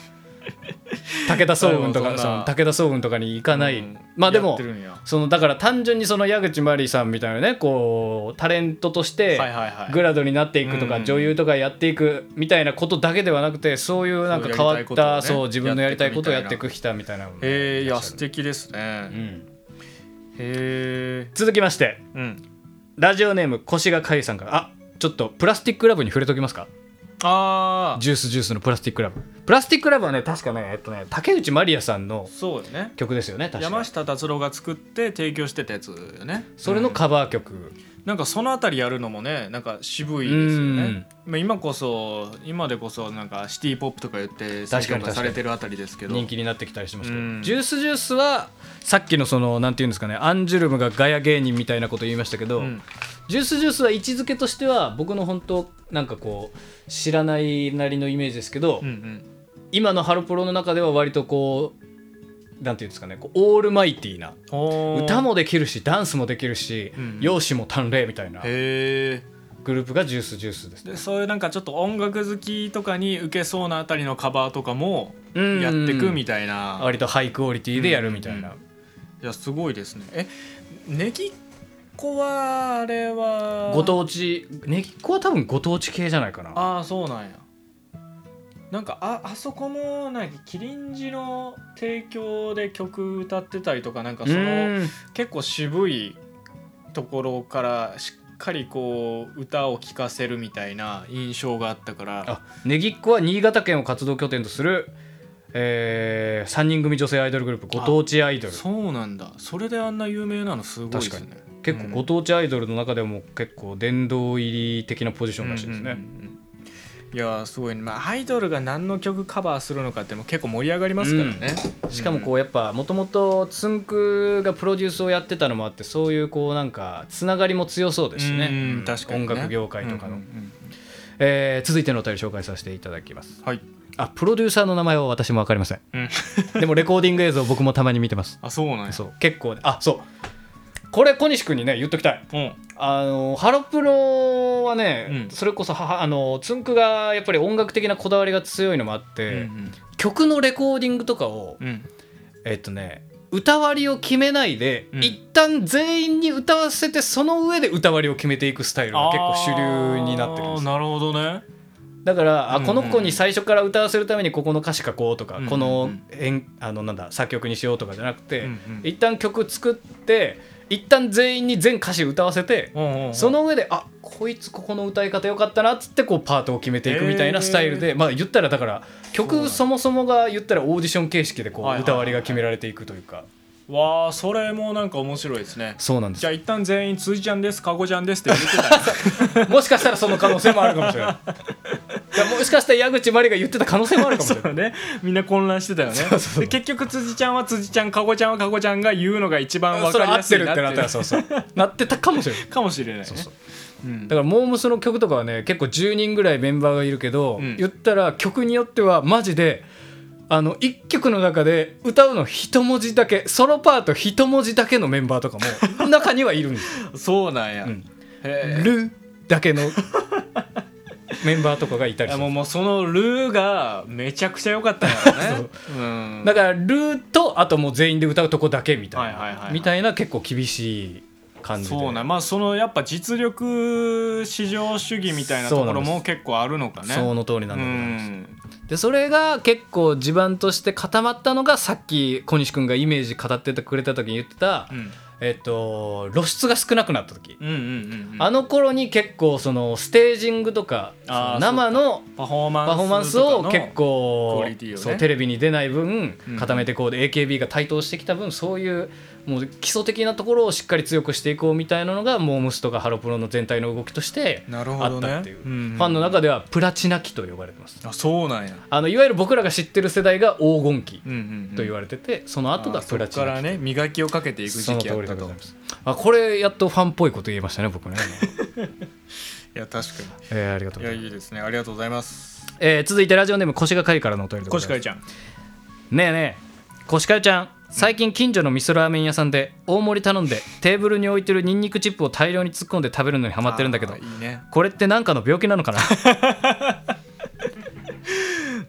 [SPEAKER 1] 武田総雲と
[SPEAKER 2] な
[SPEAKER 1] か
[SPEAKER 2] るほどな
[SPEAKER 1] その武田総雲とかに行かない、
[SPEAKER 2] うん
[SPEAKER 1] まあで
[SPEAKER 2] やっ
[SPEAKER 1] も
[SPEAKER 2] てるんやは
[SPEAKER 1] そのだから単純にその矢口真理さんみたいなねこうタレントとし
[SPEAKER 2] い
[SPEAKER 1] て
[SPEAKER 2] はいはい
[SPEAKER 1] グラドになっていくとか、
[SPEAKER 2] うん
[SPEAKER 1] 女優とかやっていくみたいなことだけではなくてそういうなんか変わったそう
[SPEAKER 2] そうやりたいことをね
[SPEAKER 1] 自分のやりたいことを
[SPEAKER 2] や
[SPEAKER 1] や
[SPEAKER 2] っ
[SPEAKER 1] ってて
[SPEAKER 2] い
[SPEAKER 1] い
[SPEAKER 2] く
[SPEAKER 1] く人みたいなのも
[SPEAKER 2] えー、い
[SPEAKER 1] いら
[SPEAKER 2] や
[SPEAKER 1] っし
[SPEAKER 2] 素
[SPEAKER 1] ゃる
[SPEAKER 2] 敵ですね、
[SPEAKER 1] うん
[SPEAKER 2] へえ
[SPEAKER 1] 続きまして
[SPEAKER 2] うん
[SPEAKER 1] ラジオネーム腰がかゆさんからあちょっとプラスティックラブに触れときますか
[SPEAKER 2] ああ
[SPEAKER 1] ジュースジュースのプラスティックラブプラスティックラブはね確かねえっとね竹内まりやさんの
[SPEAKER 2] そうよね
[SPEAKER 1] 曲ですよね確
[SPEAKER 2] 山
[SPEAKER 1] か
[SPEAKER 2] 下達郎が作って提供してたやつよね
[SPEAKER 1] それの
[SPEAKER 2] うん
[SPEAKER 1] カバー曲、
[SPEAKER 2] なんかそのあたりやるのもねなんか渋いですよね、まあ、今こそ今でこそなんかシティポップとか言って
[SPEAKER 1] 確かに
[SPEAKER 2] 評価されてるあたりですけど
[SPEAKER 1] 人気になってきたりしますけど、
[SPEAKER 2] うん
[SPEAKER 1] ジュースジュースはさっきのそのなんていうんですかねアンジュルムがガヤ芸人みたいなこと言いましたけど、
[SPEAKER 2] うん
[SPEAKER 1] ジュースジュースは位置づけとしては僕の本当なんかこう知らないなりのイメージですけど、
[SPEAKER 2] うんうん
[SPEAKER 1] 今のハロプロの中では割とこうなんていうんですかねこうオールマイティーな
[SPEAKER 2] ほー
[SPEAKER 1] 歌もできるしダンスもできるし、
[SPEAKER 2] うん
[SPEAKER 1] 容姿も端麗みたいな
[SPEAKER 2] へえ
[SPEAKER 1] グループがジュースジュースですね
[SPEAKER 2] でそういうなんかちょっと音楽好きとかに受けそうなあたりのカバーとかもやってくみ
[SPEAKER 1] た
[SPEAKER 2] たいな、
[SPEAKER 1] 割とハイクオリティでやるみたいな、
[SPEAKER 2] うんいやすごいですねえネギっ子はあれは
[SPEAKER 1] ご当地ねぎっこは多分ご当地系じゃないかな
[SPEAKER 2] ああそうなんやなんかああそこもなんかキリンジの提供で曲歌ってたりとかなんかその
[SPEAKER 1] うん
[SPEAKER 2] 結構渋いところからしっかりこう歌を聴かせるみたいな印象があったから
[SPEAKER 1] あねぎっこは新潟県を活動拠点とする、え3人組女性アイドルグループご当地アイドル
[SPEAKER 2] そうなんだそれであんな有名なのすごいです
[SPEAKER 1] 確
[SPEAKER 2] ね
[SPEAKER 1] 結構ご当地アイドルの中でも結構殿堂入り的なポジションらしいですね、
[SPEAKER 2] うんうんうんうんいやーすごいね、まあ、アイドルが何の曲カバーするのかっても結構盛り上がりますからね、
[SPEAKER 1] しかもこうやっぱもともとつんくがプロデュースをやってたのもあってそういうこうなんかつながりも強そうですしね,、
[SPEAKER 2] うん確かにね
[SPEAKER 1] 音楽業界とかの、
[SPEAKER 2] うんうん
[SPEAKER 1] えー続いてのお便り紹介させていただきます
[SPEAKER 2] うんはい、
[SPEAKER 1] あプロデューサーの名前は私も分かりません
[SPEAKER 2] うん、
[SPEAKER 1] でもレコーディング映像僕もたまに見てます
[SPEAKER 2] あそうなんや
[SPEAKER 1] そう結構あそうこれ小西君にね言っときたい
[SPEAKER 2] うん
[SPEAKER 1] あのハロプロはね、
[SPEAKER 2] うん
[SPEAKER 1] それこそははあのつんくがやっぱり音楽的なこだわりが強いのもあって、曲のレコーディングとかを、
[SPEAKER 2] うん
[SPEAKER 1] えっとね歌割りを決めないで、
[SPEAKER 2] うん
[SPEAKER 1] 一旦全員に歌わせてその上で歌割りを決めていくスタイルが結構主流になってるんです
[SPEAKER 2] あーなるほどね
[SPEAKER 1] だから、あ
[SPEAKER 2] うんうん
[SPEAKER 1] この子に最初から歌わせるためにここの歌詞書こうとか、
[SPEAKER 2] うんうんうん
[SPEAKER 1] この演あのなんだ作曲にしようとかじゃなくて、
[SPEAKER 2] うんうん
[SPEAKER 1] 一旦曲作って一旦全員に全歌詞歌わせて、
[SPEAKER 2] うんうんうん
[SPEAKER 1] その上であこいつここの歌い方良かったなっつってこうパートを決めていくみたいなスタイルで、まあ言ったらだから
[SPEAKER 2] そうだ
[SPEAKER 1] 曲そもそもが言ったらオーディション形式でこ
[SPEAKER 2] はいはいうはい
[SPEAKER 1] 歌割りが決められていくというか
[SPEAKER 2] わあそれもなんか面白いですね
[SPEAKER 1] そうなんです
[SPEAKER 2] じゃ
[SPEAKER 1] よ
[SPEAKER 2] あ一旦全員「辻ちゃんです」「かごちゃんです」って言ってたんです
[SPEAKER 1] もしかしたらその可能性もあるかもしれ ないだからもしかしたら矢口真理が言ってた可能性もあるかもしれ
[SPEAKER 2] そ
[SPEAKER 1] な
[SPEAKER 2] う
[SPEAKER 1] い
[SPEAKER 2] ねみんな混乱してたよね
[SPEAKER 1] そうそうそう
[SPEAKER 2] で結局辻ちゃんは辻ちゃんかごちゃんはかごちゃんが言うのが一番分
[SPEAKER 1] それ
[SPEAKER 2] かり
[SPEAKER 1] 合
[SPEAKER 2] や
[SPEAKER 1] っ
[SPEAKER 2] す
[SPEAKER 1] て
[SPEAKER 2] い
[SPEAKER 1] るっ
[SPEAKER 2] なって
[SPEAKER 1] てな ったらそうそうなってたかもしれない
[SPEAKER 2] かもしれないね
[SPEAKER 1] そうそう
[SPEAKER 2] うん
[SPEAKER 1] だからモームスの曲とかはね結構10人ぐらいメンバーがいるけど、
[SPEAKER 2] うん
[SPEAKER 1] 言ったら曲によってはマジであの1曲の中で歌うの一文字だけソロパート一文字だけのメンバーとか も中にはいるんですよ
[SPEAKER 2] そうなんや、
[SPEAKER 1] うん
[SPEAKER 2] へえ
[SPEAKER 1] ルだけ のメンバーとかがいた
[SPEAKER 2] い
[SPEAKER 1] り
[SPEAKER 2] や
[SPEAKER 1] す
[SPEAKER 2] もう
[SPEAKER 1] る
[SPEAKER 2] もうそのルーがめちゃくちゃ良かった んやろねうん
[SPEAKER 1] だからルとあともう全員で歌うとこだけみたいな、
[SPEAKER 2] はいはいはいはい
[SPEAKER 1] みたいな結構厳しい感じで
[SPEAKER 2] そうなまあそのやっぱ実力至上主義みたいなところ
[SPEAKER 1] そうなん
[SPEAKER 2] も結構あるのかね
[SPEAKER 1] その通りなんだ
[SPEAKER 2] う
[SPEAKER 1] と思います
[SPEAKER 2] ん
[SPEAKER 1] でそれが結構地盤として固まったのがさっき小西君がイメージ語っててくれた時に言ってた、
[SPEAKER 2] うん
[SPEAKER 1] えっと、露出が少なくなった時、
[SPEAKER 2] うんうんうん
[SPEAKER 1] あの頃に結構そのステージングとか
[SPEAKER 2] あ
[SPEAKER 1] その
[SPEAKER 2] ー
[SPEAKER 1] 生の
[SPEAKER 2] パフォーマンス
[SPEAKER 1] パフォーマンスを結
[SPEAKER 2] ク
[SPEAKER 1] 構
[SPEAKER 2] オリティをね
[SPEAKER 1] そうテレビに出ない分
[SPEAKER 2] うん
[SPEAKER 1] 固めてこうで AKB が台頭してきた分そういうもう基礎的なところをしっかり強くしていこうみたいなのがモームスとかハロプロの全体の動きとして
[SPEAKER 2] なるほ
[SPEAKER 1] あ
[SPEAKER 2] ど
[SPEAKER 1] っ
[SPEAKER 2] ね
[SPEAKER 1] たっていう、
[SPEAKER 2] うんうん
[SPEAKER 1] ファンの中ではプラチナ期と呼ばれてます
[SPEAKER 2] あそうなんや、
[SPEAKER 1] あのいわゆる僕らが知ってる世代が黄金期
[SPEAKER 2] うんうんうん、
[SPEAKER 1] と言われてて、その後が
[SPEAKER 2] あそ
[SPEAKER 1] プ
[SPEAKER 2] こ
[SPEAKER 1] ラチ
[SPEAKER 2] か
[SPEAKER 1] ナ
[SPEAKER 2] ら
[SPEAKER 1] 期
[SPEAKER 2] ね磨きをかけていく
[SPEAKER 1] そ
[SPEAKER 2] 時
[SPEAKER 1] の通
[SPEAKER 2] 期やっ
[SPEAKER 1] り
[SPEAKER 2] た
[SPEAKER 1] でござ
[SPEAKER 2] と
[SPEAKER 1] いますあこれやっとファンっぽいこと言えましたね 僕ね、
[SPEAKER 2] いや確かに
[SPEAKER 1] えーありがとう
[SPEAKER 2] い
[SPEAKER 1] ござ
[SPEAKER 2] や
[SPEAKER 1] います
[SPEAKER 2] いいですねありがとうございます
[SPEAKER 1] えー続いてラジオネーム腰がかゆからのお便りでご
[SPEAKER 2] コ
[SPEAKER 1] ざ
[SPEAKER 2] シ
[SPEAKER 1] いま
[SPEAKER 2] カイ
[SPEAKER 1] す
[SPEAKER 2] ちゃん
[SPEAKER 1] ねえねえコシカゆちゃん最近近所の味噌ラーメン屋さんで大盛り頼んでテーブルに置いてるニンニクチップを大量に突っ込んで食べるのにハマってるんだけど
[SPEAKER 2] あーいいね
[SPEAKER 1] これって何かの病気なの かな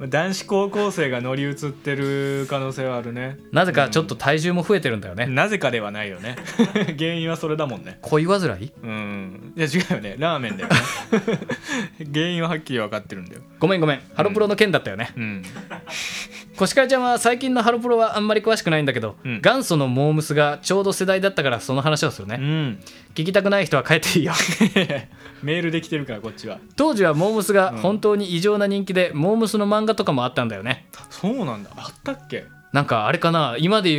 [SPEAKER 2] 男子高校生が乗り移ってる可能性はあるね
[SPEAKER 1] なぜかちょっと体重も増えてるんだよね、
[SPEAKER 2] なぜかではないよね 原因はそれだもんね
[SPEAKER 1] 恋煩い
[SPEAKER 2] うんいや違うよねラーメンだよね 原因ははっきり分かってるんだよ
[SPEAKER 1] ごめんごめんハロプロの件だったよね、
[SPEAKER 2] うん
[SPEAKER 1] コシカイちゃんは最近のハロプロはあんまり詳しくないんだけど、
[SPEAKER 2] うん
[SPEAKER 1] 元祖のモームスがちょうど世代だったからその話をするね、
[SPEAKER 2] うん
[SPEAKER 1] 聞きたくない人は帰っていいよ
[SPEAKER 2] メールできてるからこっちは
[SPEAKER 1] 当時はモームスが本当に異常な人気で、モームスの漫画とかもあったんだよね
[SPEAKER 2] そうなんだあったっけ
[SPEAKER 1] なんかあれかな今でい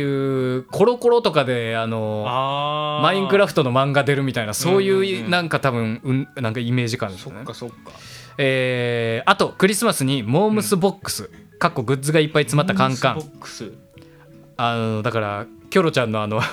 [SPEAKER 1] うコロコロとかであの
[SPEAKER 2] あ
[SPEAKER 1] マインクラ
[SPEAKER 2] フ
[SPEAKER 1] フトの漫画出るみたいなそういう,、
[SPEAKER 2] うんうんうん
[SPEAKER 1] なんか多分、うん、なんかイメージ感です
[SPEAKER 2] そ
[SPEAKER 1] よね
[SPEAKER 2] っかそっか
[SPEAKER 1] えーあとクリスマスにモームスボックス、かっこグッズがいっぱい詰まったカンカン
[SPEAKER 2] ボックス
[SPEAKER 1] あのだからキョロちゃんのあの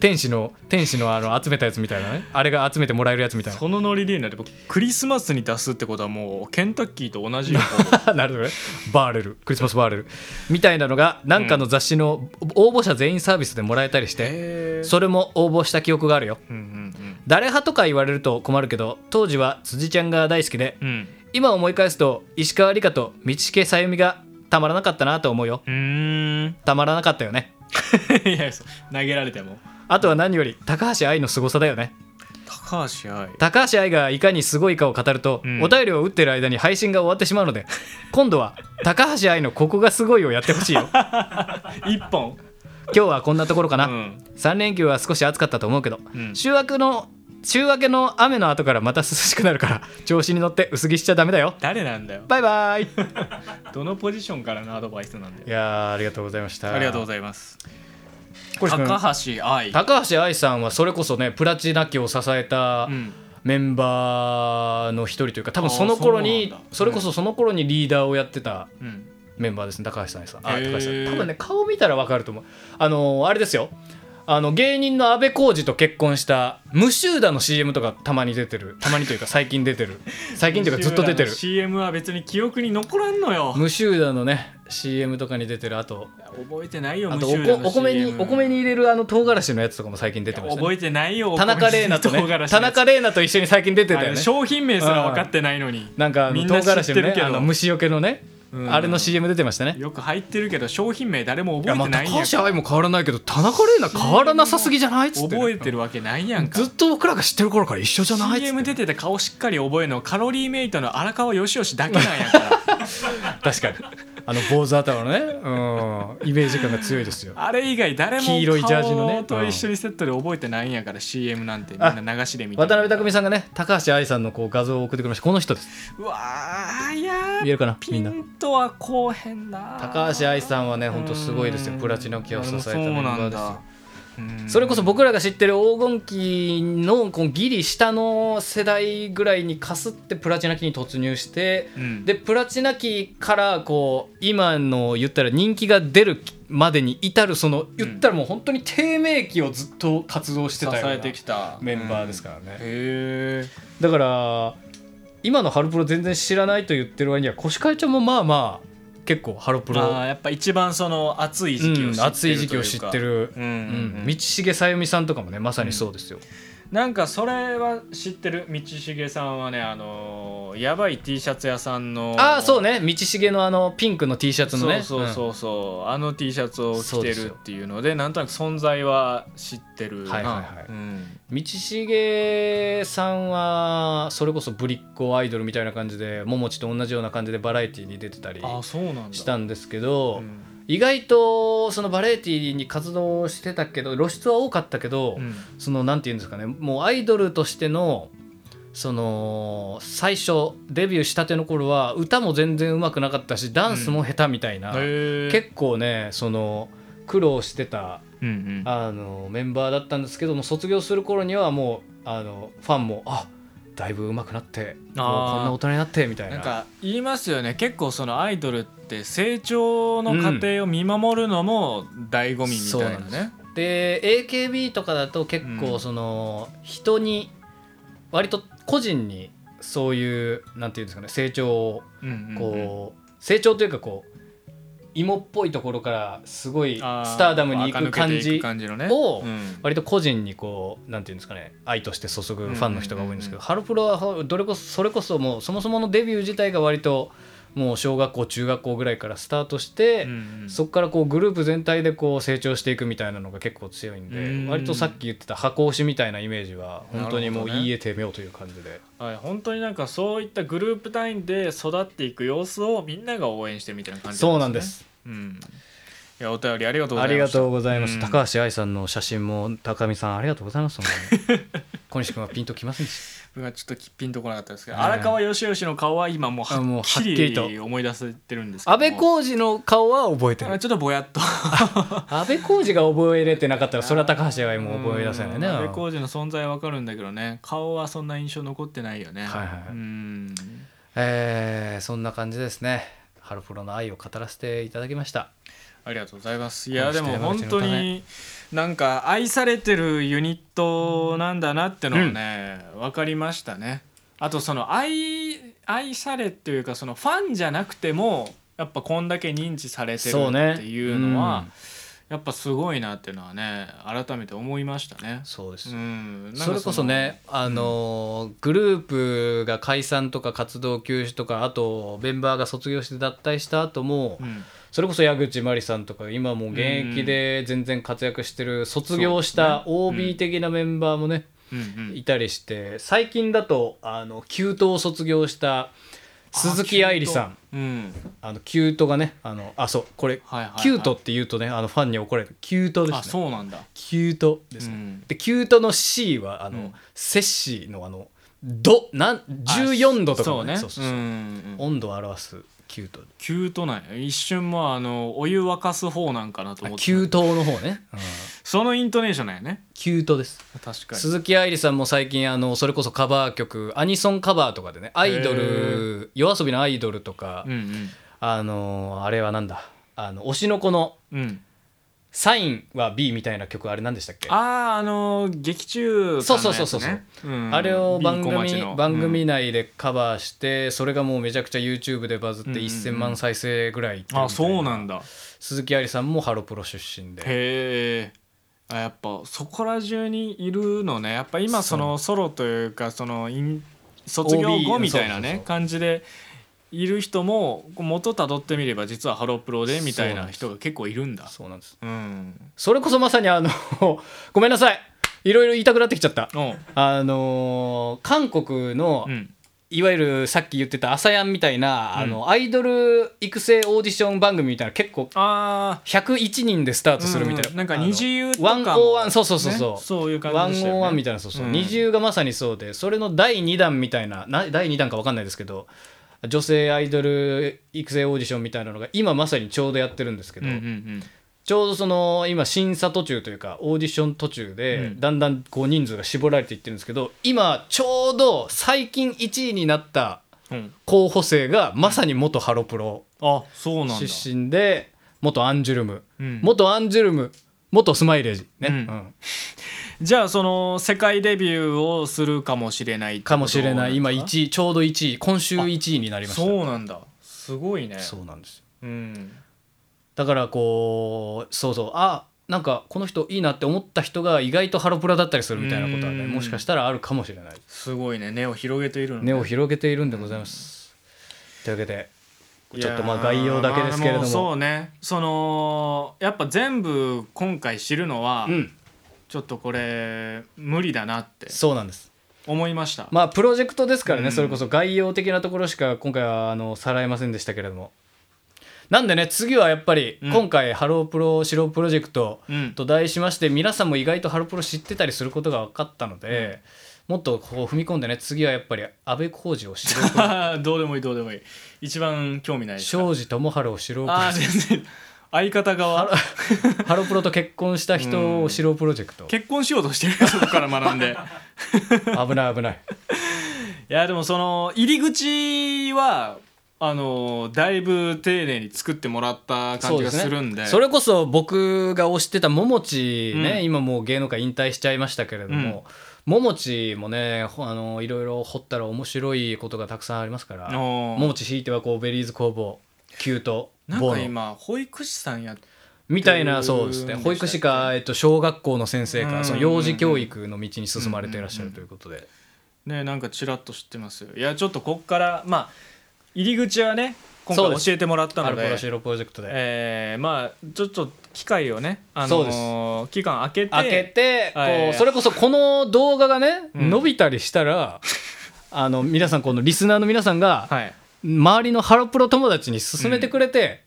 [SPEAKER 1] 天使の天使のあの集めたやつみたいなねあれが集めてもらえるやつみたい
[SPEAKER 2] そのノリでいいんだって僕クリスマスに出すってことはもうケンタッキーと同じよ
[SPEAKER 1] ななるほどねバーレルクリスマスバーレルみたいなのがなんかの雑誌の応募者全員サービスでもらえたりして
[SPEAKER 2] へ
[SPEAKER 1] それも応募した記憶があるよ
[SPEAKER 2] うんうん
[SPEAKER 1] 誰派とか言われると困るけど当時は辻ちゃんが大好きで
[SPEAKER 2] うんうん
[SPEAKER 1] 今思い返すと石川梨花と道重さゆみがたまらなかったなと思うよ
[SPEAKER 2] うーん
[SPEAKER 1] たまらなかったよね
[SPEAKER 2] いやそう投げられても
[SPEAKER 1] あとは何より高橋愛の凄さだよね
[SPEAKER 2] 高橋愛
[SPEAKER 1] 高橋愛がいかにすごいかを語ると、
[SPEAKER 2] うん
[SPEAKER 1] お便りを打ってる間に配信が終わってしまう ので今度は高橋愛のここがすごいをやってほしい よ今
[SPEAKER 2] 一本
[SPEAKER 1] 日はこんなところかな、
[SPEAKER 2] うん
[SPEAKER 1] 3連休は少し暑かったと思うけど、
[SPEAKER 2] うん
[SPEAKER 1] 週明けの週明けの雨の後からまた涼しくなるから調子に乗って薄着しちゃダメだよ
[SPEAKER 2] 誰なんだよ
[SPEAKER 1] バイバイい
[SPEAKER 2] どのポジションからのアドバイスなんだよ
[SPEAKER 1] やーありがとうございました
[SPEAKER 2] ありがとうご
[SPEAKER 1] ざい
[SPEAKER 2] ざいます
[SPEAKER 1] これ
[SPEAKER 2] 高橋愛
[SPEAKER 1] 高橋愛さんはそれこそねプラチナ期を支えた
[SPEAKER 2] うん
[SPEAKER 1] メンバーの一人というか多分その頃に
[SPEAKER 2] あーそうなんだ
[SPEAKER 1] それこそその頃にリーダーをやってた
[SPEAKER 2] うん
[SPEAKER 1] メンバーですね高橋さんさんあ
[SPEAKER 2] へ
[SPEAKER 1] 高
[SPEAKER 2] ー
[SPEAKER 1] 橋さん多分ね顔見たら分かると思うあのーあれですよあの芸人の安倍浩二と結婚した無臭ダの CM とかたまに出てるたまにというか最近出 てる最近というかずっと出てる
[SPEAKER 2] CM は別に記憶に残らんのよ
[SPEAKER 1] 無臭ダのね CM とかに出てるあと
[SPEAKER 2] 覚えてないよ
[SPEAKER 1] あ
[SPEAKER 2] 無
[SPEAKER 1] と
[SPEAKER 2] 臭だ
[SPEAKER 1] お
[SPEAKER 2] の
[SPEAKER 1] お米に
[SPEAKER 2] CM
[SPEAKER 1] お米に入れるあの唐辛子のやつとかも最近出てました
[SPEAKER 2] 覚
[SPEAKER 1] ね
[SPEAKER 2] えてないよ
[SPEAKER 1] 田中玲奈と
[SPEAKER 2] お米に
[SPEAKER 1] ね
[SPEAKER 2] 唐辛子
[SPEAKER 1] 田
[SPEAKER 2] のやつ
[SPEAKER 1] 中玲奈と一緒に最近出てた
[SPEAKER 2] あ
[SPEAKER 1] よ
[SPEAKER 2] の
[SPEAKER 1] ね
[SPEAKER 2] 商品名すら分かってないのに
[SPEAKER 1] なんかあ
[SPEAKER 2] み
[SPEAKER 1] の
[SPEAKER 2] んな
[SPEAKER 1] 唐辛
[SPEAKER 2] 知っ
[SPEAKER 1] 子
[SPEAKER 2] て
[SPEAKER 1] の
[SPEAKER 2] る
[SPEAKER 1] ね
[SPEAKER 2] けど
[SPEAKER 1] あの虫よけのね
[SPEAKER 2] うん
[SPEAKER 1] あれの CM 出てましたね
[SPEAKER 2] よく入ってるけど商品名誰も
[SPEAKER 1] いや
[SPEAKER 2] 覚
[SPEAKER 1] まあ
[SPEAKER 2] えてないんや
[SPEAKER 1] 高
[SPEAKER 2] か
[SPEAKER 1] 橋
[SPEAKER 2] ら
[SPEAKER 1] 愛も変わらないけど田中玲奈変わらなさすぎじゃないっつってね
[SPEAKER 2] 覚えてるわけないやんか
[SPEAKER 1] ずっと僕らが知ってる頃から一緒じゃないっつっ
[SPEAKER 2] CM
[SPEAKER 1] て
[SPEAKER 2] 出てた顔しっかり覚えるのカロリーメイトの荒川よしよしだけなんやから
[SPEAKER 1] 確かにあの坊主頭のね、うん、イメージ感が強い ですよ
[SPEAKER 2] あれ以外誰も
[SPEAKER 1] 黄色いジャージのね
[SPEAKER 2] 顔と一緒にセットで覚えてないんやから CM なんてみんな流しで見て
[SPEAKER 1] 渡辺匠さんがね高橋愛さんのこう画像を送ってくれましたこの人です
[SPEAKER 2] うわーいやー
[SPEAKER 1] 見えるかなみ
[SPEAKER 2] ピ
[SPEAKER 1] んな
[SPEAKER 2] ンとはこうへんな
[SPEAKER 1] 高橋愛さんはね本当すごいですよ
[SPEAKER 2] うん
[SPEAKER 1] プラチナ期を支えたメンバーですよ
[SPEAKER 2] そうなんだうん
[SPEAKER 1] それこそ僕らが知ってる黄金期のこのギリ下の世代ぐらいにかすってプラチナ期に突入して、
[SPEAKER 2] うん
[SPEAKER 1] でプラチナ期からこう今の言ったら人気が出るまでに至るその言ったらもう本当に低迷期をずっと活動して
[SPEAKER 2] 支
[SPEAKER 1] たよう
[SPEAKER 2] え
[SPEAKER 1] な
[SPEAKER 2] てきた
[SPEAKER 1] メンバーです
[SPEAKER 2] か
[SPEAKER 1] からね、
[SPEAKER 2] へえ
[SPEAKER 1] だから今のハロプロ全然知らないと言ってる割には腰替えちゃんもまあまあ結構ハロプロ、
[SPEAKER 2] まあやっぱ一番その暑い時期を知ってる
[SPEAKER 1] うん
[SPEAKER 2] というか
[SPEAKER 1] 熱い時期を知ってる、
[SPEAKER 2] うん
[SPEAKER 1] う
[SPEAKER 2] うんうん
[SPEAKER 1] ん道重さゆみさんとかもねまさにそうですよ、
[SPEAKER 2] なんかそれは知ってる道重さんはねあのーのやばい T シャツ屋さんの
[SPEAKER 1] ああそうね道重のあのピンクの T シャツのね
[SPEAKER 2] そうそうそうそう、あの T シャツを着
[SPEAKER 1] そう
[SPEAKER 2] て
[SPEAKER 1] です
[SPEAKER 2] る
[SPEAKER 1] よ
[SPEAKER 2] っていうのでなんとなく存在は知ってる、
[SPEAKER 1] はいはいはい
[SPEAKER 2] うん、
[SPEAKER 1] 道重さんはそれこそぶりっ子アイドルみたいな感じでももちと同じような感じでバラエティーに出てたり
[SPEAKER 2] あそうなんだ
[SPEAKER 1] したんですけど、
[SPEAKER 2] うん
[SPEAKER 1] 意外とそのバラエティーに活動してたけど露出は多かったけど、
[SPEAKER 2] うん
[SPEAKER 1] そのなんて言うんですかねもうアイドルとしてのその最初デビューしたての頃は歌も全然うまくなかったしダンスも下手みたいな、
[SPEAKER 2] へえ
[SPEAKER 1] 結構ねその苦労してた
[SPEAKER 2] うんうん
[SPEAKER 1] あのメンバーだったんですけども卒業する頃にはもうあのファンもあだいぶ上手くなっても
[SPEAKER 2] あ
[SPEAKER 1] う
[SPEAKER 2] ー
[SPEAKER 1] こんな大人になってみたいな
[SPEAKER 2] なんか言いますよね結構そのアイドルって成長の過程を見守るのも醍醐味みたいな
[SPEAKER 1] そうな
[SPEAKER 2] ね、
[SPEAKER 1] で AKB とかだと結
[SPEAKER 2] う
[SPEAKER 1] 構
[SPEAKER 2] ん
[SPEAKER 1] その人に割と個人にそういうなんていうんですかね成長を
[SPEAKER 2] うんうんうん
[SPEAKER 1] こう成長というかこう芋っぽいところからすごいス
[SPEAKER 2] あ
[SPEAKER 1] ターダムに行
[SPEAKER 2] 垢抜
[SPEAKER 1] く
[SPEAKER 2] けて
[SPEAKER 1] 感
[SPEAKER 2] い
[SPEAKER 1] じ
[SPEAKER 2] 感じのね
[SPEAKER 1] を
[SPEAKER 2] うん
[SPEAKER 1] 割と個人にこうなんていうんですかね愛として注ぐファンの人が多いんですけど
[SPEAKER 2] うんうんうんうん
[SPEAKER 1] ハロプロはどれこそそれこそもうそもそものデビュー自体が割ともう小学校中学校ぐらいからスタートして、
[SPEAKER 2] うんうん
[SPEAKER 1] そこからこうグループ全体でこう成長していくみたいなのが結構強いんで、
[SPEAKER 2] うん
[SPEAKER 1] 割とさっき言ってた箱押しみたいなイメージは本当にもう
[SPEAKER 2] なるほどね
[SPEAKER 1] 言い得てみようという感じで、
[SPEAKER 2] はい、本当になんかそういったグループ単位で育っていく様子をみんなが応援してるみたいな感じ
[SPEAKER 1] そうなんで、す
[SPEAKER 2] うん、いやお便りありがとうご
[SPEAKER 1] あ
[SPEAKER 2] ざい
[SPEAKER 1] り
[SPEAKER 2] ま
[SPEAKER 1] が
[SPEAKER 2] した
[SPEAKER 1] とうございます、
[SPEAKER 2] うん
[SPEAKER 1] 高橋愛さんの写真も高見さんありがとうございます 本当に小西君はピンときませんでし
[SPEAKER 2] 僕はちょっとピンとこなかったですけど、
[SPEAKER 1] うん
[SPEAKER 2] 荒川よしよしの顔は今もう
[SPEAKER 1] あもう
[SPEAKER 2] は
[SPEAKER 1] は
[SPEAKER 2] っき
[SPEAKER 1] っきりと
[SPEAKER 2] り思い出せてるんですけ
[SPEAKER 1] た
[SPEAKER 2] ど
[SPEAKER 1] 安
[SPEAKER 2] も
[SPEAKER 1] 倍浩二の顔は覚えてる
[SPEAKER 2] あちょっとぼやっと
[SPEAKER 1] 安倍浩二が覚えれてなかったらそれは高橋愛も覚え出せないね。
[SPEAKER 2] うん安倍浩二の存在はわかるんだけどね顔はそんな印象残ってないよね
[SPEAKER 1] はいはい
[SPEAKER 2] うん
[SPEAKER 1] えーそんな感じですね。ハロプロの愛を語らせていただきました。
[SPEAKER 2] ありがとうございますいや
[SPEAKER 1] こうし
[SPEAKER 2] で
[SPEAKER 1] て
[SPEAKER 2] も本
[SPEAKER 1] 山口の
[SPEAKER 2] 当
[SPEAKER 1] た
[SPEAKER 2] になんか愛されてるユニットなんだなってのはね、わ分かりましたねあとその愛愛されっていうかそのファンじゃなくてもやっぱこんだけ認知されてる
[SPEAKER 1] そうね
[SPEAKER 2] っていうのは
[SPEAKER 1] うん
[SPEAKER 2] やっぱすごいなっていうのはね改めて思いましたね
[SPEAKER 1] そうです。
[SPEAKER 2] うんなんか
[SPEAKER 1] それこそね、あのーグループが解散とか活動休止とかあとメンバーが卒業して脱退した後も、
[SPEAKER 2] うん
[SPEAKER 1] それこそ矢口真理さんとか今もう現役で全然活躍してる卒業した
[SPEAKER 2] ね
[SPEAKER 1] OB 的なメンバーもね、
[SPEAKER 2] うんうん
[SPEAKER 1] いたりして最近だとあの旧党を卒業した鈴木愛理さん
[SPEAKER 2] うん
[SPEAKER 1] あの旧党がねあのあそうこれ、
[SPEAKER 2] はいはいはい
[SPEAKER 1] 旧党って言うとねあのファンに怒られる旧党で
[SPEAKER 2] あ
[SPEAKER 1] すね
[SPEAKER 2] そうなんだ
[SPEAKER 1] 旧党ですね、
[SPEAKER 2] うん
[SPEAKER 1] で旧党の C はあの、
[SPEAKER 2] うん
[SPEAKER 1] セッシーのあの度なん14度とか
[SPEAKER 2] そう
[SPEAKER 1] の
[SPEAKER 2] ね
[SPEAKER 1] そうそうそう
[SPEAKER 2] うんうんうん
[SPEAKER 1] 温度を表す旧党
[SPEAKER 2] 急とない一瞬もあのお湯沸かす方なんかなと思って
[SPEAKER 1] 旧党の方ね、うん、
[SPEAKER 2] そのイントネーションなんやね
[SPEAKER 1] 旧党です
[SPEAKER 2] 確か
[SPEAKER 1] 鈴木愛理さんも最近あのそれこそカバー曲アニソンカバーとかでねアイドル夜遊びのアイドルとか、
[SPEAKER 2] にうん
[SPEAKER 1] あのーあれはなんだあの推しの子の
[SPEAKER 2] うんうん
[SPEAKER 1] 「サインは B」みたいな曲あれなんでしたっけ
[SPEAKER 2] あ
[SPEAKER 1] あ
[SPEAKER 2] ああの劇中
[SPEAKER 1] そうそうそうそう
[SPEAKER 2] うん
[SPEAKER 1] れを番
[SPEAKER 2] ビンコ町
[SPEAKER 1] 組
[SPEAKER 2] の
[SPEAKER 1] 番組
[SPEAKER 2] うん
[SPEAKER 1] 内でカバーしてそれがもうめちゃくちゃ YouTube でバズって
[SPEAKER 2] うんうんうん
[SPEAKER 1] 1000万再生ぐらいいってるみたい
[SPEAKER 2] あそうなんだ
[SPEAKER 1] 鈴木愛理さんもハロプロ出身で
[SPEAKER 2] へえあやっぱそこら中にいるのねやっぱ今そのソロというかそのイン卒業
[SPEAKER 1] OB
[SPEAKER 2] 後みたい
[SPEAKER 1] そう
[SPEAKER 2] な
[SPEAKER 1] そう
[SPEAKER 2] ね
[SPEAKER 1] そう
[SPEAKER 2] 感じでいる人も元たどってみれば実はハロプロでみたいな人が結構いるんだ
[SPEAKER 1] そうなんです
[SPEAKER 2] うん
[SPEAKER 1] それこそまさにあの ごめんなさいいろいろ言いたくなってきちゃった
[SPEAKER 2] おう
[SPEAKER 1] あのー韓国の
[SPEAKER 2] うん
[SPEAKER 1] いわゆるさっき言ってた「朝やん」みたいな、あ
[SPEAKER 2] う
[SPEAKER 1] のアイドル育成オーディション番組みたいな結構
[SPEAKER 2] ああ
[SPEAKER 1] 101人でスタートするみたいな、
[SPEAKER 2] うんうんなんか
[SPEAKER 1] あの
[SPEAKER 2] 二次優とか
[SPEAKER 1] ワ
[SPEAKER 2] も
[SPEAKER 1] ンオーワンそうそうそうそう、
[SPEAKER 2] ねそういう
[SPEAKER 1] ワ
[SPEAKER 2] 感
[SPEAKER 1] ン
[SPEAKER 2] じ
[SPEAKER 1] オ
[SPEAKER 2] でした
[SPEAKER 1] ー
[SPEAKER 2] よね
[SPEAKER 1] ワンみたいなそうそう、
[SPEAKER 2] うん
[SPEAKER 1] 二重がまさにそうでそれの第2弾みたいなな第2弾か分かんないですけど女性アイドル育成オーディションみたいなのが今まさにちょうどやってるんですけ
[SPEAKER 2] う
[SPEAKER 1] ど、
[SPEAKER 2] んうんうん
[SPEAKER 1] ちょうどその今審査途中というかオーディション途中で、
[SPEAKER 2] うん
[SPEAKER 1] だんだんこう人数が絞られていってるんですけど今ちょうど最近1位になった
[SPEAKER 2] うん
[SPEAKER 1] 候補生がまさに元ハロプロ
[SPEAKER 2] あそうなんだ
[SPEAKER 1] 出身で元アンジュルム、
[SPEAKER 2] うん
[SPEAKER 1] 元アンジュルム元スマイレージね、
[SPEAKER 2] うん
[SPEAKER 1] うん
[SPEAKER 2] じゃあその世界デビューをするかもしれないってこと
[SPEAKER 1] かもしれない今
[SPEAKER 2] んですか
[SPEAKER 1] 1位ちょうど1位今週1位になりました
[SPEAKER 2] そうなんだすごいね
[SPEAKER 1] そうなんですよ
[SPEAKER 2] うん
[SPEAKER 1] だからこうそうそうあなんかこの人いいなって思った人が意外とハロプラだったりするみたいなことはね
[SPEAKER 2] うん
[SPEAKER 1] もしかしたらあるかもしれない
[SPEAKER 2] すごいね根を広げているのね
[SPEAKER 1] 根を広げているんでございますというわけで
[SPEAKER 2] い
[SPEAKER 1] ち
[SPEAKER 2] や
[SPEAKER 1] ょ
[SPEAKER 2] ー
[SPEAKER 1] っとまあ概要だけですけれど
[SPEAKER 2] まあ
[SPEAKER 1] も
[SPEAKER 2] でそうねそのやっぱ全部今回知るのは、
[SPEAKER 1] うん
[SPEAKER 2] ちょっとこれ無理だなって
[SPEAKER 1] そうなんです
[SPEAKER 2] 思いました、
[SPEAKER 1] まあプロジェクトですからね、
[SPEAKER 2] うん
[SPEAKER 1] それこそ概要的なところしか今回はあのさらえませんでしたけれどもなんでね次はやっぱり
[SPEAKER 2] うん
[SPEAKER 1] 今回「ハロープロ素人プロジェクト
[SPEAKER 2] うん」
[SPEAKER 1] と題しまして皆さんも意外とハロプロ知ってたりすることが分かったので、もっとこう踏み込んでね次はやっぱり安倍浩二を知 ろう
[SPEAKER 2] どうでもいいどうでもいい一番興味ないですから
[SPEAKER 1] 庄司智春を知ろう
[SPEAKER 2] ああ全然相方側
[SPEAKER 1] ハロプロと結婚した人を知ろうプロジェクト
[SPEAKER 2] 結婚しようとして るよそこから学んで
[SPEAKER 1] 危ない危ない
[SPEAKER 2] いやでもその入り口はあのだいぶ丁寧に作ってもらった感じがするんで
[SPEAKER 1] それこそ僕が推してたももちね、
[SPEAKER 2] うん
[SPEAKER 1] 今もう芸能界引退しちゃいましたけれども、ももちもねほあのいろいろ掘ったら面白いことがたくさんありますからも
[SPEAKER 2] おー
[SPEAKER 1] もちひいてはこうベリーズ工房キュート
[SPEAKER 2] なん
[SPEAKER 1] ボ
[SPEAKER 2] か
[SPEAKER 1] ーノ
[SPEAKER 2] 今保育士さんや
[SPEAKER 1] みたいなそうですね
[SPEAKER 2] うん
[SPEAKER 1] 保育士か、えっと、小学校の先生か、
[SPEAKER 2] うん
[SPEAKER 1] その幼児教育の道に進まれていらっしゃるということで、
[SPEAKER 2] ねなんかちらっと知ってますよいやちょっとこっからまあ入り口はね今
[SPEAKER 1] そうで
[SPEAKER 2] 回
[SPEAKER 1] す
[SPEAKER 2] 教えてもらった
[SPEAKER 1] ア
[SPEAKER 2] の
[SPEAKER 1] ル
[SPEAKER 2] で
[SPEAKER 1] コロシロプロジェクトで、
[SPEAKER 2] えーまあちょっと機会をね、あ
[SPEAKER 1] そ
[SPEAKER 2] の
[SPEAKER 1] う
[SPEAKER 2] ー期間開けて
[SPEAKER 1] 開けて、
[SPEAKER 2] はいはい
[SPEAKER 1] こ
[SPEAKER 2] は
[SPEAKER 1] う
[SPEAKER 2] い
[SPEAKER 1] それこそこの動画がね、
[SPEAKER 2] うん
[SPEAKER 1] 伸びたりしたらあの皆さんこのリスナーの皆さんが、
[SPEAKER 2] はい、
[SPEAKER 1] 周りのハロプロ友達に勧めてくれて、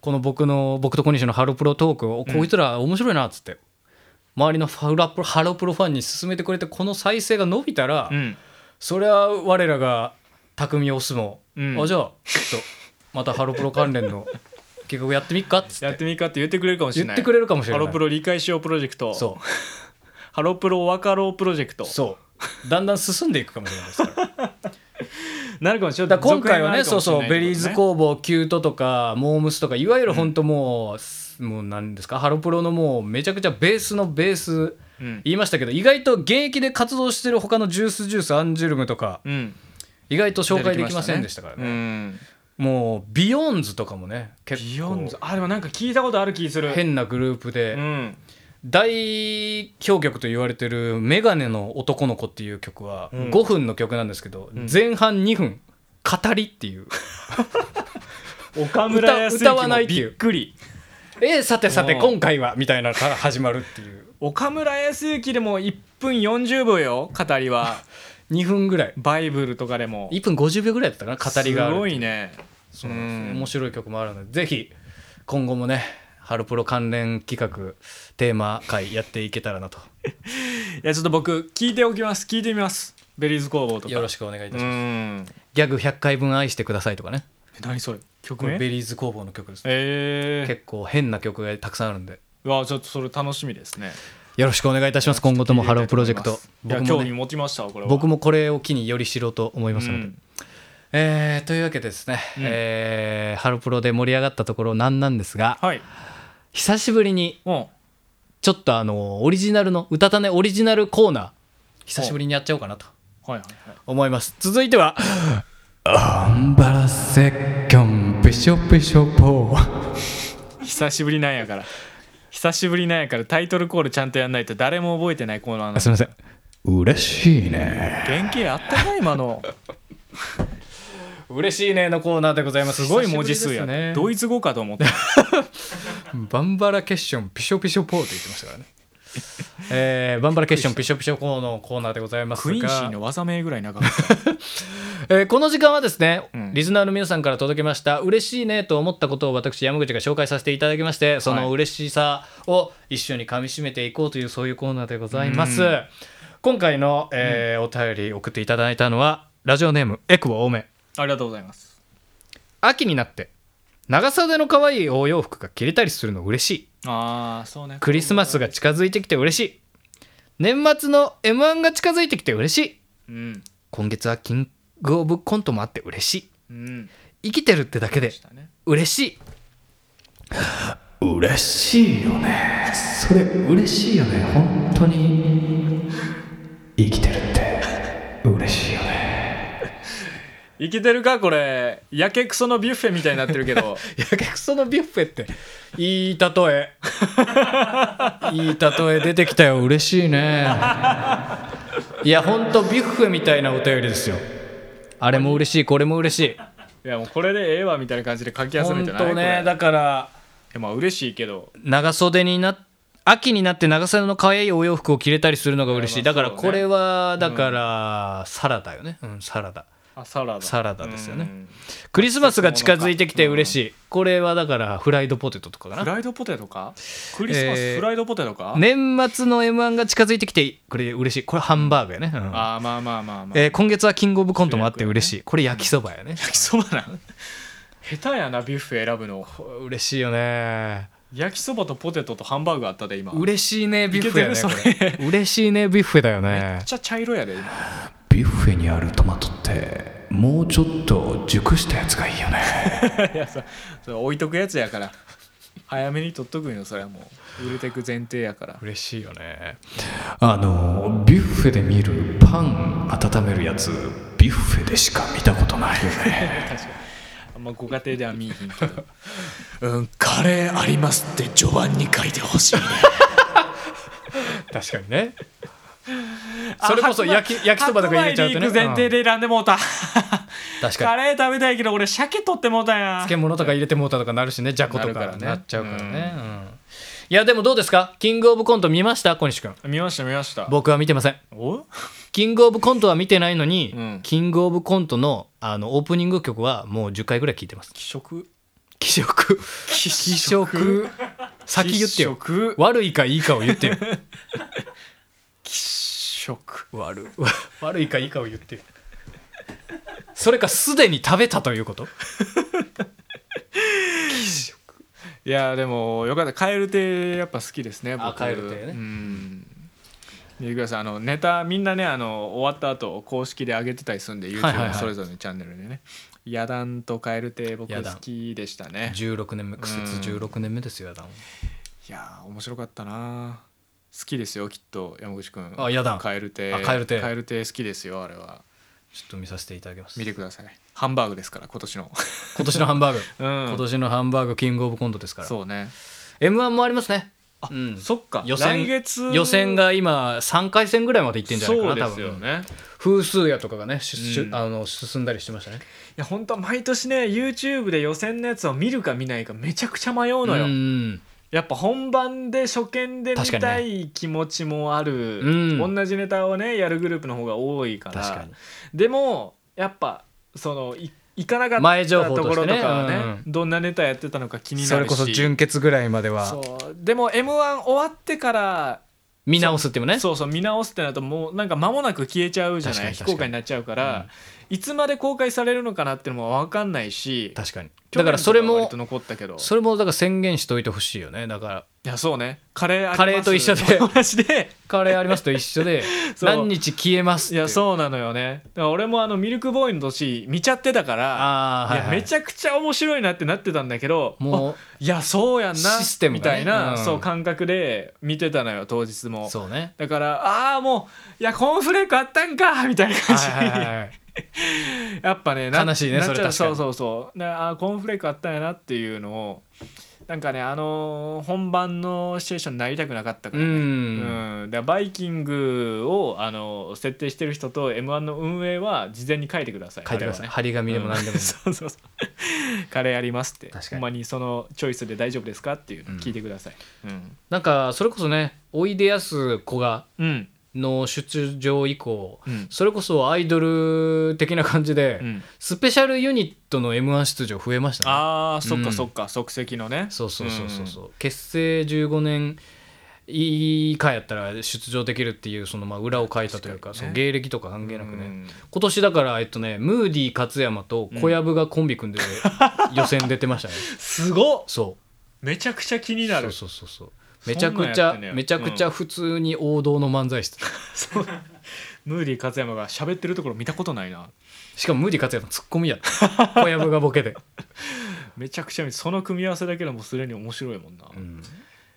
[SPEAKER 1] この僕の僕と小西のハロプロトークを、こいつら面白いなっつって周りのハロプロハロプロファンに勧めてくれてこの再生が伸びたら、
[SPEAKER 2] うん、
[SPEAKER 1] それは我らが匠オスも、
[SPEAKER 2] うん
[SPEAKER 1] あじゃあちょっとまたハロプロ関連の結局やってみっかっつ
[SPEAKER 2] や
[SPEAKER 1] っ
[SPEAKER 2] っててみっかって言ってくれるかもしれ
[SPEAKER 1] 言
[SPEAKER 2] な
[SPEAKER 1] っ
[SPEAKER 2] い
[SPEAKER 1] てくれるかもしれない
[SPEAKER 2] ハロプロ理解しようプロジェクト
[SPEAKER 1] そう
[SPEAKER 2] ハロプロワカロープロジェクト
[SPEAKER 1] そうだんだん進んでいくかもしれないです から
[SPEAKER 2] なるかもしれ
[SPEAKER 1] だ
[SPEAKER 2] ない
[SPEAKER 1] から今回はね
[SPEAKER 2] 続
[SPEAKER 1] そう
[SPEAKER 2] 編が
[SPEAKER 1] そう
[SPEAKER 2] あるかもしれない
[SPEAKER 1] ベリーズ
[SPEAKER 2] ってこ
[SPEAKER 1] 工房キュートとかモームスとかいわゆる本当もう、もう何ですかハロプロのもうめちゃくちゃベースのベース
[SPEAKER 2] とね
[SPEAKER 1] 言いましたけど意外と現役で活動してる他のジュースジュースアンジュルムとか
[SPEAKER 2] うん、うん、
[SPEAKER 1] 意外と紹介できませんでしたからね
[SPEAKER 2] うん
[SPEAKER 1] もうビヨンズとかもね結
[SPEAKER 2] ビヨンズ
[SPEAKER 1] 構
[SPEAKER 2] あでもなんか聞いたことある気する
[SPEAKER 1] 変なグループ
[SPEAKER 2] う
[SPEAKER 1] で
[SPEAKER 2] ん
[SPEAKER 1] 大表曲と言われてる「メガネの男の子」っていう曲は
[SPEAKER 2] うん
[SPEAKER 1] 5分の曲なんですけど
[SPEAKER 2] ん
[SPEAKER 1] 前半2分語りっていう
[SPEAKER 2] 岡村康
[SPEAKER 1] 歌歌わ
[SPEAKER 2] 之
[SPEAKER 1] ない
[SPEAKER 2] も
[SPEAKER 1] ってい
[SPEAKER 2] び
[SPEAKER 1] う
[SPEAKER 2] っくり
[SPEAKER 1] えーさてさて
[SPEAKER 2] うん
[SPEAKER 1] 今回はみたいなのから始まるっていう
[SPEAKER 2] 岡村康之でも1分40秒よ語 りは
[SPEAKER 1] 2分ぐらい
[SPEAKER 2] バイブルとかでも
[SPEAKER 1] 1分50秒ぐらいだったかな語りがある
[SPEAKER 2] すごいね
[SPEAKER 1] そうなんですね
[SPEAKER 2] うん
[SPEAKER 1] 面白い曲もあるのでぜひ今後もねハロプロ関連企画テーマ会やっていけたらなと
[SPEAKER 2] いやちょっと僕聞いておきます聞いてみますベリーズ工房とか
[SPEAKER 1] よろしくお願いいた
[SPEAKER 2] う
[SPEAKER 1] します、
[SPEAKER 2] ん
[SPEAKER 1] ギャグ100回分愛してくださいとかね
[SPEAKER 2] え何それ曲
[SPEAKER 1] これ
[SPEAKER 2] 名
[SPEAKER 1] ベリーズ工房の曲です
[SPEAKER 2] えー、
[SPEAKER 1] 結構変な曲がたくさんあるんで
[SPEAKER 2] うわちょっとそれ楽しみですね
[SPEAKER 1] よろしくお願いいたします今後ともハロープロジェクト
[SPEAKER 2] いや
[SPEAKER 1] 僕
[SPEAKER 2] 興
[SPEAKER 1] も,、
[SPEAKER 2] 味
[SPEAKER 1] ね、
[SPEAKER 2] 持ちましたわこれは
[SPEAKER 1] 僕もこれを機により知ろうと思いますので、
[SPEAKER 2] うん
[SPEAKER 1] えーというわけでですね、
[SPEAKER 2] うん
[SPEAKER 1] えーハロプロで盛り上がったところなんなんですが、
[SPEAKER 2] はい
[SPEAKER 1] 久しぶりに
[SPEAKER 2] うん
[SPEAKER 1] ちょっとあのオリジナルの「うたたね」オリジナルコーナー久しぶりにやっちゃおうかなと
[SPEAKER 2] はいはいはい
[SPEAKER 1] 思います続いては「アンバラセッキョンビショビショポー
[SPEAKER 2] 久しぶりなんやから久しぶりなんやからタイトルコールちゃんとやんないと誰も覚えてないコーナーな」の
[SPEAKER 1] あすいません嬉しいね
[SPEAKER 2] 原型あったかい 今の
[SPEAKER 1] 嬉しいねのコーナーでございます
[SPEAKER 2] すごい文字数やね
[SPEAKER 1] ね
[SPEAKER 2] ドイツ語かと 思った
[SPEAKER 1] バンバラケッションピショピショポーと言ってましたからね えーバンバラケッションピショピショポーのコーナーでございますが
[SPEAKER 2] クインシーの技名ぐらい長かった
[SPEAKER 1] えーこの時間はですね、
[SPEAKER 2] ん
[SPEAKER 1] リスナーの皆さんから届きました嬉しいねと思ったことを私山口が紹介させていただきましてその
[SPEAKER 2] はい
[SPEAKER 1] 嬉しさを一緒に噛みしめていこうというそういうコーナーでございます、
[SPEAKER 2] うん
[SPEAKER 1] 今回の、えーお便り送っていただいたのはラジオネームエクボ多め
[SPEAKER 2] ありがとうございます
[SPEAKER 1] 秋になって長袖の可愛いお洋服が着れたりするの嬉しい
[SPEAKER 2] ああそうね
[SPEAKER 1] クリスマスが近づいてきて嬉しい年末の m 1が近づいてきて嬉しい
[SPEAKER 2] うん
[SPEAKER 1] 今月はキングオブコントもあって嬉しい
[SPEAKER 2] うん
[SPEAKER 1] 生きてるってだけで
[SPEAKER 2] したね
[SPEAKER 1] 嬉しい 嬉しいよねそれ嬉しいよね本当に生きてるって嬉しいよね
[SPEAKER 2] いけてるかこれやけくそのビュッフェみたいになってるけ ど
[SPEAKER 1] やけくそのビュッフェっていい例えいい例え出てきたよ嬉しいねいやほんとビュッフェみたいなお便りですよあれも嬉しいこれも嬉し
[SPEAKER 2] いやもうこれでええわみたいな感じで書き
[SPEAKER 1] い
[SPEAKER 2] 集め
[SPEAKER 1] 本
[SPEAKER 2] てない
[SPEAKER 1] 当ね
[SPEAKER 2] これ
[SPEAKER 1] だから
[SPEAKER 2] いやまあ嬉しいけど
[SPEAKER 1] 長袖にな秋になって長袖の可愛いお洋服を着れたりするのが嬉しい
[SPEAKER 2] いや
[SPEAKER 1] だか
[SPEAKER 2] まあ
[SPEAKER 1] ら
[SPEAKER 2] そうね
[SPEAKER 1] これはだからサラダよねうんサラダ
[SPEAKER 2] あサラダ
[SPEAKER 1] サラダですよね
[SPEAKER 2] うん
[SPEAKER 1] クリスマスが近づいてきて嬉しいこれはだからフライドポテトとかかな
[SPEAKER 2] フライドポテトかクリスマ
[SPEAKER 1] えー
[SPEAKER 2] スフライドポテトか、
[SPEAKER 1] 年末の m 1が近づいてきてこれ嬉しいこれハンバーグやね、うん
[SPEAKER 2] あーまあまあまあまあ、
[SPEAKER 1] えー今月はキングオブコントもあって嬉しい、これ焼きそばやね、
[SPEAKER 2] 焼きそばなん下手やなビュッフェ選ぶの
[SPEAKER 1] 嬉しいよね
[SPEAKER 2] 焼きそばとポテトとハンバーグあったで今めっ
[SPEAKER 1] 嬉しいねビュッフェやね
[SPEAKER 2] いけてる
[SPEAKER 1] これ嬉しいねビュッフェだよね
[SPEAKER 2] ちゃ茶色やで今
[SPEAKER 1] ビュッフェにあるトマトってもうちょっと熟したやつがいいよね
[SPEAKER 2] いやさそれ置いとくやつやから早めに取っとくんよそれはもう売れてく前提やから
[SPEAKER 1] 嬉しいよねあのビュッフェで見るパン温めるやつビュッフェでしか見たことないよね
[SPEAKER 2] あんまご家庭では見えへ んけどうんカレーありますって序盤に書いてほしいね
[SPEAKER 1] 確かにねそれこそ焼き焼きそばとか入れちゃうとね
[SPEAKER 2] 白米に行く前提で選んでもうた、
[SPEAKER 1] 確かに
[SPEAKER 2] カレー食べたいけど俺鮭取ってもうたや
[SPEAKER 1] 漬物とか入れてもうたとかなるしねじゃこと
[SPEAKER 2] なるか
[SPEAKER 1] から
[SPEAKER 2] ね
[SPEAKER 1] なっちゃうからね、うんいやでもどうですかキングオブコント見ました小西君
[SPEAKER 2] 見ました見ました
[SPEAKER 1] 僕は見てません
[SPEAKER 2] お
[SPEAKER 1] キングオブコントは見てないのに、
[SPEAKER 2] うん
[SPEAKER 1] キングオブコントのあのオープニング曲はもう10回ぐらい聴いてます
[SPEAKER 2] 気色
[SPEAKER 1] 気色気
[SPEAKER 2] 気
[SPEAKER 1] 色先言ってよ
[SPEAKER 2] 気色
[SPEAKER 1] 悪いかいいかを言ってよ
[SPEAKER 2] 気色
[SPEAKER 1] 悪い悪いかいいかを言ってよそれかすでに食べたということ
[SPEAKER 2] いやでもよかった蛙亭やっぱ好きですね
[SPEAKER 1] あ
[SPEAKER 2] 僕
[SPEAKER 1] 蛙亭ね
[SPEAKER 2] うん見てくださいあのネタみんなねあの終わった後公式で上げてたりするんで YouTube
[SPEAKER 1] はいはいはい
[SPEAKER 2] のそれぞれのチャンネルでね「野談」と「蛙亭」僕
[SPEAKER 1] 野談
[SPEAKER 2] 好きでしたね
[SPEAKER 1] 16年目苦節16年目ですよやだん
[SPEAKER 2] いやー面白かったな好きですよきっと山口くん
[SPEAKER 1] あ野談
[SPEAKER 2] 蛙亭
[SPEAKER 1] あ蛙亭
[SPEAKER 2] 蛙亭好きですよあれは
[SPEAKER 1] ちょっと見させていただきます
[SPEAKER 2] 見てくださいハンバーグですから今年の
[SPEAKER 1] 今年のハンバーグ、
[SPEAKER 2] うん
[SPEAKER 1] 今年のハンバーグキングオブコントですから
[SPEAKER 2] そうね
[SPEAKER 1] m 1もありますねうん
[SPEAKER 2] そっか
[SPEAKER 1] 予選
[SPEAKER 2] 来月
[SPEAKER 1] 予選が今3回戦ぐらいまでいってんじゃないかな
[SPEAKER 2] そうですよ
[SPEAKER 1] 多分
[SPEAKER 2] ね
[SPEAKER 1] 風数やとかがねしし
[SPEAKER 2] うん
[SPEAKER 1] あの進んだりしてましたね
[SPEAKER 2] いや本当は毎年ね YouTube で予選のやつを見るか見ないかめちゃくちゃ迷うのよ、
[SPEAKER 1] ん
[SPEAKER 2] やっぱ本番で初見で見
[SPEAKER 1] 確か
[SPEAKER 2] た
[SPEAKER 1] に
[SPEAKER 2] い気持ちもある、
[SPEAKER 1] うん
[SPEAKER 2] 同じネタをねやるグループの方が多いから
[SPEAKER 1] 確かに
[SPEAKER 2] でもやっぱそのい行かなか
[SPEAKER 1] 前
[SPEAKER 2] っ
[SPEAKER 1] 情
[SPEAKER 2] た
[SPEAKER 1] 報
[SPEAKER 2] とこと
[SPEAKER 1] し
[SPEAKER 2] ろ
[SPEAKER 1] て
[SPEAKER 2] と
[SPEAKER 1] ね
[SPEAKER 2] かはね
[SPEAKER 1] うん
[SPEAKER 2] どんなネタやってたのか気になるし
[SPEAKER 1] それこそ準決ぐらいまでは
[SPEAKER 2] そうでも m 1終わってから
[SPEAKER 1] 見直すっていうね
[SPEAKER 2] そうそう見直すってなるともうなんか間もなく消えちゃうじゃ
[SPEAKER 1] 確
[SPEAKER 2] な
[SPEAKER 1] か
[SPEAKER 2] い
[SPEAKER 1] に
[SPEAKER 2] 非
[SPEAKER 1] 確かに
[SPEAKER 2] 公開になっちゃうから、いつまで公開されるのかなっていうのも分かんないし
[SPEAKER 1] 確かに
[SPEAKER 2] 去
[SPEAKER 1] だ
[SPEAKER 2] 年
[SPEAKER 1] からそれ
[SPEAKER 2] とかは
[SPEAKER 1] も
[SPEAKER 2] 割と残ったけど
[SPEAKER 1] それもだから宣言しといてほしいよねだから
[SPEAKER 2] いやそうねカレーあります
[SPEAKER 1] カレーと一緒 で
[SPEAKER 2] 同じで
[SPEAKER 1] カレーありますと一緒で
[SPEAKER 2] そう
[SPEAKER 1] 何日消えますって
[SPEAKER 2] い
[SPEAKER 1] いう
[SPEAKER 2] やそうなのよねだから俺もあのミルクボーイの年見ちゃってたから
[SPEAKER 1] ああはい,、はい
[SPEAKER 2] やめちゃくちゃ面白いなってなってたんだけど
[SPEAKER 1] もう
[SPEAKER 2] あいやそうやんな
[SPEAKER 1] システム
[SPEAKER 2] み
[SPEAKER 1] がね
[SPEAKER 2] たいな、
[SPEAKER 1] うん
[SPEAKER 2] そう感覚で見てたのよ当日も
[SPEAKER 1] そう ね
[SPEAKER 2] だからああーもういやコーンフレークあったんかみたいな感じに、
[SPEAKER 1] はいはいはいはい
[SPEAKER 2] やっぱねな
[SPEAKER 1] 悲しいね
[SPEAKER 2] なっちゃう
[SPEAKER 1] それ確かに
[SPEAKER 2] そうそうそうなあーコーンフレークあったんやなっていうのをなんかねあのー本番のシチュエーションになりたくなかったか
[SPEAKER 1] う
[SPEAKER 2] ら、ね
[SPEAKER 1] ん
[SPEAKER 2] うん、でバイキングをあの設定してる人と m 1の運営は事前に書いてください
[SPEAKER 1] 書いてください
[SPEAKER 2] あれは
[SPEAKER 1] 張り紙でも何でもいいんで
[SPEAKER 2] うん そうそうそうカレーありますって
[SPEAKER 1] 確か
[SPEAKER 2] ほ
[SPEAKER 1] に
[SPEAKER 2] んまにそのチョイスで大丈夫ですかっていうのを聞いてくださいうん、
[SPEAKER 1] なんかそれこそねおいでやす子が
[SPEAKER 2] うん
[SPEAKER 1] の出場以降、
[SPEAKER 2] うん
[SPEAKER 1] それこそアイドル的な感じで、
[SPEAKER 2] うん
[SPEAKER 1] スペシャルユニットの m 1出場増えましたね
[SPEAKER 2] あーそっ
[SPEAKER 1] うん
[SPEAKER 2] かそっか、即席のね
[SPEAKER 1] そうそうそうそうそう、結成15年以下やったら出場できるっていうそのまあ裏を書いたというか
[SPEAKER 2] 確か
[SPEAKER 1] そ
[SPEAKER 2] にね
[SPEAKER 1] う芸歴とか関係
[SPEAKER 2] う
[SPEAKER 1] なくね、
[SPEAKER 2] ん
[SPEAKER 1] 今年だからえっとねムーディ勝山と小籔がコンビ組んで予選出てま したね、
[SPEAKER 2] すごっ
[SPEAKER 1] そう
[SPEAKER 2] めちゃくちゃ気にな
[SPEAKER 1] そう
[SPEAKER 2] る
[SPEAKER 1] そうそうそう
[SPEAKER 2] そ
[SPEAKER 1] め
[SPEAKER 2] ん
[SPEAKER 1] ち
[SPEAKER 2] な
[SPEAKER 1] ゃ
[SPEAKER 2] んや
[SPEAKER 1] く
[SPEAKER 2] ってんね
[SPEAKER 1] ちゃ、
[SPEAKER 2] や
[SPEAKER 1] めちゃくちゃ普通に王道の漫才してた
[SPEAKER 2] そうムーディ勝山が喋ってるところ見たことないな
[SPEAKER 1] しかもムーディ勝 山ツッコミやった小籔がボケで、
[SPEAKER 2] めちゃくちゃ見その組み合わせだけでもすでに面白いもんな、
[SPEAKER 1] うん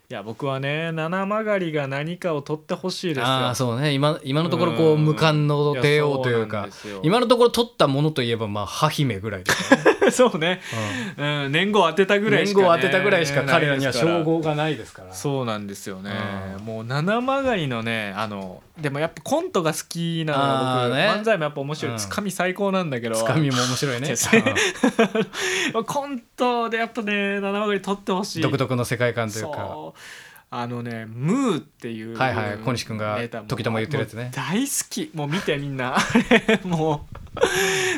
[SPEAKER 2] いや僕はね七曲りが何かを取ってほしいですよ
[SPEAKER 1] ああそうね今今のところこう
[SPEAKER 2] うん
[SPEAKER 1] 無冠の帝王という
[SPEAKER 2] い
[SPEAKER 1] か
[SPEAKER 2] やそうなんですよ
[SPEAKER 1] 今のところ取ったものといえばまあ羽姫ぐらいですね
[SPEAKER 2] そうね、うん、年号当てたぐらいし
[SPEAKER 1] 年
[SPEAKER 2] か、ね、
[SPEAKER 1] 号を当てたぐらいしか彼らには
[SPEAKER 2] ないですから
[SPEAKER 1] 称号がないですから
[SPEAKER 2] そうなんですよね、
[SPEAKER 1] うん
[SPEAKER 2] もう七曲りのねあのでもやっぱコントが好きなのが僕、
[SPEAKER 1] あーね
[SPEAKER 2] 漫才もやっぱ面白い、
[SPEAKER 1] うん
[SPEAKER 2] つかみ最高なんだけど
[SPEAKER 1] つかみも面白いね
[SPEAKER 2] ですねコントでやっぱね七曲り取ってほ
[SPEAKER 1] う
[SPEAKER 2] し
[SPEAKER 1] ん
[SPEAKER 2] い
[SPEAKER 1] 独特の世界観というか
[SPEAKER 2] そうあのね「ムー」っていう
[SPEAKER 1] はいはい小西君が
[SPEAKER 2] ネタも
[SPEAKER 1] 時たま言ってるやつね
[SPEAKER 2] もう大好きもう見てみんなあれも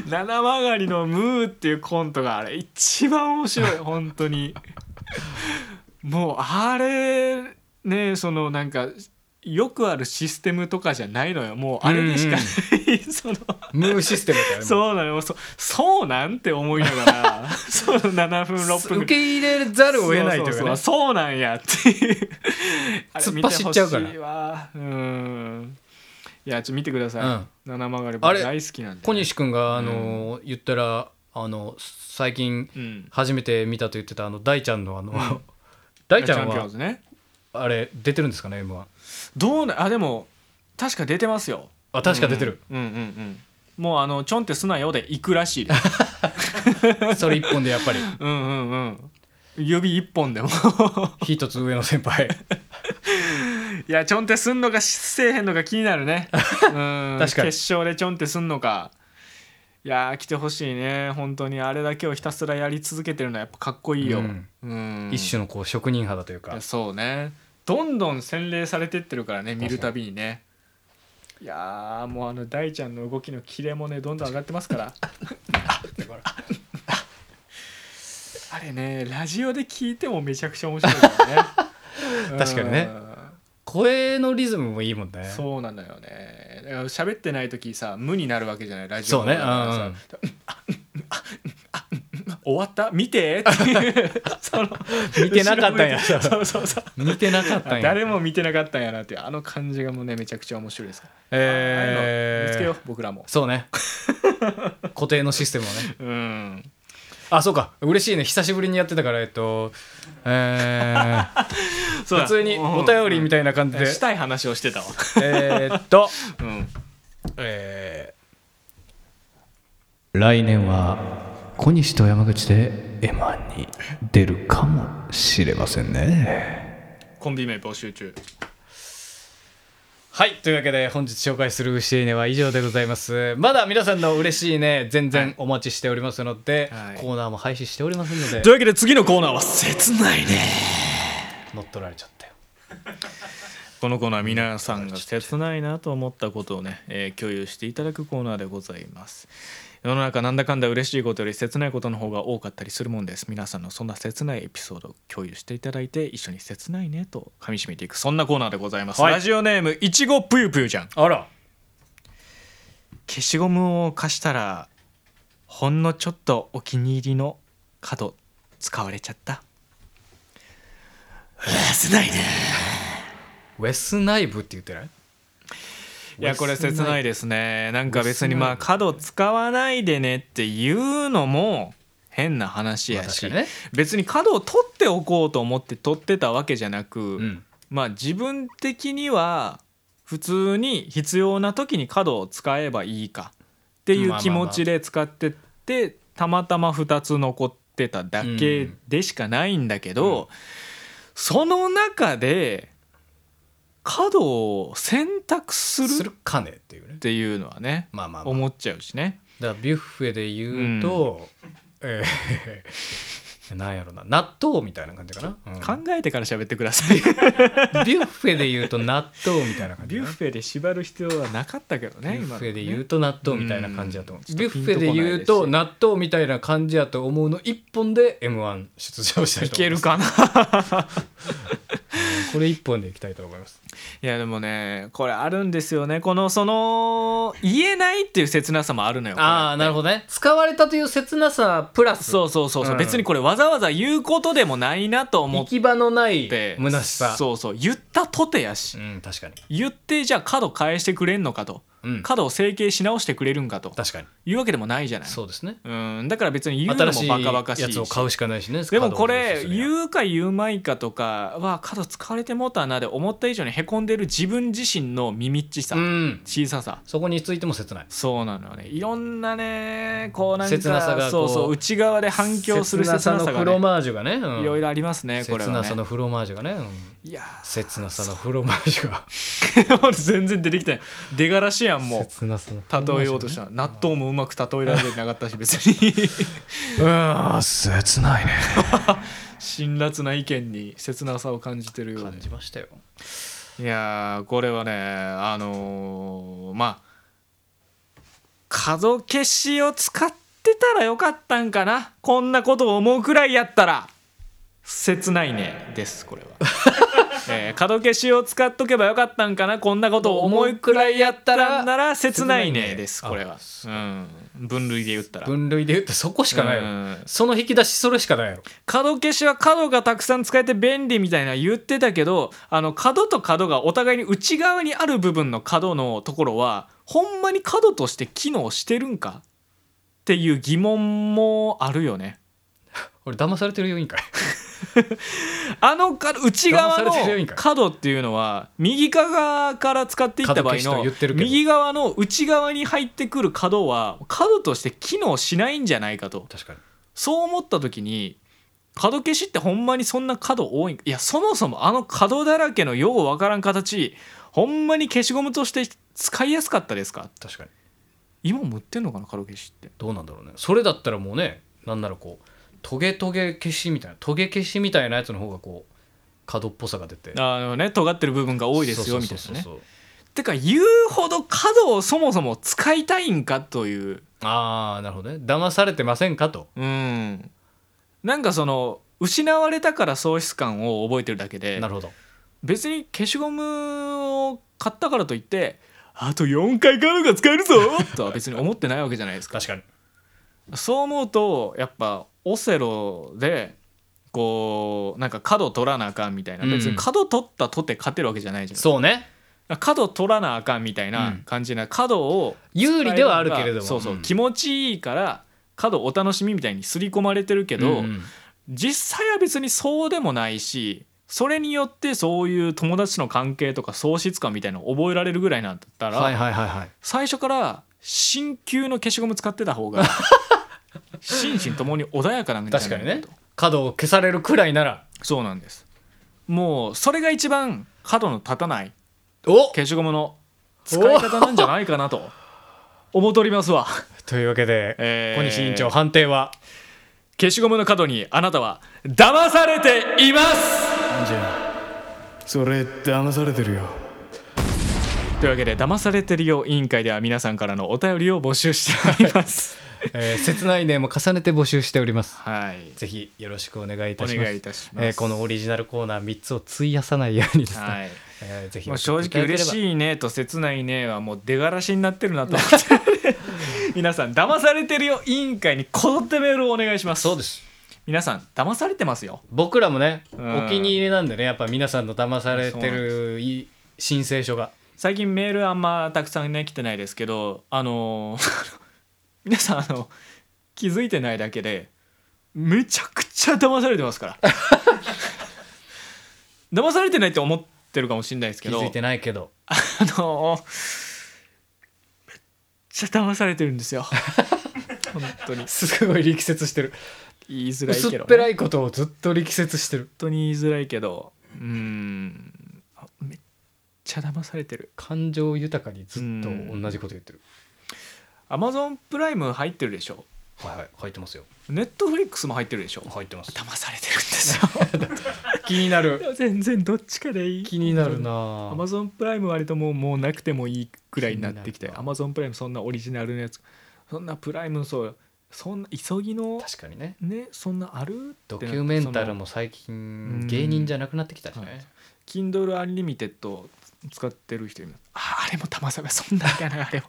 [SPEAKER 2] う七曲りの「ムー」っていうコントがあれ一番面白い本当にもうあれねそのなんかよくあるシステムとかじゃないのよもうあれでしかない、 その
[SPEAKER 1] ムーシステムだよね
[SPEAKER 2] そうなのよそそうなんて思いながら その7分6分
[SPEAKER 1] 受け入れざるを得ないという
[SPEAKER 2] そ
[SPEAKER 1] か
[SPEAKER 2] うそ
[SPEAKER 1] ね
[SPEAKER 2] うそうそうなんやっていうあれ
[SPEAKER 1] 突っ走っちゃうから
[SPEAKER 2] 見てほしいわうんいやちょっと見てください、
[SPEAKER 1] うん
[SPEAKER 2] 七曲り僕
[SPEAKER 1] あれ
[SPEAKER 2] 大好きなんで
[SPEAKER 1] 小西君があの言ったらあの最近
[SPEAKER 2] うん
[SPEAKER 1] 初めて見たと言ってたあの大ちゃんのあの 大ちゃん
[SPEAKER 2] チャンピオ
[SPEAKER 1] は
[SPEAKER 2] ンズね
[SPEAKER 1] あれ出てるんですかね M1
[SPEAKER 2] どうなあでも確か出てますよ
[SPEAKER 1] あ確か出てる
[SPEAKER 2] うんうんうんもうあのちょんってすなよで行くらしいです
[SPEAKER 1] それ一本でやっぱり
[SPEAKER 2] うんうんうん指一本でも
[SPEAKER 1] 一つ上の先輩
[SPEAKER 2] いやちょんってすんのかせえへんのか気になる ねうん確
[SPEAKER 1] 確かに
[SPEAKER 2] 決勝でちょんってすんのかいやー来てほしいね本当にあれだけをひたすらやり続けてるのはやっぱかっこいいよ、
[SPEAKER 1] う
[SPEAKER 2] うんん
[SPEAKER 1] 一種のこう職人肌というか
[SPEAKER 2] そうねどんどん洗礼されてってるからね見るたびにね いやーもうあの大ちゃんの動きのキレもねどんどん上がってますから あれねラジオで聞いてもめちゃくちゃ面白いから ね
[SPEAKER 1] 確かにね
[SPEAKER 2] うん
[SPEAKER 1] 声のリズムもいいもんね
[SPEAKER 2] そうなのよねだから喋ってない時さ無になるわけじゃないラジオ
[SPEAKER 1] そうね
[SPEAKER 2] だからさ
[SPEAKER 1] うんうん
[SPEAKER 2] 終わった見てっていう その
[SPEAKER 1] 見てなかったんや
[SPEAKER 2] 後ろ向いてそうそうそう
[SPEAKER 1] 見てなかったんや
[SPEAKER 2] 誰も見てなかったんやなっていうあの感じがもうねめちゃくちゃ面白いですからああいうの見つけよ
[SPEAKER 1] え
[SPEAKER 2] う僕らも
[SPEAKER 1] ーそうね固定のシステムをね
[SPEAKER 2] うん
[SPEAKER 1] あそうか嬉しいね久しぶりにやってたからえっとえ ー
[SPEAKER 2] そうだ
[SPEAKER 1] 普通にお便りみたいな感じで
[SPEAKER 2] したい話をしてたわ
[SPEAKER 1] えーっと
[SPEAKER 2] うん
[SPEAKER 1] えー来年は小西と山口で M1 に出るかもしれませんね
[SPEAKER 2] コンビ名募集中
[SPEAKER 1] はいというわけで本日紹介する「牛いいね」は以上でございますまだ皆さんの嬉しいね全然お待ちしておりますので、
[SPEAKER 2] はい
[SPEAKER 1] コーナーも配信しておりますので
[SPEAKER 2] というわけで次のコーナーは切ないね
[SPEAKER 1] 乗っ取られちゃったよ
[SPEAKER 2] このコーナーは皆さんが切ないなと思ったことをね、えー共有していただくコーナーでございます世の中なんだかんだ嬉しいことより切ないことの方が多かったりするもんです皆さんのそんな切ないエピソードを共有していただいて一緒に切ないねと噛み締めていくそんなコーナーでございます、
[SPEAKER 1] はい
[SPEAKER 2] ラジオネームいちごぷゆぷゆちゃん
[SPEAKER 1] あら
[SPEAKER 2] 消しゴムを貸したらほんのちょっとお気に入りの角使われちゃった切ないね
[SPEAKER 1] ウェスナイブって言ってない
[SPEAKER 2] いやこれ切ないですねなんか別にまあ
[SPEAKER 1] 切ない
[SPEAKER 2] 角使わないでねっていうのも変な話や
[SPEAKER 1] まあ確
[SPEAKER 2] し、
[SPEAKER 1] かにね
[SPEAKER 2] 別に角を取っておこうと思って取ってたわけじゃなく、
[SPEAKER 1] うん
[SPEAKER 2] まあ自分的には普通に必要な時に角を使えばいいかってい
[SPEAKER 1] まあまあま
[SPEAKER 2] う
[SPEAKER 1] あ
[SPEAKER 2] 気持ちで使ってってたまたま2つ残ってただけでしかないんだけど、その中で角を選択する
[SPEAKER 1] するかねっていうね
[SPEAKER 2] っていうのはね
[SPEAKER 1] まあまあ、まあ、
[SPEAKER 2] 思っちゃうしね
[SPEAKER 1] だからビュッフェで言うと、えー なんやろな納豆みたいな感じかな、うん
[SPEAKER 2] 考えてから喋ってください
[SPEAKER 1] ビュッフェで言うと納豆みたいな感じ
[SPEAKER 2] ビ
[SPEAKER 1] か
[SPEAKER 2] ュッ
[SPEAKER 1] な
[SPEAKER 2] フェで縛る必要はなかったけどね
[SPEAKER 1] ビュッ
[SPEAKER 2] 今のね
[SPEAKER 1] フェで言うと納豆みたいな感じだと思う、
[SPEAKER 2] うん
[SPEAKER 1] ビュッフェで言うと
[SPEAKER 2] ちょっとピンとこ
[SPEAKER 1] 納豆みたいな感じやと思うの一本で m 1出場したい
[SPEAKER 2] い
[SPEAKER 1] と思い
[SPEAKER 2] け
[SPEAKER 1] ま
[SPEAKER 2] る
[SPEAKER 1] す
[SPEAKER 2] かな
[SPEAKER 1] これ一本でいきたいと思います
[SPEAKER 2] いやでもねこれあるんですよねこのその言えないっていう切なさもあるのよこれ
[SPEAKER 1] ああなるほどね使われたという切なさプラス
[SPEAKER 2] そうそうそうそう、
[SPEAKER 1] うん
[SPEAKER 2] 別にこれわざわざ言うことでもないなと思
[SPEAKER 1] 行
[SPEAKER 2] っ
[SPEAKER 1] き場のない
[SPEAKER 2] て
[SPEAKER 1] 虚しさ
[SPEAKER 2] そうそう言ったとてやし、
[SPEAKER 1] うん確かに
[SPEAKER 2] 言ってじゃあ角返してくれんのかと
[SPEAKER 1] うん
[SPEAKER 2] 角を整形し直してくれるんかと
[SPEAKER 1] 確かに
[SPEAKER 2] いうわけでもないじゃない
[SPEAKER 1] そうですね
[SPEAKER 2] うんだから別に言うの
[SPEAKER 1] 新し
[SPEAKER 2] も
[SPEAKER 1] い
[SPEAKER 2] バカバカしい
[SPEAKER 1] やつを買うしかないしね
[SPEAKER 2] でもこれ
[SPEAKER 1] う
[SPEAKER 2] 言うか言うまいかとかは角使われてもうたなで思った以上にへこんでる自分自身のみみっちさ、
[SPEAKER 1] うん
[SPEAKER 2] 小ささ
[SPEAKER 1] そこについても切ない
[SPEAKER 2] そうなのよねいろんなねこうなんか
[SPEAKER 1] 切なさがこう
[SPEAKER 2] そうそう内側で反響する切なさ
[SPEAKER 1] の
[SPEAKER 2] が、
[SPEAKER 1] フロ
[SPEAKER 2] ね、
[SPEAKER 1] マージュがね、うん
[SPEAKER 2] いろいろありますねこれ
[SPEAKER 1] 切
[SPEAKER 2] は、
[SPEAKER 1] な
[SPEAKER 2] ね
[SPEAKER 1] さ、のフロマージュがね、うん
[SPEAKER 2] いや
[SPEAKER 1] 切なさのフロマージュが
[SPEAKER 2] ー 俺全然出てきてない出がらしやんもう
[SPEAKER 1] 切なさの
[SPEAKER 2] 例えようとしたら納豆もうまく例えられてなかったし別に
[SPEAKER 1] うん切ないね
[SPEAKER 2] 辛辣な意見に切なさを感じてるよう
[SPEAKER 1] 感
[SPEAKER 2] で
[SPEAKER 1] じましたよ
[SPEAKER 2] いやーこれはねあのーまあ角消しを使ってたらよかったんかなこんなことを思うくらいやったら切ないねです これは、えー角消しを使っとけばよかったんかなこんなことを思うくらいやったらなら切ないねですこれは
[SPEAKER 1] あ、
[SPEAKER 2] うん、分類で言ったら
[SPEAKER 1] 分類で言ってそこしかないよ、
[SPEAKER 2] うん
[SPEAKER 1] その引き出しそれしかないやろ
[SPEAKER 2] 角消しは角がたくさん使えて便利みたいな言ってたけどあの角と角がお互いに内側にある部分の角のところはほんまに角として機能してるんかっていう疑問もあるよね。
[SPEAKER 1] 俺騙されてるよ いいんかい
[SPEAKER 2] あの角内側の
[SPEAKER 1] 騙されてるんかい
[SPEAKER 2] 角っていうのは右側から使っていった場合
[SPEAKER 1] 角消しと
[SPEAKER 2] の
[SPEAKER 1] 言ってるけど
[SPEAKER 2] 右側の内側に入ってくる角は角として機能しないんじゃないかと。
[SPEAKER 1] 確かに
[SPEAKER 2] そう思った時に角消しってほんまにそんな角多いんいやそもそもあの角だらけのようわからん形ほんまに消しゴムとして使いやすかったですか
[SPEAKER 1] 確かに
[SPEAKER 2] 今も売ってんのかな角消しって
[SPEAKER 1] どうなんだろうねそれだったらもうねなんならこうトゲトゲ消しみたいなトゲ消しみたいなやつの方がこう角っぽさが出て
[SPEAKER 2] あのね尖ってる部分が多いですよみたいなね
[SPEAKER 1] そうそうそうそう
[SPEAKER 2] てか言うほど角をそもそも使いたいんかという
[SPEAKER 1] ああなるほどね騙されてませんかと
[SPEAKER 2] うんなんかその失われたから喪失感を覚えてるだけで
[SPEAKER 1] なるほど
[SPEAKER 2] 別に消しゴムを買ったからといってあと4回買うのが使えるぞ とは別に思ってないわけじゃないですか
[SPEAKER 1] 確かに
[SPEAKER 2] そう思うとやっぱオセロでこうなんか角取らなあかんみたいな
[SPEAKER 1] うん
[SPEAKER 2] 別に角取ったとて勝てるわけじゃないじゃないですか
[SPEAKER 1] そうね
[SPEAKER 2] 角取らなあかんみたいな感じな角を
[SPEAKER 1] 有利ではあるけれども
[SPEAKER 2] そうそう
[SPEAKER 1] うん
[SPEAKER 2] 気持ちいいから角お楽しみみたいに刷り込まれてるけど、
[SPEAKER 1] うんうん
[SPEAKER 2] 実際は別にそうでもないしそれによってそういう友達の関係とか喪失感みたいなのを覚えられるぐらいなんだったら、
[SPEAKER 1] はいはいはいはい
[SPEAKER 2] 最初から新旧の消しゴム使ってた方 が心身ともに穏やかなんじゃない
[SPEAKER 1] 確かにね
[SPEAKER 2] と
[SPEAKER 1] 角を消されるくらいなら
[SPEAKER 2] そうなんですもうそれが一番角の立たない
[SPEAKER 1] お
[SPEAKER 2] 消しゴムの使い方なんじゃないかなと思っておりますわ
[SPEAKER 1] というわけで、
[SPEAKER 2] えー
[SPEAKER 1] 小西委員長判定は
[SPEAKER 2] 消しゴムの角にあなたは騙されています
[SPEAKER 6] それ騙されてるよ
[SPEAKER 2] というわけで騙されてるよ委員会では皆さんからのお便りを募集しております。
[SPEAKER 1] えー切ないねも重ねて募集しております
[SPEAKER 2] はい。
[SPEAKER 1] ぜひよろしくお願いい
[SPEAKER 2] お
[SPEAKER 1] たします
[SPEAKER 2] 願いいたします。
[SPEAKER 1] えーこのオリジナルコーナー3つを費やさないようにですね、
[SPEAKER 2] はい。
[SPEAKER 1] えーぜひ
[SPEAKER 2] もう正直嬉
[SPEAKER 1] い
[SPEAKER 2] しいねと切ないねはもう出がらしになってるなと思って。 皆さん騙されてるよ委員会にこぞってメールをお願いします。
[SPEAKER 1] そうです
[SPEAKER 2] 皆さん騙されてますよ。
[SPEAKER 1] 僕らもね、
[SPEAKER 2] うん
[SPEAKER 1] お気に入りなんでねやっぱ皆さんの騙されてるい申請書が
[SPEAKER 2] 最近メールあんまたくさんね来てないですけどあのー 皆さんあの気づいてないだけでめちゃくちゃ騙されてますから 騙されてないって思ってるかもしれないです
[SPEAKER 1] 気
[SPEAKER 2] けど
[SPEAKER 1] づいてないけど
[SPEAKER 2] あのーめっちゃ騙されてるんで すよ本当に
[SPEAKER 1] すごい力説してる
[SPEAKER 2] 言いづらいけど
[SPEAKER 1] 薄
[SPEAKER 2] ね、
[SPEAKER 1] っぺらいことをずっと力説してる
[SPEAKER 2] 本当に言いづらいけどうーんあめっちゃ騙されてる
[SPEAKER 1] 感情豊かにずっと同じこと言ってる、
[SPEAKER 2] アマゾンプライム入ってるでしょ
[SPEAKER 1] はいはい入ってますよ
[SPEAKER 2] ネットフリックスも入ってるでしょ
[SPEAKER 1] 入ってます
[SPEAKER 2] 騙されてるん です
[SPEAKER 1] 気になる
[SPEAKER 2] よ全然どっちかでいい
[SPEAKER 1] 気になるな
[SPEAKER 2] ア
[SPEAKER 1] ぁ
[SPEAKER 2] マゾンプライム割ともうもうなくてもいいくらいになってき
[SPEAKER 1] 気
[SPEAKER 2] て
[SPEAKER 1] になる
[SPEAKER 2] アマゾンプライムそんなオリジナルのやつそんなプライムそうそんな急ぎの
[SPEAKER 1] 確かにね
[SPEAKER 2] ねそんなある
[SPEAKER 1] ドキュメンタル
[SPEAKER 2] も
[SPEAKER 1] も最近
[SPEAKER 2] ん
[SPEAKER 1] 芸人じゃなくなってきたしね、
[SPEAKER 2] はい Kindle Unlimited 使ってる人いますああれも騙されそんなんかなあれも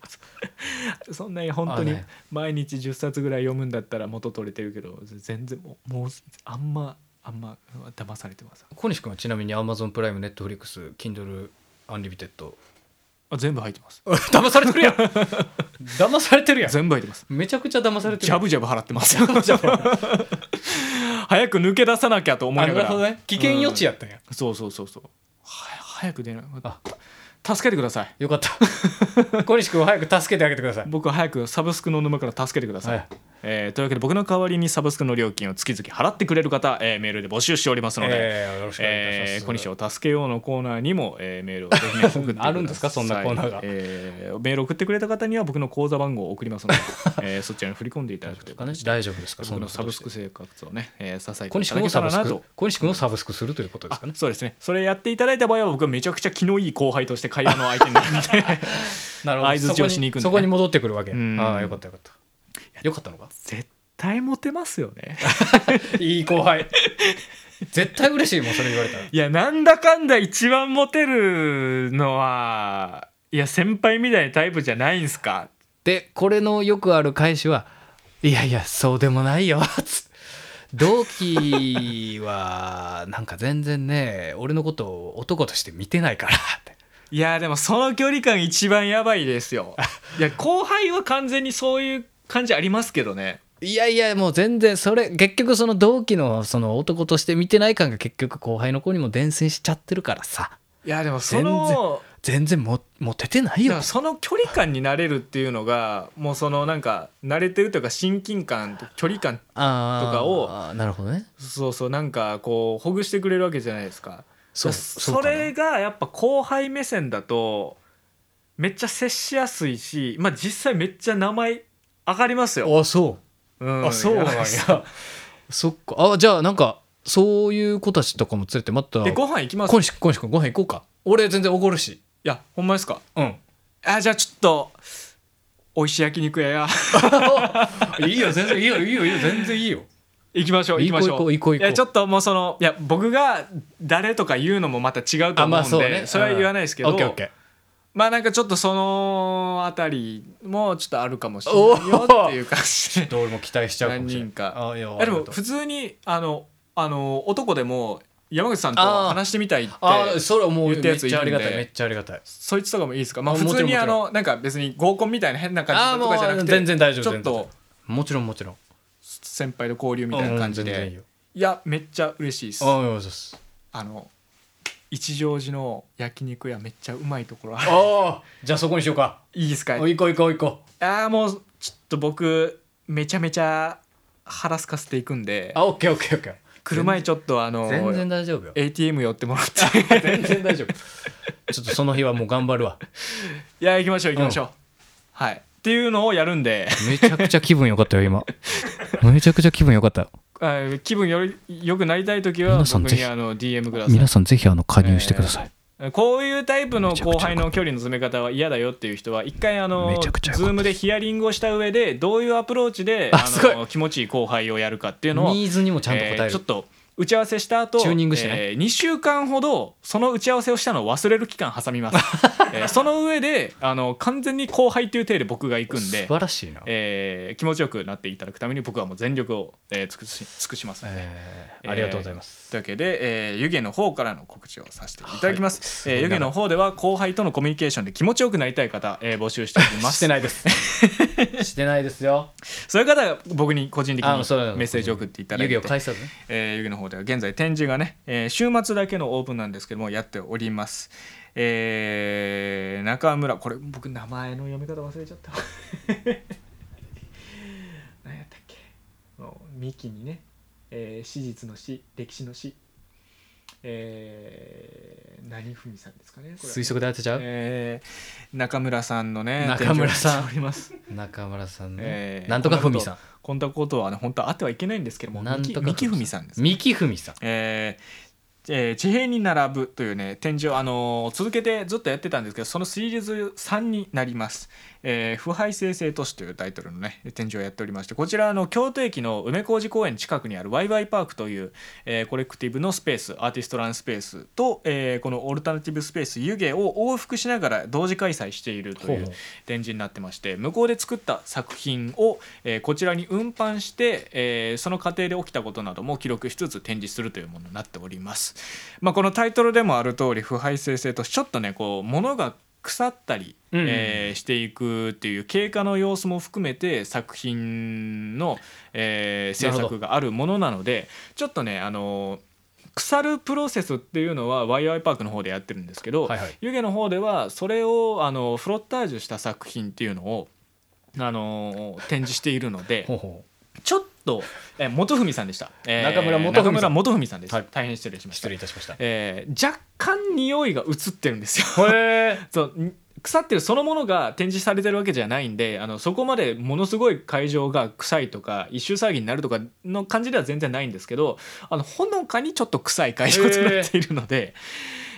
[SPEAKER 2] そんなに本当
[SPEAKER 1] あ
[SPEAKER 2] に
[SPEAKER 1] ね
[SPEAKER 2] 毎日10冊ぐらい読むんだったら元取れてるけど全然もうもうあんまあんま騙されてます
[SPEAKER 1] 小西君はちなみに Amazon プライムネットフリックス Kindle アンリミテッド
[SPEAKER 2] あ全部入ってま す
[SPEAKER 1] 騙されてるやん騙されてるやん
[SPEAKER 2] 全部入ってます
[SPEAKER 1] めちゃくちゃ騙されてる
[SPEAKER 2] ジ
[SPEAKER 1] や
[SPEAKER 2] ャ
[SPEAKER 1] ん
[SPEAKER 2] ブジャブ払ってま す
[SPEAKER 1] ジャブ
[SPEAKER 2] 早く抜け出さなきゃと思い
[SPEAKER 1] あ
[SPEAKER 2] な
[SPEAKER 1] なる
[SPEAKER 2] がら
[SPEAKER 1] ほどね危険予知やったんや、
[SPEAKER 2] そうそうそうそうは早く出ない
[SPEAKER 1] あ
[SPEAKER 2] 助けてください
[SPEAKER 1] よかった 小西君を早く助けてあげてください
[SPEAKER 2] 僕は早くサブスクの沼から助けてください、
[SPEAKER 1] はい
[SPEAKER 2] えーというわけで僕の代わりにサブスクの料金を月々払ってくれる方、えーメールで募集しておりますので、
[SPEAKER 1] えーよろしくお願いいたします
[SPEAKER 2] えー小西を助けようのコーナーにも、えーメールをぜひね送ってください
[SPEAKER 1] あるんですかそんなコーナーが
[SPEAKER 2] えーメールを送ってくれた方には僕の口座番号を送ります ので、えーそちらに振り込んでいただくということで
[SPEAKER 1] 大丈夫ですか
[SPEAKER 2] 僕のサブスク
[SPEAKER 1] そんなことして
[SPEAKER 2] 生活をね、えー支えて
[SPEAKER 1] 小
[SPEAKER 2] い
[SPEAKER 1] 西
[SPEAKER 2] ただ
[SPEAKER 1] 君を
[SPEAKER 2] けた
[SPEAKER 1] サブ
[SPEAKER 2] ら
[SPEAKER 1] ス
[SPEAKER 2] な
[SPEAKER 1] ク
[SPEAKER 2] と
[SPEAKER 1] 小西君をサブスクするということですかね
[SPEAKER 2] そうですねそれやっていただいた場合は僕はめちゃくちゃ気のいい後輩として会話の相手になるので
[SPEAKER 1] なる
[SPEAKER 2] 相槌をしに行くん
[SPEAKER 1] そ
[SPEAKER 2] だね
[SPEAKER 1] こに戻ってくるわけ
[SPEAKER 2] うん
[SPEAKER 1] ああよかったよかったよかったのか
[SPEAKER 2] 絶対モテますよね
[SPEAKER 1] いい後輩絶対嬉しいもんそれ言われたら
[SPEAKER 2] いやなんだかんだ一番モテるのはいや先輩みたいなタイプじゃないんすか
[SPEAKER 1] でこれのよくある返しはいやいやそうでもないよつ同期はなんか全然ね俺のことを男として見てないからって
[SPEAKER 2] いやでもその距離感一番やばいです よいや後輩は完全にそういう感じありますけどね
[SPEAKER 1] いやいやもう全然それ結局その同期のその男として見てない感が結局後輩の子にも伝染しちゃってるからさ
[SPEAKER 2] いやでもその
[SPEAKER 1] 全然モモテてない
[SPEAKER 2] い
[SPEAKER 1] よ
[SPEAKER 2] やその距離感になれるっていうのがもうそのなんか慣れてるというか親近感と距離感
[SPEAKER 1] あー
[SPEAKER 2] とかを
[SPEAKER 1] あーなるほどね
[SPEAKER 2] そうそうなんかこうほぐしてくれるわけじゃないですか
[SPEAKER 1] そう
[SPEAKER 2] だ
[SPEAKER 1] う
[SPEAKER 2] そ
[SPEAKER 1] かな
[SPEAKER 2] れがやっぱ後輩目線だとめっちゃ接しやすいしまあ実際めっちゃ名前上がりますよ、
[SPEAKER 1] あそう
[SPEAKER 2] うん
[SPEAKER 1] あそうなんや
[SPEAKER 2] そう
[SPEAKER 1] そっかあじゃあなんかそういう子たちとかも連れてまた
[SPEAKER 2] でご飯行きますい
[SPEAKER 1] 小西君小西君ご飯行こうか俺全然おごるし
[SPEAKER 2] やほんまですか
[SPEAKER 1] うん
[SPEAKER 2] あじゃあちょっと美味しい焼肉屋 や
[SPEAKER 1] いいよ全然いいよいいよいいよ全然いいよ
[SPEAKER 2] 行きましょう行きましょ
[SPEAKER 1] 行
[SPEAKER 2] う
[SPEAKER 1] こう行こう行こう行こう
[SPEAKER 2] やちょっともうそのいや僕が誰とか言うのもまた違うと思うんで、それは言わないですけど
[SPEAKER 1] オッケーオッケー
[SPEAKER 2] まあなんかちょっとそのあたりもちょっとあるかもしれないよっていう感じで
[SPEAKER 1] どう俺も期待しちゃうかもしれない
[SPEAKER 2] 何人か
[SPEAKER 1] あいや
[SPEAKER 2] いやでも
[SPEAKER 1] ありがとう
[SPEAKER 2] 普通にあのあの男でも山口さんと
[SPEAKER 1] あー
[SPEAKER 2] 話してみたいって
[SPEAKER 1] あーそれもう
[SPEAKER 2] 言った
[SPEAKER 1] め
[SPEAKER 2] や
[SPEAKER 1] っ
[SPEAKER 2] つ
[SPEAKER 1] ちゃありがた
[SPEAKER 2] い
[SPEAKER 1] い
[SPEAKER 2] るん
[SPEAKER 1] め
[SPEAKER 2] で
[SPEAKER 1] っちゃありがたい
[SPEAKER 2] そいつとかもいいですか、まあ、
[SPEAKER 1] あ
[SPEAKER 2] 普通
[SPEAKER 1] もち
[SPEAKER 2] に
[SPEAKER 1] ろん
[SPEAKER 2] あのなんか別に合コンみたいな変な
[SPEAKER 1] あ
[SPEAKER 2] 感じとかじゃなくて
[SPEAKER 1] ーもう全然大丈夫
[SPEAKER 2] ちょっと
[SPEAKER 1] もちろんもちろん
[SPEAKER 2] 先輩の交流みたいな感じ
[SPEAKER 1] うん全然いい
[SPEAKER 2] で
[SPEAKER 1] よ
[SPEAKER 2] いやめっちゃ嬉しいです
[SPEAKER 1] ああです
[SPEAKER 2] あの一乗寺の焼肉屋めっちゃうまいところある
[SPEAKER 1] あーじゃあそこにしようか
[SPEAKER 2] いいですか
[SPEAKER 1] お行こう行こう行こう
[SPEAKER 2] ああもうちょっと僕めちゃめちゃ腹すかせていくんで
[SPEAKER 1] あオッケーオッケーオッケ
[SPEAKER 2] 来る前ちょっとあ
[SPEAKER 1] ー
[SPEAKER 2] の
[SPEAKER 1] 全然大丈夫よ
[SPEAKER 2] ATM 寄ってもらって
[SPEAKER 1] 全然大丈夫ちょっとその日はもう頑張るわ
[SPEAKER 2] いや行きましょう行きましょう、はいっていうのをやるんで
[SPEAKER 1] めちゃくちゃ気分良かったよ今めちゃくちゃ気分良かったよ
[SPEAKER 2] あー気分より良くなりたい時は
[SPEAKER 1] 皆さん
[SPEAKER 2] 僕
[SPEAKER 1] ぜ
[SPEAKER 2] に
[SPEAKER 1] ひ
[SPEAKER 2] あの DM くださ
[SPEAKER 1] 皆さんぜひあの加入してください、
[SPEAKER 2] いこういうタイプの
[SPEAKER 1] めちゃくちゃ
[SPEAKER 2] 後輩の距離の詰め方は嫌だよっていう人は一回あの
[SPEAKER 1] めちゃくちゃ良かった
[SPEAKER 2] Zoom でヒアリングをした上でどういうアプローチで
[SPEAKER 1] あ
[SPEAKER 2] あ
[SPEAKER 1] すご
[SPEAKER 2] の気持ちいい後輩をやるかっていうのを
[SPEAKER 1] ニーズにもちゃんと答える、
[SPEAKER 2] えーちょっと打ち合わせした後
[SPEAKER 1] チューニングしてね
[SPEAKER 2] えー2週間ほどその打ち合わせをしたのを忘れる期間挟 みます、えーその上であの完全に後輩っていう体で僕が行くん
[SPEAKER 1] 素
[SPEAKER 2] で
[SPEAKER 1] 晴らしいな、
[SPEAKER 2] えー気持ちよくなっていただくために僕はもう全力を、えー尽くし尽くしますので、
[SPEAKER 1] えーありがとうございます、
[SPEAKER 2] というわけで、えー、湯気の方からの告知をさせていただきます、えー湯気の方では後輩とのコミュニケーションで気持ちよくなりたい方、えー募集しております
[SPEAKER 1] してないです してないですよ
[SPEAKER 2] そういう方が僕に個人的に
[SPEAKER 1] あそうなの
[SPEAKER 2] メッセージを送っていただい
[SPEAKER 1] 湯
[SPEAKER 2] て
[SPEAKER 1] 気を返さずね
[SPEAKER 2] えー、湯気の方では現在展示がね、えー週末だけのオープンなんですけどもやっております、えー中村これ僕名前の読み方忘れちゃった 何やったっけもうミキにね、えー史実の史歴史の史えー、何文さんですかねこれ
[SPEAKER 1] 推測で当てちゃう、
[SPEAKER 2] えー中村さんのね
[SPEAKER 1] 中村さん
[SPEAKER 2] 展示をしており ます
[SPEAKER 1] 中村さんね、
[SPEAKER 2] えー
[SPEAKER 1] なんとかふみさん
[SPEAKER 2] こんなことはね本当はあってはいけないんですけども
[SPEAKER 1] なんとか
[SPEAKER 2] ミキミキ文さんです
[SPEAKER 1] 三木ふみさん
[SPEAKER 2] えーえー地平に並ぶ」というね展示を、あのー続けてずっとやってたんですけどそのシリーズ3になります「えー腐敗生成都市」というタイトルのね展示をやっておりましてこちらあの京都駅の梅小路公園近くにあるワイワイパークという、えーコレクティブのスペースアーティストランスペースと、えーこのオルタナティブスペース湯気を往復しながら同時開催しているとい
[SPEAKER 1] ほう
[SPEAKER 2] う
[SPEAKER 1] ほう
[SPEAKER 2] 展示になってまして向こうで作った作品を、えーこちらに運搬して、えーその過程で起きたことなども記録しつつ展示するというものになっております。まあ、このタイトルでもある通り腐敗生成とちょっとねこう物が腐ったり、
[SPEAKER 1] うん
[SPEAKER 2] えーしていくっていう経過の様子も含めて作品の、えー制
[SPEAKER 1] なるほ
[SPEAKER 2] 作があるものなのでちょっとねあの腐るプロセスっていうのはワイワイパークの方でやってるんですけど、
[SPEAKER 1] はいはい
[SPEAKER 2] 湯気の方ではそれをあのフロッタージュした作品っていうのをあの展示しているので
[SPEAKER 1] ほうほ
[SPEAKER 2] ちょっと、えー元文さんでした、えー
[SPEAKER 1] 中村元文さん
[SPEAKER 2] 中村元文さんです、
[SPEAKER 1] はい
[SPEAKER 2] 大変失礼し
[SPEAKER 1] う
[SPEAKER 2] まし
[SPEAKER 1] 失
[SPEAKER 2] た
[SPEAKER 1] 礼いたしました
[SPEAKER 2] えー若干匂いが移ってるんですよ
[SPEAKER 1] へ
[SPEAKER 2] そうに腐ってるそのものが展示されてるわけじゃないんであのそこまでものすごい会場が臭いとか一周騒ぎになるとかの感じでは全然ないんですけどあのほのかにちょっと臭い会場となっているので、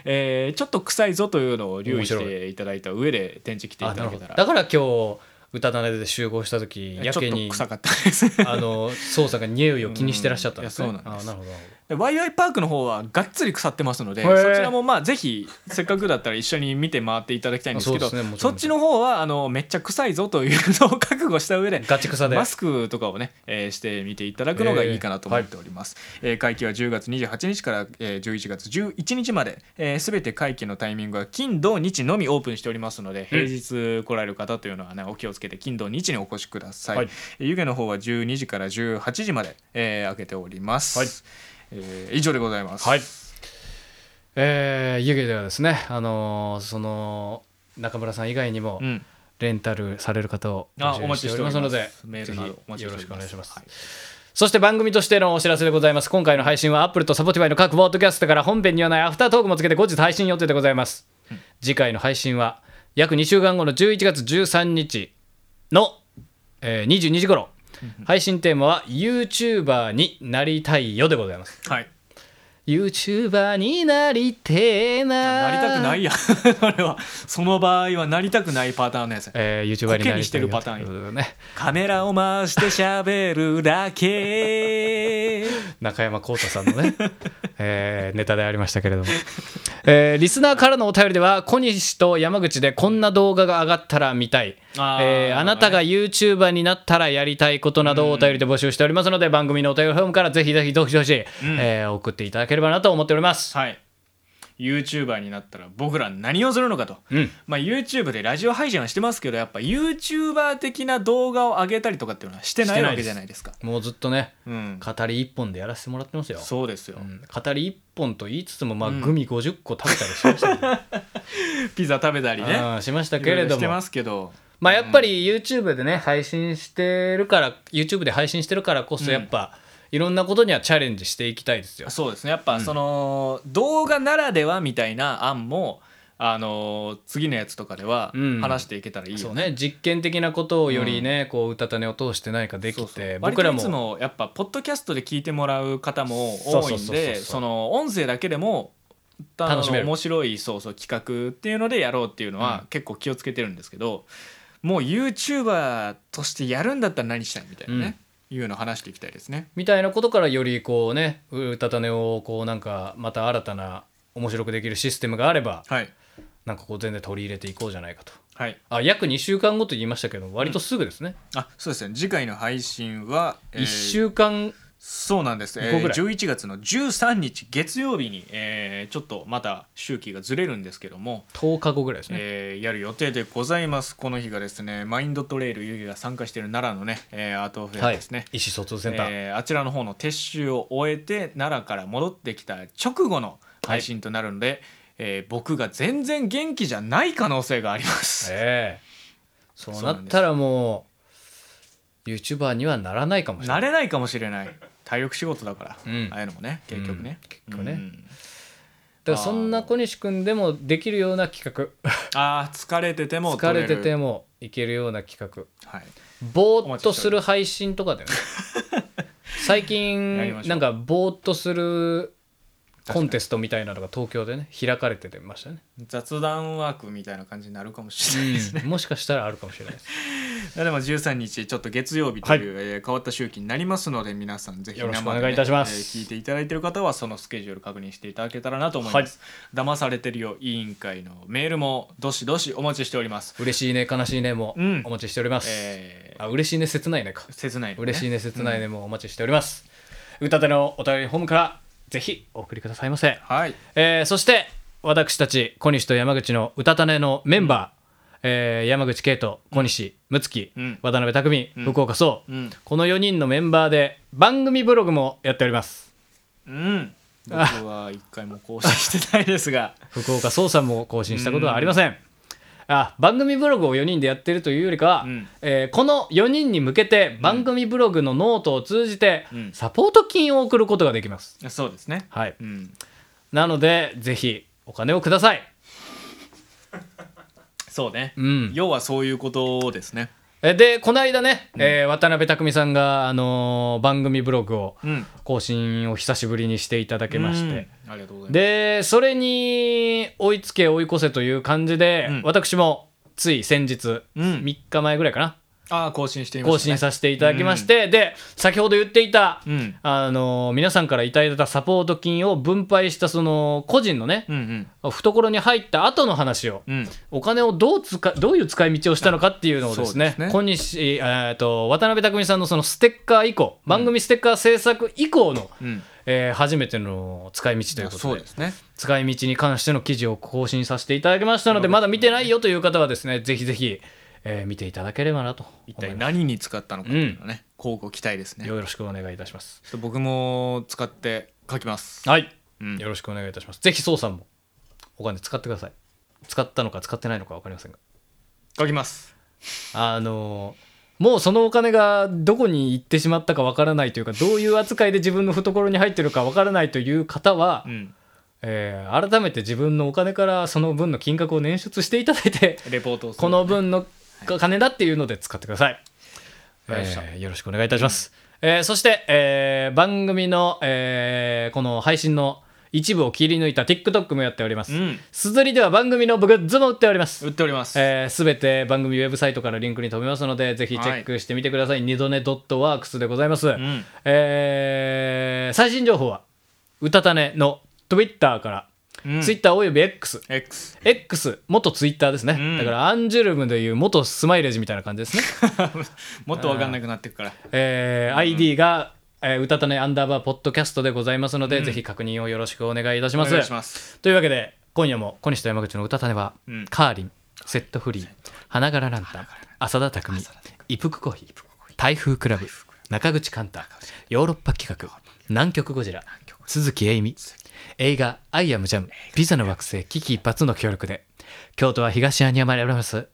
[SPEAKER 2] えーちょっと臭いぞというのを留意し
[SPEAKER 1] 面白
[SPEAKER 2] ていただいた上で展示来てい
[SPEAKER 1] あ
[SPEAKER 2] た
[SPEAKER 1] な
[SPEAKER 2] だ
[SPEAKER 1] る
[SPEAKER 2] け
[SPEAKER 1] ほ
[SPEAKER 2] た
[SPEAKER 1] ど
[SPEAKER 2] ら
[SPEAKER 1] だから今日歌種で集合した時や
[SPEAKER 2] ちょ
[SPEAKER 1] け
[SPEAKER 2] っと
[SPEAKER 1] に
[SPEAKER 2] 臭かったです。
[SPEAKER 1] あの操作が匂いを気にしてらっしゃったんです、ね、
[SPEAKER 2] うんいやそうなんです
[SPEAKER 1] あなるほどなるほど
[SPEAKER 2] で ワイワイパークの方はがっつり腐ってますので
[SPEAKER 1] へー
[SPEAKER 2] そちらもまあぜひせっかくだったら一緒に見て回っていただきたいんですけど
[SPEAKER 1] あそう
[SPEAKER 2] そ
[SPEAKER 1] ですねもちろん
[SPEAKER 2] っちの方はあのめっちゃ臭いぞというのを覚悟した上で
[SPEAKER 1] ガチ草で
[SPEAKER 2] マスクとかをね、えーしてみていただくのがいいかなと思っております、えー会期は10月28日から、えー11月11日まで、えー、全て会期のタイミングは金土日のみオープンしておりますので平日来られる方というのはねお気をつけて金土日にお越しください、
[SPEAKER 1] はい
[SPEAKER 2] えー湯気の方は12時から18時まで、えー開けております、
[SPEAKER 1] はい
[SPEAKER 2] えー以上でございます
[SPEAKER 1] はいえー、湯気ではですね、あのーその中村さん以外にも
[SPEAKER 2] うん
[SPEAKER 1] レンタルされる方を
[SPEAKER 2] あお待ちしております
[SPEAKER 1] 募集
[SPEAKER 2] メー
[SPEAKER 1] しており
[SPEAKER 2] ルな
[SPEAKER 1] ますのでぜひ
[SPEAKER 2] どお待ち
[SPEAKER 1] よろ
[SPEAKER 2] し
[SPEAKER 1] してく
[SPEAKER 2] お
[SPEAKER 1] お
[SPEAKER 2] り
[SPEAKER 1] 願
[SPEAKER 2] ます
[SPEAKER 1] いします、
[SPEAKER 2] はい
[SPEAKER 1] そして番組としてのお知らせでございます今回の配信は Apple と Spotify の各ポッドキャストから本編にはないアフタートークもつけて後日配信予定でございます、次回の配信は約2週間後の11月13日の、えー22時頃配信テーマは YouTuber になりたいよでございます
[SPEAKER 2] はい、
[SPEAKER 1] YouTuber になりてーな
[SPEAKER 2] なりたくないや あれはその場合はなりたくないパターンのやつ
[SPEAKER 1] えー、YouTuber になりたいよ
[SPEAKER 2] コケにしてるパターンよ
[SPEAKER 1] ということでね
[SPEAKER 2] カメラを回して喋るだけ。
[SPEAKER 1] 中山浩太さんのね、 えーネタでありましたけれども、えーリスナーからのお便りでは小西と山口でこんな動画が上がったら見たい
[SPEAKER 2] あ
[SPEAKER 1] あ,、
[SPEAKER 2] ー
[SPEAKER 1] えーあなたが YouTuber になったらやりたいことなどをお便りで募集しておりますので番組のお便りフォームからぜひぜひどしどし、えー送っていただければなと思っております。
[SPEAKER 2] はい。YouTuber になったら僕ら何をするのかと、
[SPEAKER 1] うん
[SPEAKER 2] まあ、YouTube でラジオ配信はしてますけどやっぱ YouTuber 的な動画を上げたりとかっていうのはしてないわけじゃないですか
[SPEAKER 1] もうずっとね
[SPEAKER 2] うん、
[SPEAKER 1] 語り一本でやらせてもらってますよ。
[SPEAKER 2] そうですよ、
[SPEAKER 1] うん語り一本と言いつつも、まあ、グミ50個食べたりしましたけど
[SPEAKER 2] ピザ食べたりね
[SPEAKER 1] あーしました
[SPEAKER 2] い
[SPEAKER 1] け
[SPEAKER 2] ろい
[SPEAKER 1] れ
[SPEAKER 2] ろ
[SPEAKER 1] ど
[SPEAKER 2] して
[SPEAKER 1] も
[SPEAKER 2] ま。すけど
[SPEAKER 1] まあやっぱり YouTube でね配信してるから YouTube で配信してるからこそやっぱ、いろんなことにはチャレンジしていきたいですよ。
[SPEAKER 2] そうですねやっぱその、動画ならではみたいな案もあの次のやつとかでは
[SPEAKER 1] うん
[SPEAKER 2] 話していけたらいいよね
[SPEAKER 1] そうね実験的なことをよりね、こう歌種を通して何かできて
[SPEAKER 2] そうそう
[SPEAKER 1] 僕ら
[SPEAKER 2] 割といつ
[SPEAKER 1] も
[SPEAKER 2] もやっぱポッドキャストで聞いてもらう方も
[SPEAKER 1] そう
[SPEAKER 2] 多
[SPEAKER 1] そ
[SPEAKER 2] い
[SPEAKER 1] うんそうそうそう
[SPEAKER 2] でその音声だけでもあの
[SPEAKER 1] 楽しめる
[SPEAKER 2] 面白いそうそう企画っていうのでやろうっていうのは結構気をつけてるんですけど、もう YouTuber としてやるんだったら何したいみたいなね、いうのを話していきたいですね。
[SPEAKER 1] みたいなことからよりこうね歌種をこうなんかまた新たな面白くできるシステムがあれば
[SPEAKER 2] はい、
[SPEAKER 1] なんかこう全然取り入れていこうじゃないかと。
[SPEAKER 2] はい、
[SPEAKER 1] あ約2週間後と言いましたけど割とすぐですね、
[SPEAKER 2] あそうですね次回の配信は、えー
[SPEAKER 1] 1週間
[SPEAKER 2] そうなんです、え
[SPEAKER 1] こ
[SPEAKER 2] ー、
[SPEAKER 1] こぐらい
[SPEAKER 2] 11月の13日月曜日に、えーちょっとまた周期がずれるんですけども、
[SPEAKER 1] 10日後ぐらいですね、
[SPEAKER 2] えーやる予定でございますこの日がですねマインドトレイル湯気が参加している奈良のね、えーアートフェア
[SPEAKER 1] はい
[SPEAKER 2] ですね、
[SPEAKER 1] 意思疎通センター、
[SPEAKER 2] えーあちらの方の撤収を終えて奈良から戻ってきた直後の配信となるので、えー僕が全然元気じゃない可能性があります、
[SPEAKER 1] ええそうなったらもう YouTuber にはならないかもしれな
[SPEAKER 2] 慣
[SPEAKER 1] い
[SPEAKER 2] れないかもしれない体力仕事だから、
[SPEAKER 1] うん
[SPEAKER 2] ああいうのもね結局ね、
[SPEAKER 1] うん結局ね
[SPEAKER 2] うん
[SPEAKER 1] だからそんな小西君でもできるような企
[SPEAKER 2] あー疲れてて
[SPEAKER 1] 画
[SPEAKER 2] も
[SPEAKER 1] 疲
[SPEAKER 2] 取
[SPEAKER 1] れ
[SPEAKER 2] れ
[SPEAKER 1] て
[SPEAKER 2] る
[SPEAKER 1] てもいけるような企画
[SPEAKER 2] はい、
[SPEAKER 1] ぼーっとする配信とか だよね最
[SPEAKER 2] やりま
[SPEAKER 1] 近
[SPEAKER 2] しょう
[SPEAKER 1] なんかぼーっとするコンテストみたいなのが東京でね開かれててましたね、
[SPEAKER 2] 雑談ワークみたいな感じになるかもしれないですね、
[SPEAKER 1] もしかしたらあるかもしれないです
[SPEAKER 2] いやでも13日ちょっと月曜日という、えー変わった周期になりますので皆さんぜひ
[SPEAKER 1] よろしく
[SPEAKER 2] 生で
[SPEAKER 1] お願いいたします
[SPEAKER 2] えー聞いていただいている方はそのスケジュール確認していただけたらなと思います、騙されてるよ委員会のメールもどしどしお待ちしております、
[SPEAKER 1] 嬉しいね悲しいねも
[SPEAKER 2] うん
[SPEAKER 1] お待ちしております、
[SPEAKER 2] えー、
[SPEAKER 1] あ嬉しいね切ないねか
[SPEAKER 2] 切ないのね
[SPEAKER 1] 嬉しいね切ないねもお待ちしております、歌手のお便りホームからぜひお送りくださいませ、
[SPEAKER 2] はい
[SPEAKER 1] えーそして私たち小西と山口の歌種のメンバー、えー山口圭人小西睦月、
[SPEAKER 2] うん
[SPEAKER 1] 渡辺匠、福岡壮、
[SPEAKER 2] うん
[SPEAKER 1] この4人のメンバーで番組ブログもやっております
[SPEAKER 2] うん僕は一回も更新してないですが
[SPEAKER 1] 福岡壮さんも更新したことはありません、あ番組ブログを4人でやってるというよりかは、
[SPEAKER 2] うん
[SPEAKER 1] えーこの4人に向けて番組ブログのノートを通じて
[SPEAKER 2] うん
[SPEAKER 1] サポート金を送ることができます、
[SPEAKER 2] そうですね
[SPEAKER 1] はい、
[SPEAKER 2] うん
[SPEAKER 1] なのでぜひお金をください
[SPEAKER 2] そうね、
[SPEAKER 1] うん
[SPEAKER 2] 要はそういうことですね
[SPEAKER 1] えでこの間ね、えー渡辺匠さんが、あのー番組ブログを
[SPEAKER 2] うん
[SPEAKER 1] 更新を久しぶりにしていただけまして、
[SPEAKER 2] うんありがとうございます
[SPEAKER 1] でそれに追いつけ追い越せという感じで、
[SPEAKER 2] うん
[SPEAKER 1] 私もつい先日、
[SPEAKER 2] うん
[SPEAKER 1] 3日前ぐらいかな
[SPEAKER 2] ああ更新していま
[SPEAKER 1] 更
[SPEAKER 2] した、ね、
[SPEAKER 1] 新させていただきまして、で先ほど言っていた、
[SPEAKER 2] うん
[SPEAKER 1] あのー皆さんからいただいたサポート金を分配したその個人のね
[SPEAKER 2] う、ん
[SPEAKER 1] 懐に入った後の話を、
[SPEAKER 2] うんうん
[SPEAKER 1] お金をどう使どういう使い道をしたのかっていうのをですね
[SPEAKER 2] そうですね
[SPEAKER 1] 小西えーと渡辺匠さんのそのステッカー以降番組ステッカー制作以降の、
[SPEAKER 2] うん
[SPEAKER 1] えー初めての使い道ということで
[SPEAKER 2] そうですね
[SPEAKER 1] 使い道に関しての記事を更新させていただきましたのでまだ見てないよという方はですねぜひぜひ、えー見ていただければなと
[SPEAKER 2] 一
[SPEAKER 1] 思い
[SPEAKER 2] 体
[SPEAKER 1] ま
[SPEAKER 2] 何に使ったのかっていうのはね、広告期待です
[SPEAKER 1] す
[SPEAKER 2] ねちょ
[SPEAKER 1] よろしくお願いいたします
[SPEAKER 2] っと僕も使って書きます
[SPEAKER 1] はい、
[SPEAKER 2] うん
[SPEAKER 1] よろしくお願いいたしますぜひそうさんもお金使ってください使ったのか使ってないのか分かりませんが
[SPEAKER 2] 書きます
[SPEAKER 1] あのもうそのお金がどこに行ってしまったかわからないというかどういう扱いで自分の懐に入ってるかわからないという方は、
[SPEAKER 2] うん
[SPEAKER 1] えー改めて自分のお金からその分の金額を捻出していただいて
[SPEAKER 2] レポートをする
[SPEAKER 1] この分の金だっていうので使ってください、
[SPEAKER 2] わかりました
[SPEAKER 1] えーよろしくお願いいたします、えーそして、えー番組の、えーこの配信の一部を切り抜いた TikTok もやっております、
[SPEAKER 2] うん
[SPEAKER 1] すずりでは番組のグッズも売っております
[SPEAKER 2] 売っております、
[SPEAKER 1] えーすべて番組ウェブサイトからリンクに飛べますのでぜひチェックしてみてください、二度寝 .works でございます、
[SPEAKER 2] ん
[SPEAKER 1] えー最新情報はうたたねの Twitter から、
[SPEAKER 2] うん
[SPEAKER 1] Twitter および X
[SPEAKER 2] X
[SPEAKER 1] X 元ツイッターですね、
[SPEAKER 2] うん
[SPEAKER 1] だからアンジュルムでいう元スマイレージみたいな感じ ですね、
[SPEAKER 2] もっとわかんなくなってくから
[SPEAKER 1] えー ID が、えーうたたねアンダーバーポッドキャストでございますので、ぜひ確認をよろしくお願いいたし
[SPEAKER 2] お
[SPEAKER 1] ます
[SPEAKER 2] 願いします
[SPEAKER 1] というわけで今夜も小西と山口の歌種は、
[SPEAKER 2] ん
[SPEAKER 1] カーリンセットフリー花柄ランタン浅田匠イプクコーヒー台風クラブ中口寛太ヨーロッパ企画南極ゴジラ鈴木英美映画「アイアムジャムビザの惑星危機一髪」の協力で京都は東山にあり ます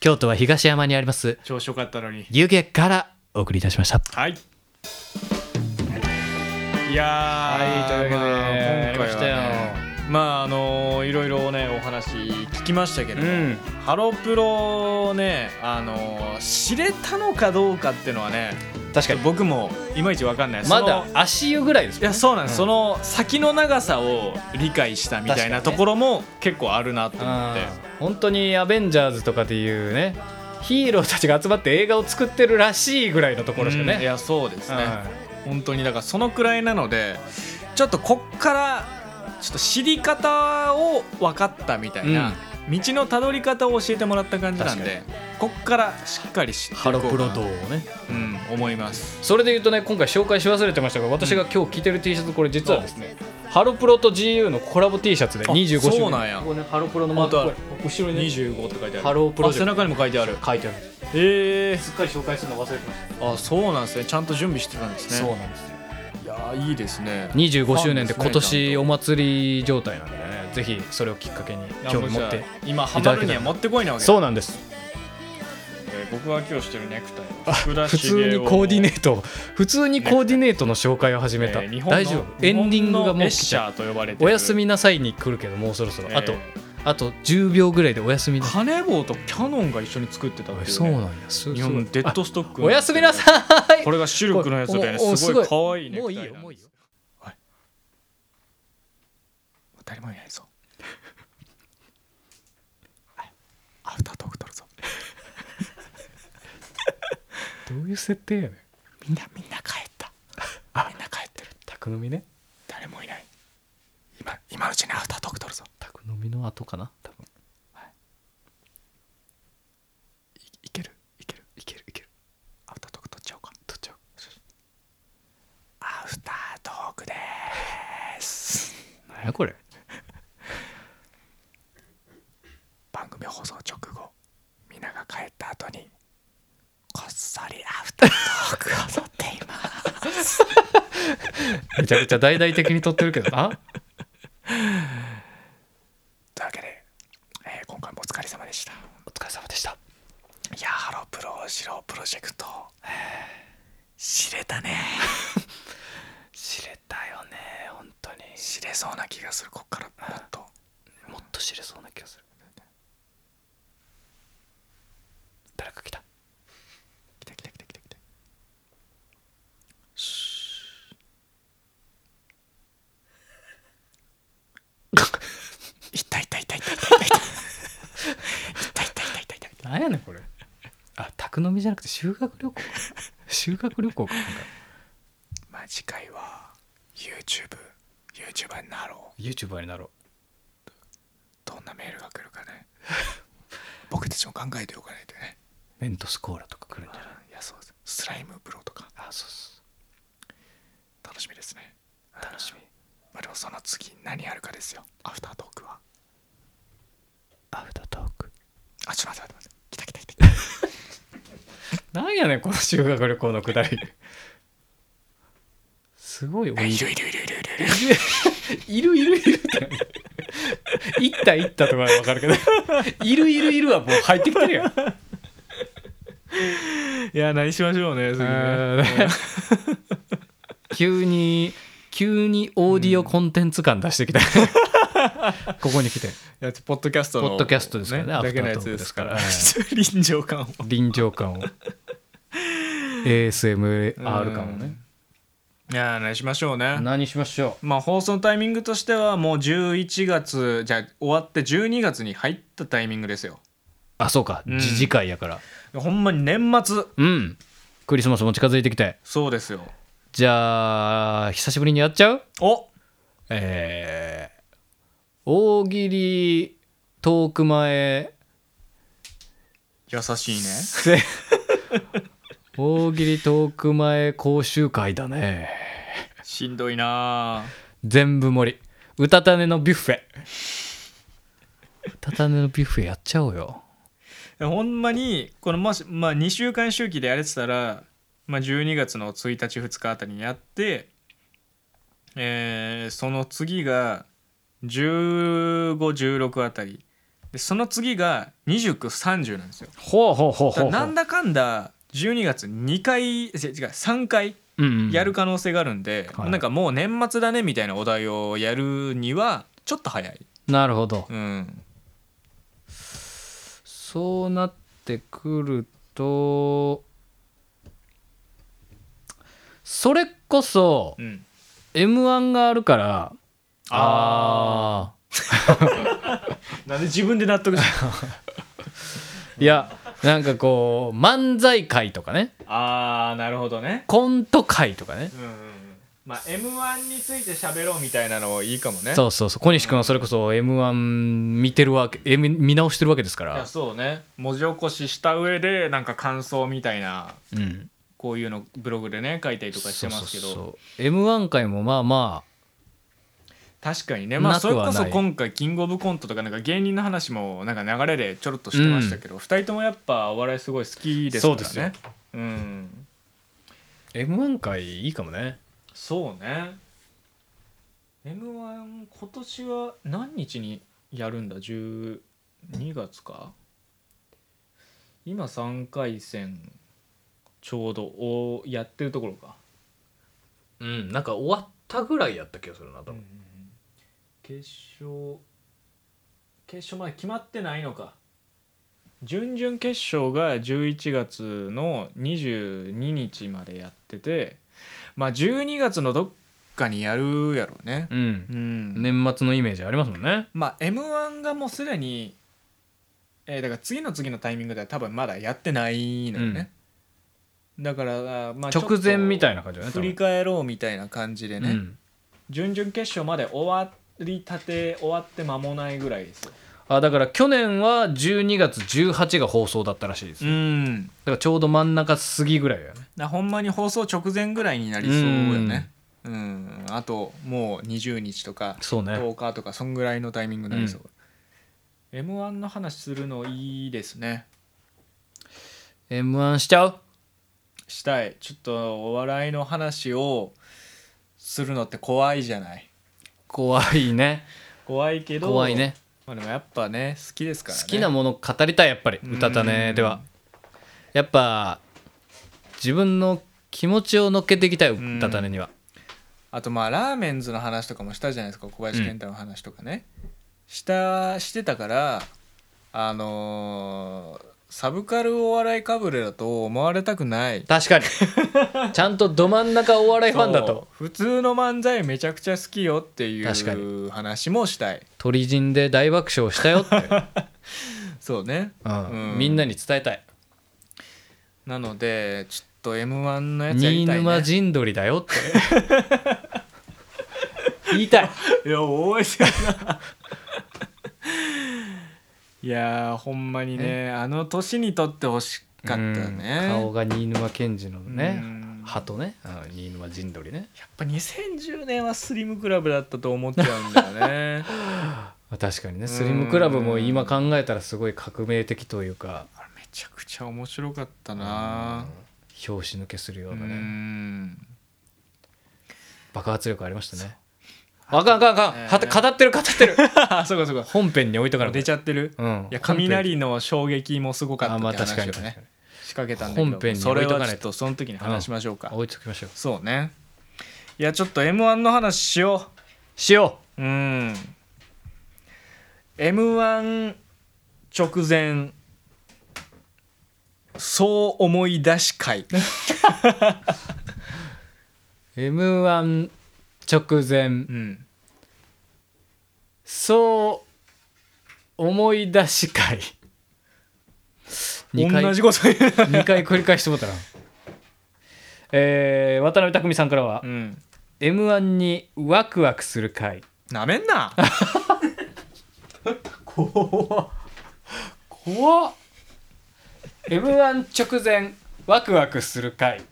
[SPEAKER 1] 京都は東山にあります
[SPEAKER 2] 調子よかったのに
[SPEAKER 1] 湯気からお送りいたしました
[SPEAKER 2] はいいやー
[SPEAKER 1] はいというわけで
[SPEAKER 2] まあ
[SPEAKER 1] やりま
[SPEAKER 2] 今回
[SPEAKER 1] し
[SPEAKER 2] は
[SPEAKER 1] たよ
[SPEAKER 2] ねまああのーいろいろねお話聞きましたけども、
[SPEAKER 1] うん
[SPEAKER 2] ハロプロをねあのー知れたのかどうかっていうのはね
[SPEAKER 1] 確かに
[SPEAKER 2] 僕もいまいちわかんない
[SPEAKER 1] ま
[SPEAKER 2] その
[SPEAKER 1] だ足湯ぐらいです
[SPEAKER 2] いやそうなんです、その先の長さを理解したみたいな
[SPEAKER 1] 確か
[SPEAKER 2] と
[SPEAKER 1] にね
[SPEAKER 2] ころも結構あるなと思っ
[SPEAKER 1] あ
[SPEAKER 2] て
[SPEAKER 1] ー本当にアベンジャーズとかでいうねヒーローたちが集まって映画を作ってるらしいぐらいのところしか
[SPEAKER 2] うんい
[SPEAKER 1] ね、
[SPEAKER 2] やそうですね、
[SPEAKER 1] は
[SPEAKER 2] 本当にだからそのくらいなのでちょっとこっからちょっと知り方を分かったみたいな、道のたどり方を教えてもらった感じなんでこっからしっかり知っていこうかな
[SPEAKER 1] ね
[SPEAKER 2] うん思います
[SPEAKER 1] それで言うとね今回紹介し忘れてましたが私が今日着てる T シャツこれ実はですね、ハロプロと GU のコラボ T シャツで
[SPEAKER 2] あ
[SPEAKER 1] 25周年
[SPEAKER 2] そうなんや
[SPEAKER 1] ここねハロプロのマーク
[SPEAKER 2] 本当だ
[SPEAKER 1] これ後ろに、ね、
[SPEAKER 2] 25って書いてある
[SPEAKER 1] ハロープロ
[SPEAKER 2] あ
[SPEAKER 1] ジェ
[SPEAKER 2] 背
[SPEAKER 1] クト
[SPEAKER 2] 中にも書いてある
[SPEAKER 1] 書いてあるんです
[SPEAKER 2] へえ
[SPEAKER 1] すっかり紹介するの忘れてまし
[SPEAKER 2] あそうなんですねちゃんと準備してたんです
[SPEAKER 1] た
[SPEAKER 2] ね
[SPEAKER 1] なんですよ
[SPEAKER 2] いやーいいですね
[SPEAKER 1] 25周年で
[SPEAKER 2] ファ
[SPEAKER 1] 今
[SPEAKER 2] ンですね
[SPEAKER 1] 年お祭り状態なんでねぜひそれをきっかけに興味持って
[SPEAKER 2] 今ハマるには持ってこいなわけだ
[SPEAKER 1] そうなんです
[SPEAKER 2] えー僕が今日してるネクタイは福田
[SPEAKER 1] 普通にコーディネート普通にコーディネートの紹介を始めた、
[SPEAKER 2] えー日本の
[SPEAKER 1] 大丈夫エンディングが
[SPEAKER 2] 日本の
[SPEAKER 1] も
[SPEAKER 2] エ
[SPEAKER 1] う
[SPEAKER 2] ッ
[SPEAKER 1] 来
[SPEAKER 2] シ
[SPEAKER 1] ちゃ
[SPEAKER 2] ャーと呼ばれて
[SPEAKER 1] う
[SPEAKER 2] る
[SPEAKER 1] おやすみなさいに来るけどもうそろそろ、
[SPEAKER 2] えー
[SPEAKER 1] あとあと10秒ぐらいでおやすみなさ
[SPEAKER 2] カネボウとキャノンが一緒に作ってたっていう、
[SPEAKER 1] い
[SPEAKER 2] ね、
[SPEAKER 1] そうなんやす
[SPEAKER 2] 日本のデッドストッ
[SPEAKER 1] あ
[SPEAKER 2] ク
[SPEAKER 1] おやすみなさ
[SPEAKER 2] い
[SPEAKER 1] い
[SPEAKER 2] これがシルクのやつだよね
[SPEAKER 1] おお
[SPEAKER 2] すごい可愛いネ
[SPEAKER 1] もう
[SPEAKER 2] ク
[SPEAKER 1] い
[SPEAKER 2] タ
[SPEAKER 1] い
[SPEAKER 2] イ
[SPEAKER 1] よもういいよ
[SPEAKER 2] 当たり前やぞアフタートーク撮るぞ
[SPEAKER 1] どういう設定やねん
[SPEAKER 2] みんなみんな帰ったみんな帰ってる
[SPEAKER 1] 宅飲みね
[SPEAKER 2] 誰もいない今今のうちにアフタートーク撮るぞ
[SPEAKER 1] 宅飲みの後かな多分
[SPEAKER 2] いけるいけるいけるいけるアフタートーク撮っちゃおうか撮っちゃおうアフタートークでーす
[SPEAKER 1] 何やこれめちゃくちゃ大々的に撮ってるけどな。
[SPEAKER 2] というわけで、えー今回もお疲れ様でした
[SPEAKER 1] お疲れ様でした。
[SPEAKER 2] いやハロプロシロプロジェクト知れたね
[SPEAKER 1] 知れたよね、本当に。
[SPEAKER 2] 知れそうな気がするこっからもっと
[SPEAKER 1] もっと知れそうな気がする。誰か来た。
[SPEAKER 2] 来た来た来た来た来た 痛い痛い痛い痛い痛い痛い痛い痛い痛い痛い痛い痛い
[SPEAKER 1] なんやねん、これ。あ、宅飲みじゃなくて修学旅行か。 修学旅行か。なんか
[SPEAKER 2] まあ次回は YouTube YouTuber になろう
[SPEAKER 1] YouTuber になろ
[SPEAKER 2] どんなメールが来るか ね僕たちも考えておかないとね
[SPEAKER 1] う。メントスコーラとか来るんじゃない
[SPEAKER 2] いやそうですスライムプロとか
[SPEAKER 1] あ、そうそ
[SPEAKER 2] 楽しみですね
[SPEAKER 1] う。楽しみ。
[SPEAKER 2] まあでもその次何やるかですよアフタートークは
[SPEAKER 1] アフタートーク。
[SPEAKER 2] あちょっと待って待って待って来た来た来た来た
[SPEAKER 1] なんやねんこの修学旅行のくだりすごいお
[SPEAKER 2] え
[SPEAKER 1] い
[SPEAKER 2] いるいるいるいるいるいる
[SPEAKER 1] いるいるいる行った行ったとかは分かるけどいるいるいるはもう入ってきてるやん
[SPEAKER 2] いや何しましょうね次ね
[SPEAKER 1] 急に急にオーディオコンテンツ感出 してきた、ここに来て
[SPEAKER 2] いやポッドキャストの
[SPEAKER 1] ポッドキャストですからねア
[SPEAKER 2] だ
[SPEAKER 1] フタ
[SPEAKER 2] けの
[SPEAKER 1] ー
[SPEAKER 2] や
[SPEAKER 1] ト
[SPEAKER 2] つ
[SPEAKER 1] ーク
[SPEAKER 2] で
[SPEAKER 1] ですすか
[SPEAKER 2] からら 臨場感を
[SPEAKER 1] 臨場感を ASMR 感をね
[SPEAKER 2] いや何しましょうね
[SPEAKER 1] 何しましょ
[SPEAKER 2] まあ放送のタイミングとしてはもう11月じゃあ終わって12月に入ったタイミングですよ
[SPEAKER 1] うあそうか、
[SPEAKER 2] ん
[SPEAKER 1] 自治会やから
[SPEAKER 2] ほんまに年末
[SPEAKER 1] うんクリスマスも近づいてきて
[SPEAKER 2] そうですよ
[SPEAKER 1] じゃあ久しぶりにやっちゃう
[SPEAKER 2] お
[SPEAKER 1] えー、大喜利トーク前
[SPEAKER 2] 優しいね
[SPEAKER 1] せ大喜利トーク前講習会だね
[SPEAKER 2] しんどいなあ
[SPEAKER 1] 全部盛りうたた寝のビュッフェうたた寝のビュッフェやっちゃおうよ
[SPEAKER 2] ほんまにこのもし、まあ、2週間周期でやれてたら、まあ、12月の1日2日あたりにやって、えーその次が1516あたりでその次が2930なんですよ。
[SPEAKER 1] ほうほうほう
[SPEAKER 2] だからなんだかんだ12月2回違う違う3回やる可能性があるんで、
[SPEAKER 1] はい
[SPEAKER 2] なんかもう年末だねみたいなお題をやるにはちょっと早い。
[SPEAKER 1] なるほど
[SPEAKER 2] うん、
[SPEAKER 1] そうなってくるとそれこそ、
[SPEAKER 2] うん、
[SPEAKER 1] m 1があるからあ
[SPEAKER 2] なんで自分で 納得した
[SPEAKER 1] ーいやなんかこう漫才会とかね
[SPEAKER 2] あーなるほどね。
[SPEAKER 1] コント会とかね
[SPEAKER 2] うんうんうんまあ M1 について喋ろうみたいなのいいかもね
[SPEAKER 1] そうそうそう小西君はそれこそ m 1見てるわけ、M- 見直してるわけですか
[SPEAKER 2] いや
[SPEAKER 1] ら、
[SPEAKER 2] そうね文字起こしした上でなんか感想みたいな
[SPEAKER 1] うん、
[SPEAKER 2] こういうのブログでね書いたりとかしてますけど
[SPEAKER 1] そうそうそう m 1回もまあま
[SPEAKER 2] 確かにねまあ
[SPEAKER 1] なく
[SPEAKER 2] そ
[SPEAKER 1] は
[SPEAKER 2] れこそ
[SPEAKER 1] ない
[SPEAKER 2] 今回キングオブコントとかなんか芸人の話もなんか流れでちょろっとしてましたけど、二人ともやっぱお笑いすごい好きですか
[SPEAKER 1] そ
[SPEAKER 2] らね
[SPEAKER 1] うですよ
[SPEAKER 2] うん
[SPEAKER 1] あ m 1回いいかもね
[SPEAKER 2] そうね M1 今年は何日にやるんだ12月か今3回戦ちょうどおやってるところか
[SPEAKER 1] うんなんか終わったぐらいやった気がするな多分
[SPEAKER 2] 決勝決勝まで決まってないのか準々決勝が11月の22日までやっててまあ12月のどっかにやるやろうね
[SPEAKER 1] うん
[SPEAKER 2] うん
[SPEAKER 1] 年末のイメージありますもんね
[SPEAKER 2] まあ m 1がもうすでに、えーだから次の次のタイミングでは多分まだやってないのよね、だから、まあ、
[SPEAKER 1] 直前みたい
[SPEAKER 2] な
[SPEAKER 1] な感じだね多
[SPEAKER 2] 振り
[SPEAKER 1] 分
[SPEAKER 2] 返ろうみたいな感じでね、
[SPEAKER 1] うん
[SPEAKER 2] 準々決勝まで終わりたて終わって間もないぐらいですよ
[SPEAKER 1] あだから去年は12月18が放送だったらしいですだ
[SPEAKER 2] ん
[SPEAKER 1] からちょうど真ん中過ぎぐらいだよね
[SPEAKER 2] だほんまに放送直前ぐらいになりそうよねうんあともう20日とか
[SPEAKER 1] そうね
[SPEAKER 2] 10日とかそんぐらいのタイミングになりそう、m 1の話するのいいですね
[SPEAKER 1] M1 しちゃう
[SPEAKER 2] したいちょっとお笑いの話をするのって怖いじゃない
[SPEAKER 1] 怖いね
[SPEAKER 2] 怖いけど
[SPEAKER 1] 怖いね
[SPEAKER 2] まあ、でもやっぱね好きですからね
[SPEAKER 1] 好きなもの語りたいやっぱり
[SPEAKER 2] うん
[SPEAKER 1] 歌たねではやっぱ自分の気持ちを乗っけていきたい歌たねには
[SPEAKER 2] あとまあラーメンズの話とかもしたじゃないですか小林健太の話とかね、したしてたからあのーサブカルお笑いかぶれだと思われたくない
[SPEAKER 1] 確 かにちゃんとど真ん中お笑いファンだと
[SPEAKER 2] そう普通の漫才めちゃくちゃ好きよって
[SPEAKER 1] 確か
[SPEAKER 2] いう話もしたい
[SPEAKER 1] 鳥人で大爆笑したよ って、
[SPEAKER 2] そうね、
[SPEAKER 1] うん
[SPEAKER 2] うん
[SPEAKER 1] みんなに伝えたい
[SPEAKER 2] なのでちょっと m 1のやつやり
[SPEAKER 1] 新
[SPEAKER 2] たい、ね、
[SPEAKER 1] 沼陣取りだ よって言いたい
[SPEAKER 2] いや覚えてるな いやーほんまにねあの年にとってほしかったね
[SPEAKER 1] うん顔が新沼賢治のね
[SPEAKER 2] うん
[SPEAKER 1] 鳩ねうん新沼陣取りね
[SPEAKER 2] やっぱ2010年はスリムクラブだったと思っちゃうんだ よね
[SPEAKER 1] 確かにねスリムクラブも今考えたらすごい革命的というか
[SPEAKER 2] あれめちゃくちゃ面白かったな
[SPEAKER 1] 拍子抜けするよ
[SPEAKER 2] う
[SPEAKER 1] うなね
[SPEAKER 2] ん
[SPEAKER 1] 爆発力ありましたねあかんあかんあかん、
[SPEAKER 2] え
[SPEAKER 1] は語ってる語ってる
[SPEAKER 2] あ そうかそうか
[SPEAKER 1] 本編に置いとかな
[SPEAKER 2] 出ち
[SPEAKER 1] ゃ
[SPEAKER 2] ゃってる、
[SPEAKER 1] うん
[SPEAKER 2] いや雷の衝撃もすごかった
[SPEAKER 1] あまあ
[SPEAKER 2] って
[SPEAKER 1] 確か
[SPEAKER 2] 話
[SPEAKER 1] に
[SPEAKER 2] を
[SPEAKER 1] 確か
[SPEAKER 2] ね
[SPEAKER 1] に
[SPEAKER 2] 仕掛けたんだけど
[SPEAKER 1] 本編に
[SPEAKER 2] それ
[SPEAKER 1] 置いとかな
[SPEAKER 2] はち
[SPEAKER 1] い
[SPEAKER 2] ょっ
[SPEAKER 1] と
[SPEAKER 2] とその時に話しましょうか、
[SPEAKER 1] 置いときましょう
[SPEAKER 2] そうねいやちょっと m 1の話しよ
[SPEAKER 1] しよ
[SPEAKER 2] ううん m 1直前そう思い出 し会
[SPEAKER 1] う m 1直前
[SPEAKER 2] うん
[SPEAKER 1] そう思い出し会 二
[SPEAKER 2] 同じこと言う
[SPEAKER 1] 2回繰り返してもうたなえー渡辺匠さんからは
[SPEAKER 2] うん、
[SPEAKER 1] 「m 1にワクワクする回
[SPEAKER 2] なめ んな」
[SPEAKER 1] 怖っ m 1直前ワクワクする回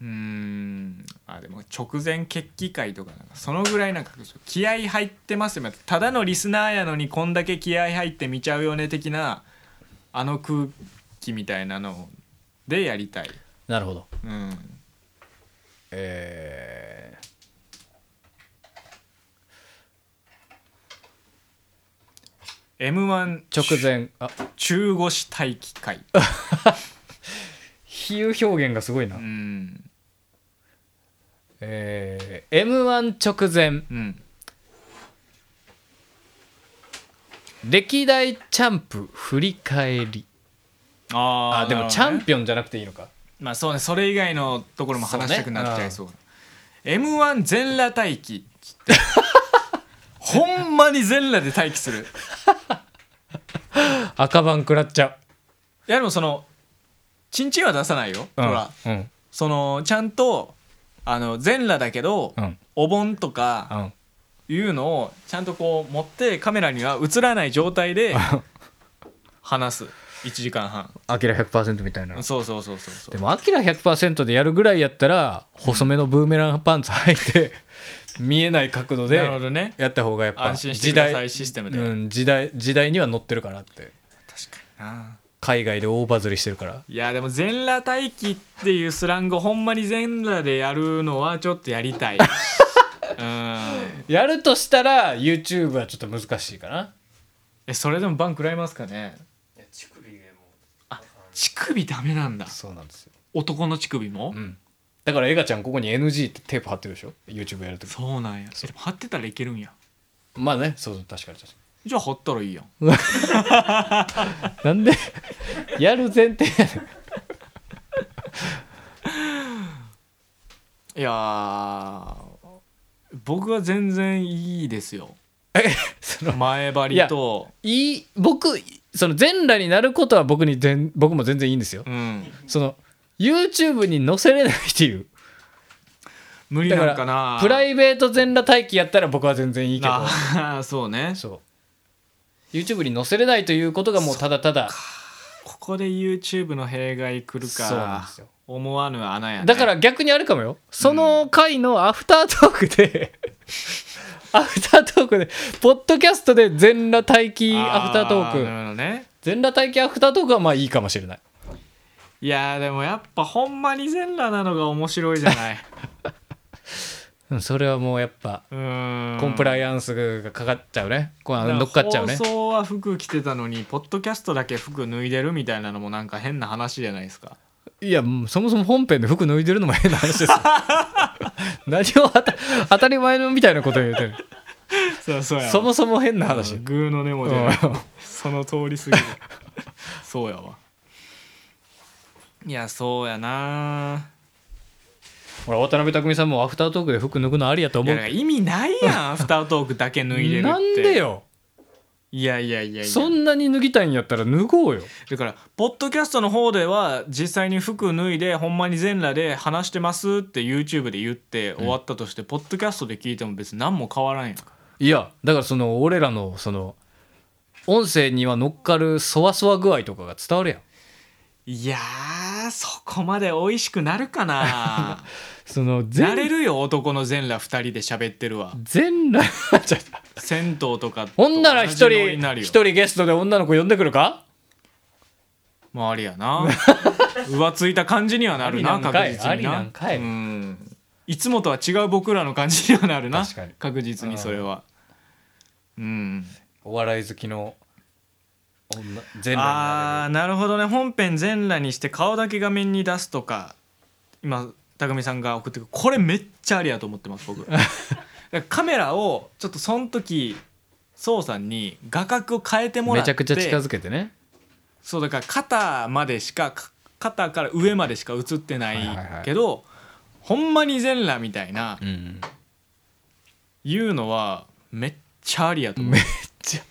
[SPEAKER 2] うーんあでも直前決起会とかなんかそのぐらいなんか気合入ってますよただのリスナーやのにこんだけ気合入って見ちゃうよね的なあの空気みたいなのでやりたい、
[SPEAKER 1] なるほど
[SPEAKER 2] うん、
[SPEAKER 1] えー
[SPEAKER 2] m 1
[SPEAKER 1] 直前あ
[SPEAKER 2] 中腰待機 会、
[SPEAKER 1] 比喩表現がすごいな、
[SPEAKER 2] うん
[SPEAKER 1] え m 1直前
[SPEAKER 2] うん、
[SPEAKER 1] 歴代チャンプ振り返り
[SPEAKER 2] あ
[SPEAKER 1] あでもチャン
[SPEAKER 2] オン
[SPEAKER 1] ピオンじゃなくていいのか
[SPEAKER 2] まあそうねそれ以外のところも話したくなっちゃいそう m 1全裸待機 ほんまに全裸で待機する
[SPEAKER 1] 赤番食らっちゃ
[SPEAKER 2] いやでもそのチンチンは出さないよ、
[SPEAKER 1] う、うん、
[SPEAKER 2] ほら
[SPEAKER 1] うん
[SPEAKER 2] そのちゃんとあの全裸だけど、
[SPEAKER 1] うん
[SPEAKER 2] お盆と
[SPEAKER 1] う
[SPEAKER 2] か
[SPEAKER 1] ん
[SPEAKER 2] いうのをちゃんとこう持ってカメラには映らない状態で話す1時間半
[SPEAKER 1] アキラ100%みたいな
[SPEAKER 2] そうそうそうそうそう
[SPEAKER 1] でもアキラ100%でやるぐらいやったら細めのブーメランパンツ履いて 見えない角度で
[SPEAKER 2] なるほどね
[SPEAKER 1] やった方がやっぱ
[SPEAKER 2] 安心してくださいシステムで、
[SPEAKER 1] うん、時代時代には乗ってるからって
[SPEAKER 2] あー
[SPEAKER 1] 海外で大バズりしてるから
[SPEAKER 2] いやでも全裸待機っていうスラングほんまに全裸でやるのはちょっとやり たいうん
[SPEAKER 1] やるとしたら YouTube はちょっと難しいかな
[SPEAKER 2] えそれでもバン食らいますかね乳首でもあ乳首ダメなんだ
[SPEAKER 1] そうなんですよ、
[SPEAKER 2] 男の乳首も、
[SPEAKER 1] うん、だからエガちゃんここに NG ってテープ貼ってるでしょ YouTube やるとき
[SPEAKER 2] そうなんやえでも貼ってたらいけるんや
[SPEAKER 1] まあねそうそう確かに確か
[SPEAKER 2] じゃあ貼ったらいいやん
[SPEAKER 1] になんで やる前提やねん
[SPEAKER 2] いやー僕は全然いいですよ
[SPEAKER 1] えその
[SPEAKER 2] 前張りと
[SPEAKER 1] いい僕その全裸になることは僕に全僕も全然いいんですよ
[SPEAKER 2] うん
[SPEAKER 1] その YouTube に載せれないっていう
[SPEAKER 2] 無理
[SPEAKER 1] だか
[SPEAKER 2] なん
[SPEAKER 1] ら
[SPEAKER 2] かな
[SPEAKER 1] プラ
[SPEAKER 2] イ
[SPEAKER 1] イベート全裸待機やったら僕は全然いいけど
[SPEAKER 2] あーそうね
[SPEAKER 1] そう YouTube に載せれないということがもうただただ
[SPEAKER 2] ここで YouTube の弊害来る
[SPEAKER 1] そうなん
[SPEAKER 2] か
[SPEAKER 1] ですよ
[SPEAKER 2] 思わぬ穴や、ね、
[SPEAKER 1] だから逆にあるかもよその回のアフタートークでアフタートークでポッドキャストで全裸待機アフタート
[SPEAKER 2] あなる
[SPEAKER 1] ーク
[SPEAKER 2] ほどね
[SPEAKER 1] 全裸待機アフタートークはまあいいかもしれない
[SPEAKER 2] いやーでもやっぱほんまに全裸なのが面白いじ ゃない
[SPEAKER 1] うんそれはもうやっぱ
[SPEAKER 2] うーん
[SPEAKER 1] コンプ
[SPEAKER 2] イ
[SPEAKER 1] ライアンスがかかっちゃうねこう乗っかっちゃうね
[SPEAKER 2] 放送は服着てたのにポッドキャストだけ服脱いでるみたいなのもなんか変な話じゃないですか
[SPEAKER 1] いやもうそもそも本編で服脱いでるのも変な 話ですよ何を当た当たり前のみたいなこと言うてる
[SPEAKER 2] そうそうや
[SPEAKER 1] そもそも変な話
[SPEAKER 2] グーの根も出ない
[SPEAKER 1] うん
[SPEAKER 2] その通りすぎる そうやわいやそうやな
[SPEAKER 1] ほら渡辺匠さんもアフタートークで服脱ぐのありやと
[SPEAKER 2] い
[SPEAKER 1] 思
[SPEAKER 2] や
[SPEAKER 1] う
[SPEAKER 2] だから意味ないやんアフタートークだけ脱いでるって
[SPEAKER 1] なんでよ
[SPEAKER 2] いやいやいやいや
[SPEAKER 1] そんなに脱ぎたいんやったら脱ごうよ
[SPEAKER 2] だからポッドキャストの方では実際に服脱いでほんまに全裸で話してますって YouTube で言って終わったとして、ポッドキャストで聞いても別に何も変わらんやんか
[SPEAKER 1] いやだからその俺らのその音声には乗っかるそわそわ具合とかが伝わるやん
[SPEAKER 2] いやーそこまで美味しくなるか な
[SPEAKER 1] その全
[SPEAKER 2] なれるよ男の全裸2人で喋ってるわ
[SPEAKER 1] 全裸 ちょっと
[SPEAKER 2] 銭湯とかと
[SPEAKER 1] ほんなら一
[SPEAKER 2] 同じノリ
[SPEAKER 1] 人
[SPEAKER 2] になる
[SPEAKER 1] 一
[SPEAKER 2] よ
[SPEAKER 1] 人ゲストで女の子呼んでくるか
[SPEAKER 2] まああり やな浮ついた感じにはなるな
[SPEAKER 1] ありなん
[SPEAKER 2] 確
[SPEAKER 1] かい
[SPEAKER 2] 実
[SPEAKER 1] あ
[SPEAKER 2] に
[SPEAKER 1] り
[SPEAKER 2] な
[SPEAKER 1] なんかい
[SPEAKER 2] うんいつもとは違う僕らの感じにはなるな
[SPEAKER 1] 確かに
[SPEAKER 2] 確実にそれはうん
[SPEAKER 1] お笑い好きの女全
[SPEAKER 2] あ
[SPEAKER 1] 裸
[SPEAKER 2] ーなるほどね本編全裸にして顔だけ画面に出すとか今匠さんが送ってくるこれめっちゃありやと思ってま す僕だからカメラをちょっとその時宋さんに画角を変えて
[SPEAKER 1] にな
[SPEAKER 2] も
[SPEAKER 1] れるめ
[SPEAKER 2] らっ
[SPEAKER 1] ち
[SPEAKER 2] て
[SPEAKER 1] ゃくちゃ近づけてね
[SPEAKER 2] そうだから肩までしかか肩から上までしか映ってない
[SPEAKER 1] はいはいはい
[SPEAKER 2] けど、ほんまに全裸みたいな
[SPEAKER 1] うん
[SPEAKER 2] いうのはめっちゃありやと思う
[SPEAKER 1] めっ
[SPEAKER 2] ちゃ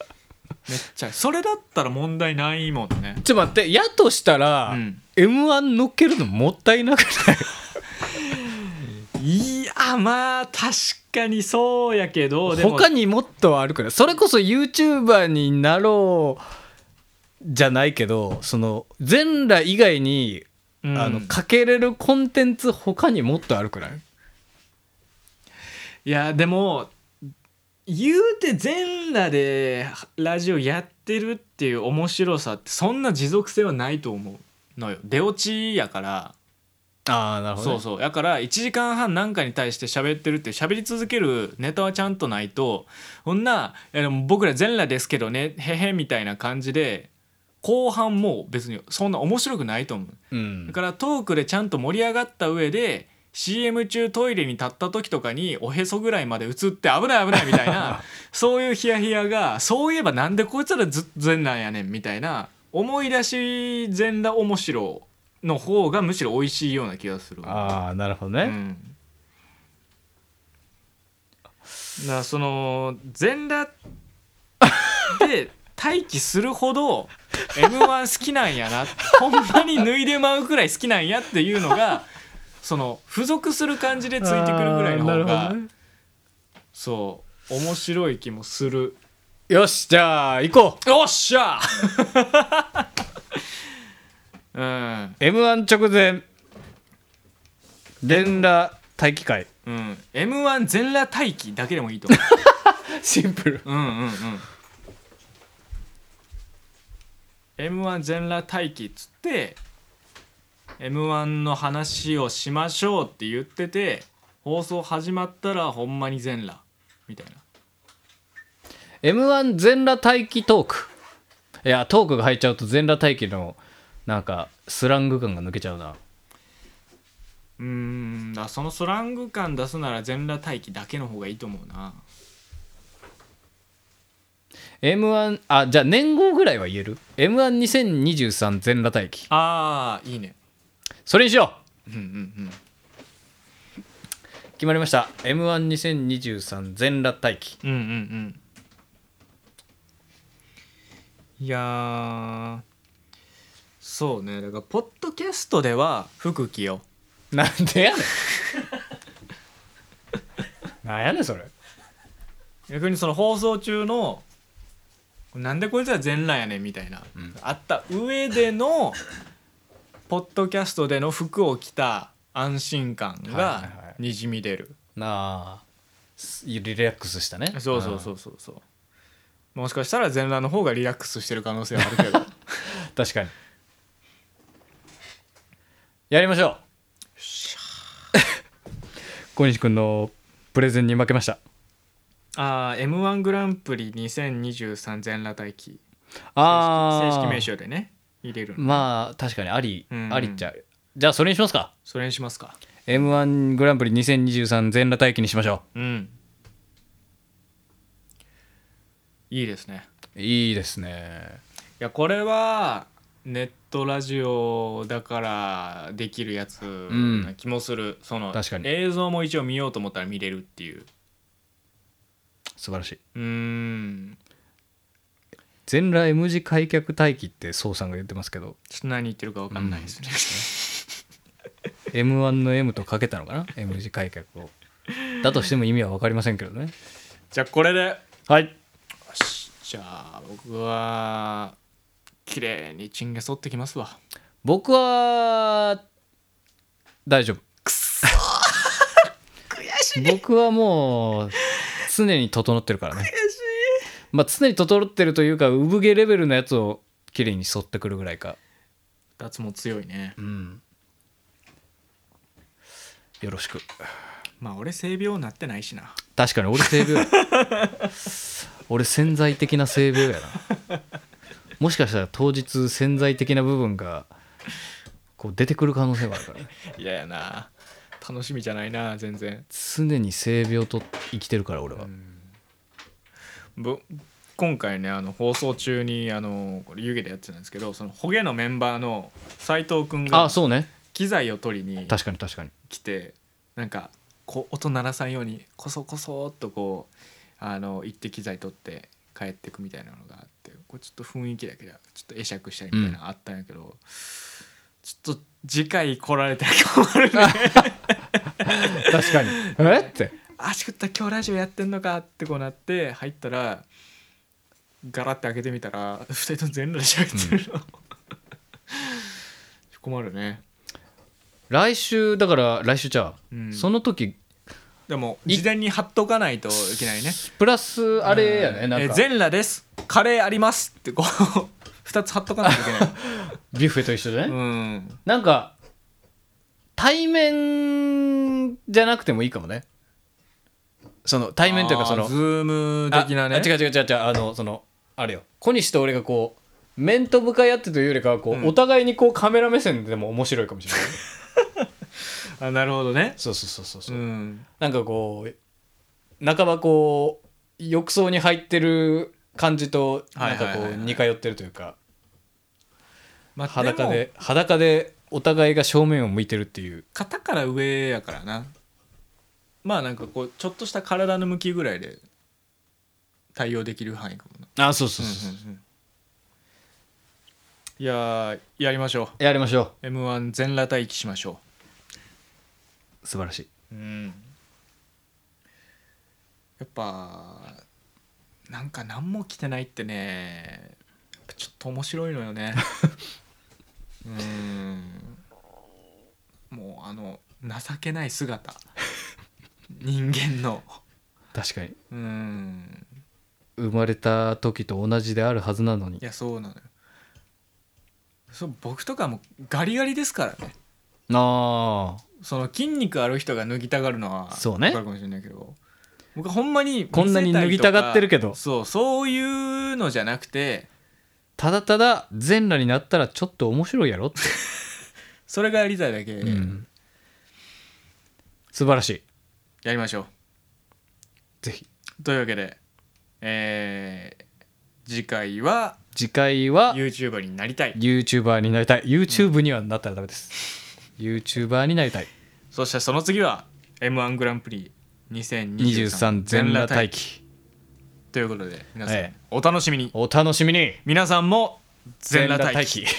[SPEAKER 2] めっちゃそれだったら問題ないもんね
[SPEAKER 1] ちょっと待ってやとしたら、
[SPEAKER 2] うん
[SPEAKER 1] m 1乗っけるのもったいなくない
[SPEAKER 2] いやまあ確かにそうやけどでも
[SPEAKER 1] 他にもっとあるからそれこそ YouTuber になろうじゃないけどその全裸以外に、
[SPEAKER 2] うん
[SPEAKER 1] あのかけれるコンテンツ他にもっとあるくらい
[SPEAKER 2] いやでも言うて全裸でラジオやってるっていう面白さってそんな持続性はないと思うのよ出落ちやから
[SPEAKER 1] ああなるほど、
[SPEAKER 2] そうそうだから1時間半なんかに対して喋ってるっていう喋り続けるネタはちゃんとないとそんな「いやでも僕ら全裸ですけどねへへ」みたいな感じで後半も別にそんな面白くないと思う
[SPEAKER 1] う
[SPEAKER 2] だ
[SPEAKER 1] ん、
[SPEAKER 2] からトークでちゃんと盛り上がった上で CM 中トイレに立った時とかにおへそぐらいまで映って危ない危ないみたいなそういうヒヤヒヤがそういえばなんでこいつらずっと全裸やねんみたいな思い出し全裸面白の方がむしろ美味しいような気がする。
[SPEAKER 1] ああなるほど
[SPEAKER 2] う
[SPEAKER 1] ね、
[SPEAKER 2] んだからその全裸で待機するほど m 1好きなんやなほんまに脱いでまうくらい好きなんやっていうのがその付属する感じでついてくるぐらい
[SPEAKER 1] あーな
[SPEAKER 2] の方
[SPEAKER 1] るほ
[SPEAKER 2] が、
[SPEAKER 1] どね
[SPEAKER 2] そう面白い気もする
[SPEAKER 1] よしじゃあ行こう
[SPEAKER 2] よっしゃうん、
[SPEAKER 1] m 1直前全裸待機会
[SPEAKER 2] うん、m 1全裸待機だけでもいいと思う
[SPEAKER 1] シンプル
[SPEAKER 2] うんうんうん m 1全裸待機っつって m 1の話をしましょうって言ってて放送始まったらほんまに全裸みたいな
[SPEAKER 1] m 1全裸待機トークいやトークが入っちゃうと全裸待機のなんかスラング感が抜けちゃうな
[SPEAKER 2] うーんだそのスラング感出すなら全裸待機だけの方がいいと思うな
[SPEAKER 1] m 1あじゃあ年号ぐらいは言える m 1 2 0 2 3全裸待機
[SPEAKER 2] あーいいね
[SPEAKER 1] それにしよ
[SPEAKER 2] うんうん
[SPEAKER 1] う決まりました m 1 2 0 2 3全裸待機
[SPEAKER 2] うんうんうんうんいやーそうねだからポッドキャストでは服着よう
[SPEAKER 1] なんで やねんなんやねんそれ
[SPEAKER 2] 逆にその放送中のなんでこいつら全裸やねんみたいな、あった上でのポッドキャストでの服を着た安心感
[SPEAKER 1] はいはいは
[SPEAKER 2] がにじみ出る、
[SPEAKER 1] なあすリラックスしたね
[SPEAKER 2] そうそうそううそうそうもしかしたら全 裸の方がリラックスしてる可能性はあるけど
[SPEAKER 1] ん確かにやりましょう小西君のプレゼンに負けました
[SPEAKER 2] ああ m 1グランプリ2023全裸待機
[SPEAKER 1] あ
[SPEAKER 2] 正
[SPEAKER 1] ー
[SPEAKER 2] 式名称でね入れるの
[SPEAKER 1] まあ確かにあり、
[SPEAKER 2] うん
[SPEAKER 1] ありっちゃじゃあそれにしますか
[SPEAKER 2] それにしますか
[SPEAKER 1] m 1グランプリ2023全裸待機にしましょ
[SPEAKER 2] うんいいですね
[SPEAKER 1] ういいですね
[SPEAKER 2] いやこれはネットラジオだからできるやつな気もする、その
[SPEAKER 1] 確かに
[SPEAKER 2] 映像も一応見ようと思ったら見れるっていう
[SPEAKER 1] 素晴らしいう
[SPEAKER 2] ーん
[SPEAKER 1] 全裸 M 字開脚待機って宋さんが言ってますけど
[SPEAKER 2] ちょっと何言ってるか分かんないですね、
[SPEAKER 1] M1 の M とかけたのかな M 字開脚をだとしても意味は分かりませんけどね
[SPEAKER 2] じゃあこれで
[SPEAKER 1] はい
[SPEAKER 2] よしじゃあ僕は綺麗にチンゲ剃ってきますわ
[SPEAKER 1] 僕は大丈夫僕はもう常に整ってるからねまあ常に整ってるというか産毛レベルのやつを綺麗に沿ってくるぐらいか
[SPEAKER 2] 脱毛強いね
[SPEAKER 1] うんよろしく
[SPEAKER 2] まあ俺性病になってないしな
[SPEAKER 1] 確かに俺性病や俺潜在的な性病やなもしかしたら当日潜在的な部分がこう出てくる可能性もあるからね
[SPEAKER 2] 嫌ややな楽しみじゃないな全然
[SPEAKER 1] 常に性病と生きてるから俺は、
[SPEAKER 2] ぶ今回ねあの放送中にあのこれ湯気でやってたんですけどそのホゲのメンバーの斎藤君
[SPEAKER 1] あ
[SPEAKER 2] が
[SPEAKER 1] あそうね
[SPEAKER 2] 機材を取りに
[SPEAKER 1] 確かに確かに
[SPEAKER 2] 来てなんかこう音鳴らさんようにこそこそっとこうあの行って機材取って帰ってくみたいなのがあってこれちょっと雰囲気だけどちょっと会釈したりみたいなのあったんやけど、ちょっと次回来られたら困るね
[SPEAKER 1] 確かに えって
[SPEAKER 2] あしくった今日ラジオやってんのかってこうなって入ったらガラッて開けてみたら2人とも全裸で喋ってるの、困るね
[SPEAKER 1] 来週だから来週じゃう
[SPEAKER 2] うん
[SPEAKER 1] その時
[SPEAKER 2] でも
[SPEAKER 1] い
[SPEAKER 2] 事前に貼っとかないといけないね
[SPEAKER 1] プラスあれやねな
[SPEAKER 2] え
[SPEAKER 1] ん
[SPEAKER 2] ー
[SPEAKER 1] か
[SPEAKER 2] 全裸ですカレーありますってこう二つ貼っとかないと いけない
[SPEAKER 1] ビュッフェと一緒でね、
[SPEAKER 2] うん
[SPEAKER 1] なんか対面じゃなくてもいいかもねその対面というかその
[SPEAKER 2] あーズーム的なね
[SPEAKER 1] ああ違う違う違う違うあのそのあれよ小西と俺がこう面と向かい合ってというよりかはこう、
[SPEAKER 2] うん
[SPEAKER 1] お互いにこうカメラ目線でも面白いかもし れない
[SPEAKER 2] あなるほどね
[SPEAKER 1] そうそうそうそうそううんなんかこう半ばこう浴槽に入ってる感じとなんか
[SPEAKER 2] はい
[SPEAKER 1] こ
[SPEAKER 2] は
[SPEAKER 1] う
[SPEAKER 2] いはいはい
[SPEAKER 1] 似通ってるというか
[SPEAKER 2] まあ
[SPEAKER 1] 裸
[SPEAKER 2] でも
[SPEAKER 1] で裸でお互いが正面を向いてるっていう
[SPEAKER 2] 肩から上やからなまあなんかこうちょっとした体の向きぐらいで対応できる範囲かもな
[SPEAKER 1] あそうそうそうそう、
[SPEAKER 2] いやーやりましょ
[SPEAKER 1] やりましょ
[SPEAKER 2] う m 1全裸待機しましょ
[SPEAKER 1] う素晴らしいう
[SPEAKER 2] うんやっぱなんか何も来てないってねやっぱちょっと面白いの よねうーんもうあの情けない姿人間の
[SPEAKER 1] 確かに
[SPEAKER 2] うーん
[SPEAKER 1] 生まれた時と同じであるはずなのに
[SPEAKER 2] いやそうなのよそう僕とかもガリガリですからね
[SPEAKER 1] ああ
[SPEAKER 2] その筋肉ある人が脱ぎたがるのは
[SPEAKER 1] そうね
[SPEAKER 2] わかるかもしれないけど僕はほんまに見せいとか
[SPEAKER 1] こんなに脱ぎたがってるけど
[SPEAKER 2] そうそういうのじゃなくて
[SPEAKER 1] ただただ全裸になったらちょっと面白いやろって、
[SPEAKER 2] それがやりたいだけ
[SPEAKER 1] うん素晴らしい
[SPEAKER 2] やりましょう、
[SPEAKER 1] ぜひ
[SPEAKER 2] というわけでえー次回は
[SPEAKER 1] 次回は
[SPEAKER 2] YouTuber になりたい
[SPEAKER 1] YouTuber になりたい YouTube にはなったらダメです、YouTuber になりたい
[SPEAKER 2] そしてその次は m 1グランプリ2023
[SPEAKER 1] 23全裸待機
[SPEAKER 2] ということで皆さん、
[SPEAKER 1] ええ
[SPEAKER 2] お楽しみに
[SPEAKER 1] お楽しみに
[SPEAKER 2] 皆さんも全裸待機
[SPEAKER 1] 全